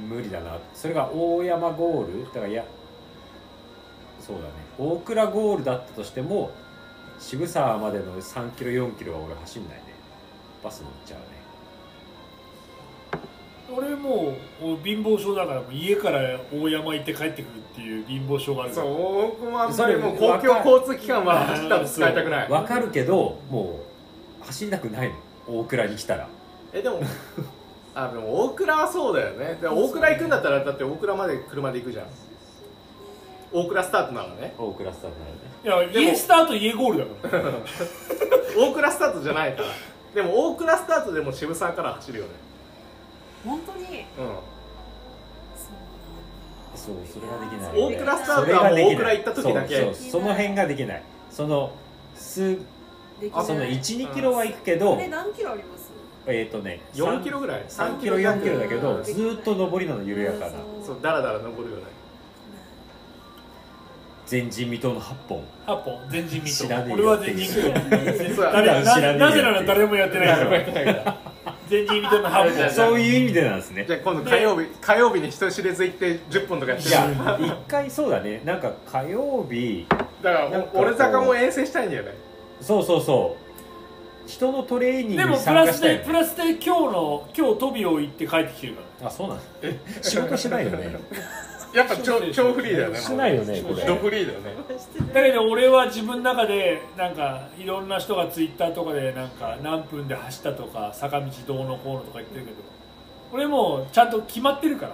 [SPEAKER 4] 無理だなそれが大山ゴールだからいやそうだね大倉ゴールだったとしても渋沢までの3キロ4キロは俺走んないねバス乗っちゃうね
[SPEAKER 3] 俺もう貧乏症だからもう家から大山行って帰ってくるっていう貧乏症があるか
[SPEAKER 1] そ
[SPEAKER 3] ら
[SPEAKER 1] う大熊
[SPEAKER 4] それ
[SPEAKER 1] ももう公共交通機関は走ったら使いたくない
[SPEAKER 4] わかるけどもう走りたくないの大倉に来たら
[SPEAKER 1] えでもあでも大倉はそうだよねで大倉行くんだったらだって大倉まで車で行くじゃん大倉スタートなのね
[SPEAKER 4] 大倉スタートになる
[SPEAKER 3] い
[SPEAKER 4] ね
[SPEAKER 3] や
[SPEAKER 1] でも
[SPEAKER 3] 家スタート家ゴールだから
[SPEAKER 1] 大倉スタートじゃないからでも大倉スタートでも渋沢から走るよね
[SPEAKER 6] 本当に
[SPEAKER 1] う
[SPEAKER 4] そうそれができない
[SPEAKER 1] 大倉スタートはもう大倉行った時だけ
[SPEAKER 4] そうそうその辺ができないその数
[SPEAKER 6] でき
[SPEAKER 1] あ
[SPEAKER 4] その
[SPEAKER 6] ない
[SPEAKER 4] 12キロは行くけど
[SPEAKER 6] これ何キロあります
[SPEAKER 4] えっ、とね
[SPEAKER 1] ん4キロぐらい
[SPEAKER 4] 3キロ4キロだけど
[SPEAKER 6] うん
[SPEAKER 4] ずーっと上りなの緩やかな
[SPEAKER 1] そうだらだら登 るよね
[SPEAKER 4] 前人未到の8本
[SPEAKER 3] 八本前人未
[SPEAKER 4] 知らねえ
[SPEAKER 3] 到
[SPEAKER 4] よ
[SPEAKER 3] 俺は前人未到
[SPEAKER 1] そう
[SPEAKER 4] 誰
[SPEAKER 3] 誰
[SPEAKER 4] 知らねえよ
[SPEAKER 3] ななぜなら誰もやってないか
[SPEAKER 1] 誰もや
[SPEAKER 3] ら
[SPEAKER 1] ってないから
[SPEAKER 3] 前人未到の
[SPEAKER 1] じゃ
[SPEAKER 3] 八
[SPEAKER 1] あ
[SPEAKER 3] 本
[SPEAKER 1] じゃあ
[SPEAKER 4] そういう意味でなんですね
[SPEAKER 1] じゃあ今度火曜日火曜日に人知れず行って10分とかやってる
[SPEAKER 4] いや一回そうだねなんか火曜日
[SPEAKER 1] だか
[SPEAKER 4] な
[SPEAKER 1] ら
[SPEAKER 4] んか
[SPEAKER 1] 俺坂も遠征したいんだよね
[SPEAKER 4] そうそうそう人のトレーニ
[SPEAKER 3] で
[SPEAKER 4] ングに
[SPEAKER 3] もプ
[SPEAKER 4] 参
[SPEAKER 3] ラ
[SPEAKER 4] 加
[SPEAKER 3] ス
[SPEAKER 4] したい
[SPEAKER 3] で
[SPEAKER 4] よね
[SPEAKER 3] プラスで今日の今日トビオ行って帰ってきてるから
[SPEAKER 4] あそうなん仕事しないよ ね
[SPEAKER 1] やっぱ超超フリーだよね
[SPEAKER 4] しないよねこ
[SPEAKER 1] ド
[SPEAKER 4] れ
[SPEAKER 1] フリーだよね
[SPEAKER 3] だけど俺は自分の中でなんかいろんな人がツイッターとかでなんか何分で走ったとか坂道どうのこうのとか言ってるけど俺もうちゃんと決まってるか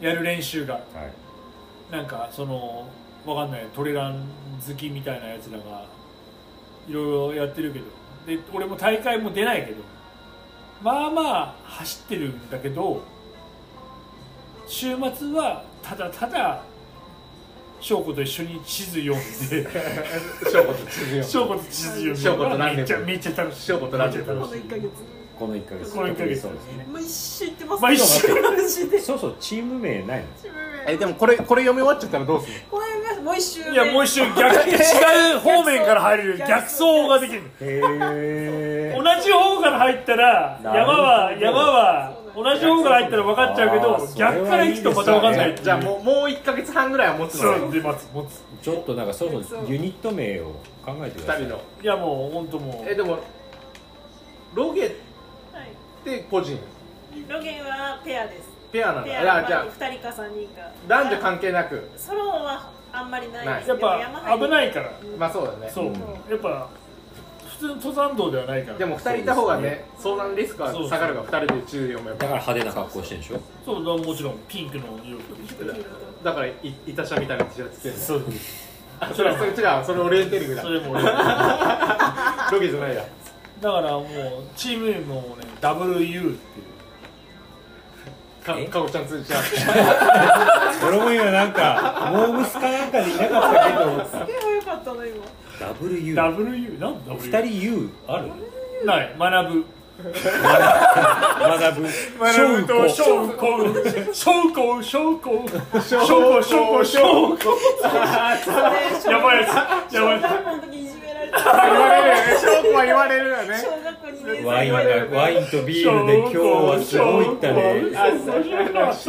[SPEAKER 3] らやる練習が
[SPEAKER 4] はい
[SPEAKER 3] なんかそのわかんないトレラン好きみたいなやつらがいろいろやってるけどで俺も大会も出ないけどまあまあ走ってるんだけど週末はただただ翔子と一緒に地図読んで。
[SPEAKER 1] 翔子と地図よ
[SPEAKER 3] 翔子と地図
[SPEAKER 1] 翔子
[SPEAKER 3] 読
[SPEAKER 1] と
[SPEAKER 3] む
[SPEAKER 1] 何
[SPEAKER 3] めっち
[SPEAKER 1] で
[SPEAKER 3] ゃ
[SPEAKER 1] も
[SPEAKER 3] めっちゃ楽しい
[SPEAKER 1] 翔子と何でも
[SPEAKER 2] この
[SPEAKER 3] めっちゃ楽しい
[SPEAKER 2] 1ヶ月
[SPEAKER 4] この1ヶ月
[SPEAKER 3] この一ヶ月
[SPEAKER 4] そうですね
[SPEAKER 2] 毎週行ってます
[SPEAKER 3] 毎週
[SPEAKER 2] マ ジで
[SPEAKER 4] そうそうチーム名ないの
[SPEAKER 1] えでもこれこれ読み終わっちゃったらどうする
[SPEAKER 2] これがもう一周
[SPEAKER 3] いやもう一瞬逆違う方面から入れる逆走ができる
[SPEAKER 4] へ
[SPEAKER 3] 同
[SPEAKER 4] え
[SPEAKER 3] じ方から入ったら
[SPEAKER 4] なるほ
[SPEAKER 3] 山
[SPEAKER 4] ど
[SPEAKER 3] は山は
[SPEAKER 6] そう
[SPEAKER 3] 同じ方から入ったら分かっちゃうけ
[SPEAKER 4] あー
[SPEAKER 3] ど
[SPEAKER 4] それはいい
[SPEAKER 3] 逆から行くとまた分かんない
[SPEAKER 4] ですね
[SPEAKER 1] じゃあもうもう1か月半ぐらいは持つ
[SPEAKER 3] そ
[SPEAKER 1] の
[SPEAKER 3] う
[SPEAKER 1] ね
[SPEAKER 3] で待つ持つ
[SPEAKER 4] ちょっとなんかそろそろユニット名を考えてくだ
[SPEAKER 1] 2
[SPEAKER 4] さい
[SPEAKER 1] 人の
[SPEAKER 3] いやもう本当も
[SPEAKER 1] えでもロゲっ
[SPEAKER 6] はい
[SPEAKER 1] て個人
[SPEAKER 6] ロゲンはペアです
[SPEAKER 1] ペアなんだ
[SPEAKER 6] ペ
[SPEAKER 1] いや
[SPEAKER 6] ア
[SPEAKER 1] じ
[SPEAKER 6] が
[SPEAKER 1] ゃあ
[SPEAKER 6] 2人か3人か
[SPEAKER 1] 男女関係なく
[SPEAKER 6] ソロはあんまりないです
[SPEAKER 3] やっ
[SPEAKER 6] けど
[SPEAKER 3] ぱ危ないから
[SPEAKER 1] まあそうだね
[SPEAKER 3] そうやっぱ普通の登山道ではないから
[SPEAKER 1] でも2人いた方がね遭難リスクは下がるから2人で注意をもやっ
[SPEAKER 4] だ
[SPEAKER 1] ぱ
[SPEAKER 4] から派手な格好してるでしょ
[SPEAKER 3] そうだもちろんピンクの色
[SPEAKER 1] だからいいたしゃみたいな T シャツ着てる
[SPEAKER 3] そう
[SPEAKER 1] あそれはそれ違うそれ俺テレビだ
[SPEAKER 3] それも俺だ
[SPEAKER 1] ロケじゃないや
[SPEAKER 3] からもうチーム名もね WU っていう
[SPEAKER 1] か
[SPEAKER 4] え
[SPEAKER 1] かごちゃん通じちゃう
[SPEAKER 7] 俺も今なんかモームスかなんかでいなかったけど
[SPEAKER 6] すげえ良かったの今
[SPEAKER 4] WU
[SPEAKER 3] WU なんだ
[SPEAKER 7] 二人 U ある
[SPEAKER 3] ない学ぶ
[SPEAKER 7] 学ぶ
[SPEAKER 3] 証拠証拠証拠証拠証拠証拠証拠
[SPEAKER 6] それ
[SPEAKER 3] やばいやつやば
[SPEAKER 6] 小
[SPEAKER 3] いや
[SPEAKER 6] 学校の時いじめられ て
[SPEAKER 1] 言
[SPEAKER 6] た
[SPEAKER 1] われるよね証拠は言われるよね
[SPEAKER 6] 小学校2年生
[SPEAKER 7] ワインがワインとビールで今日はすごいったね
[SPEAKER 3] つ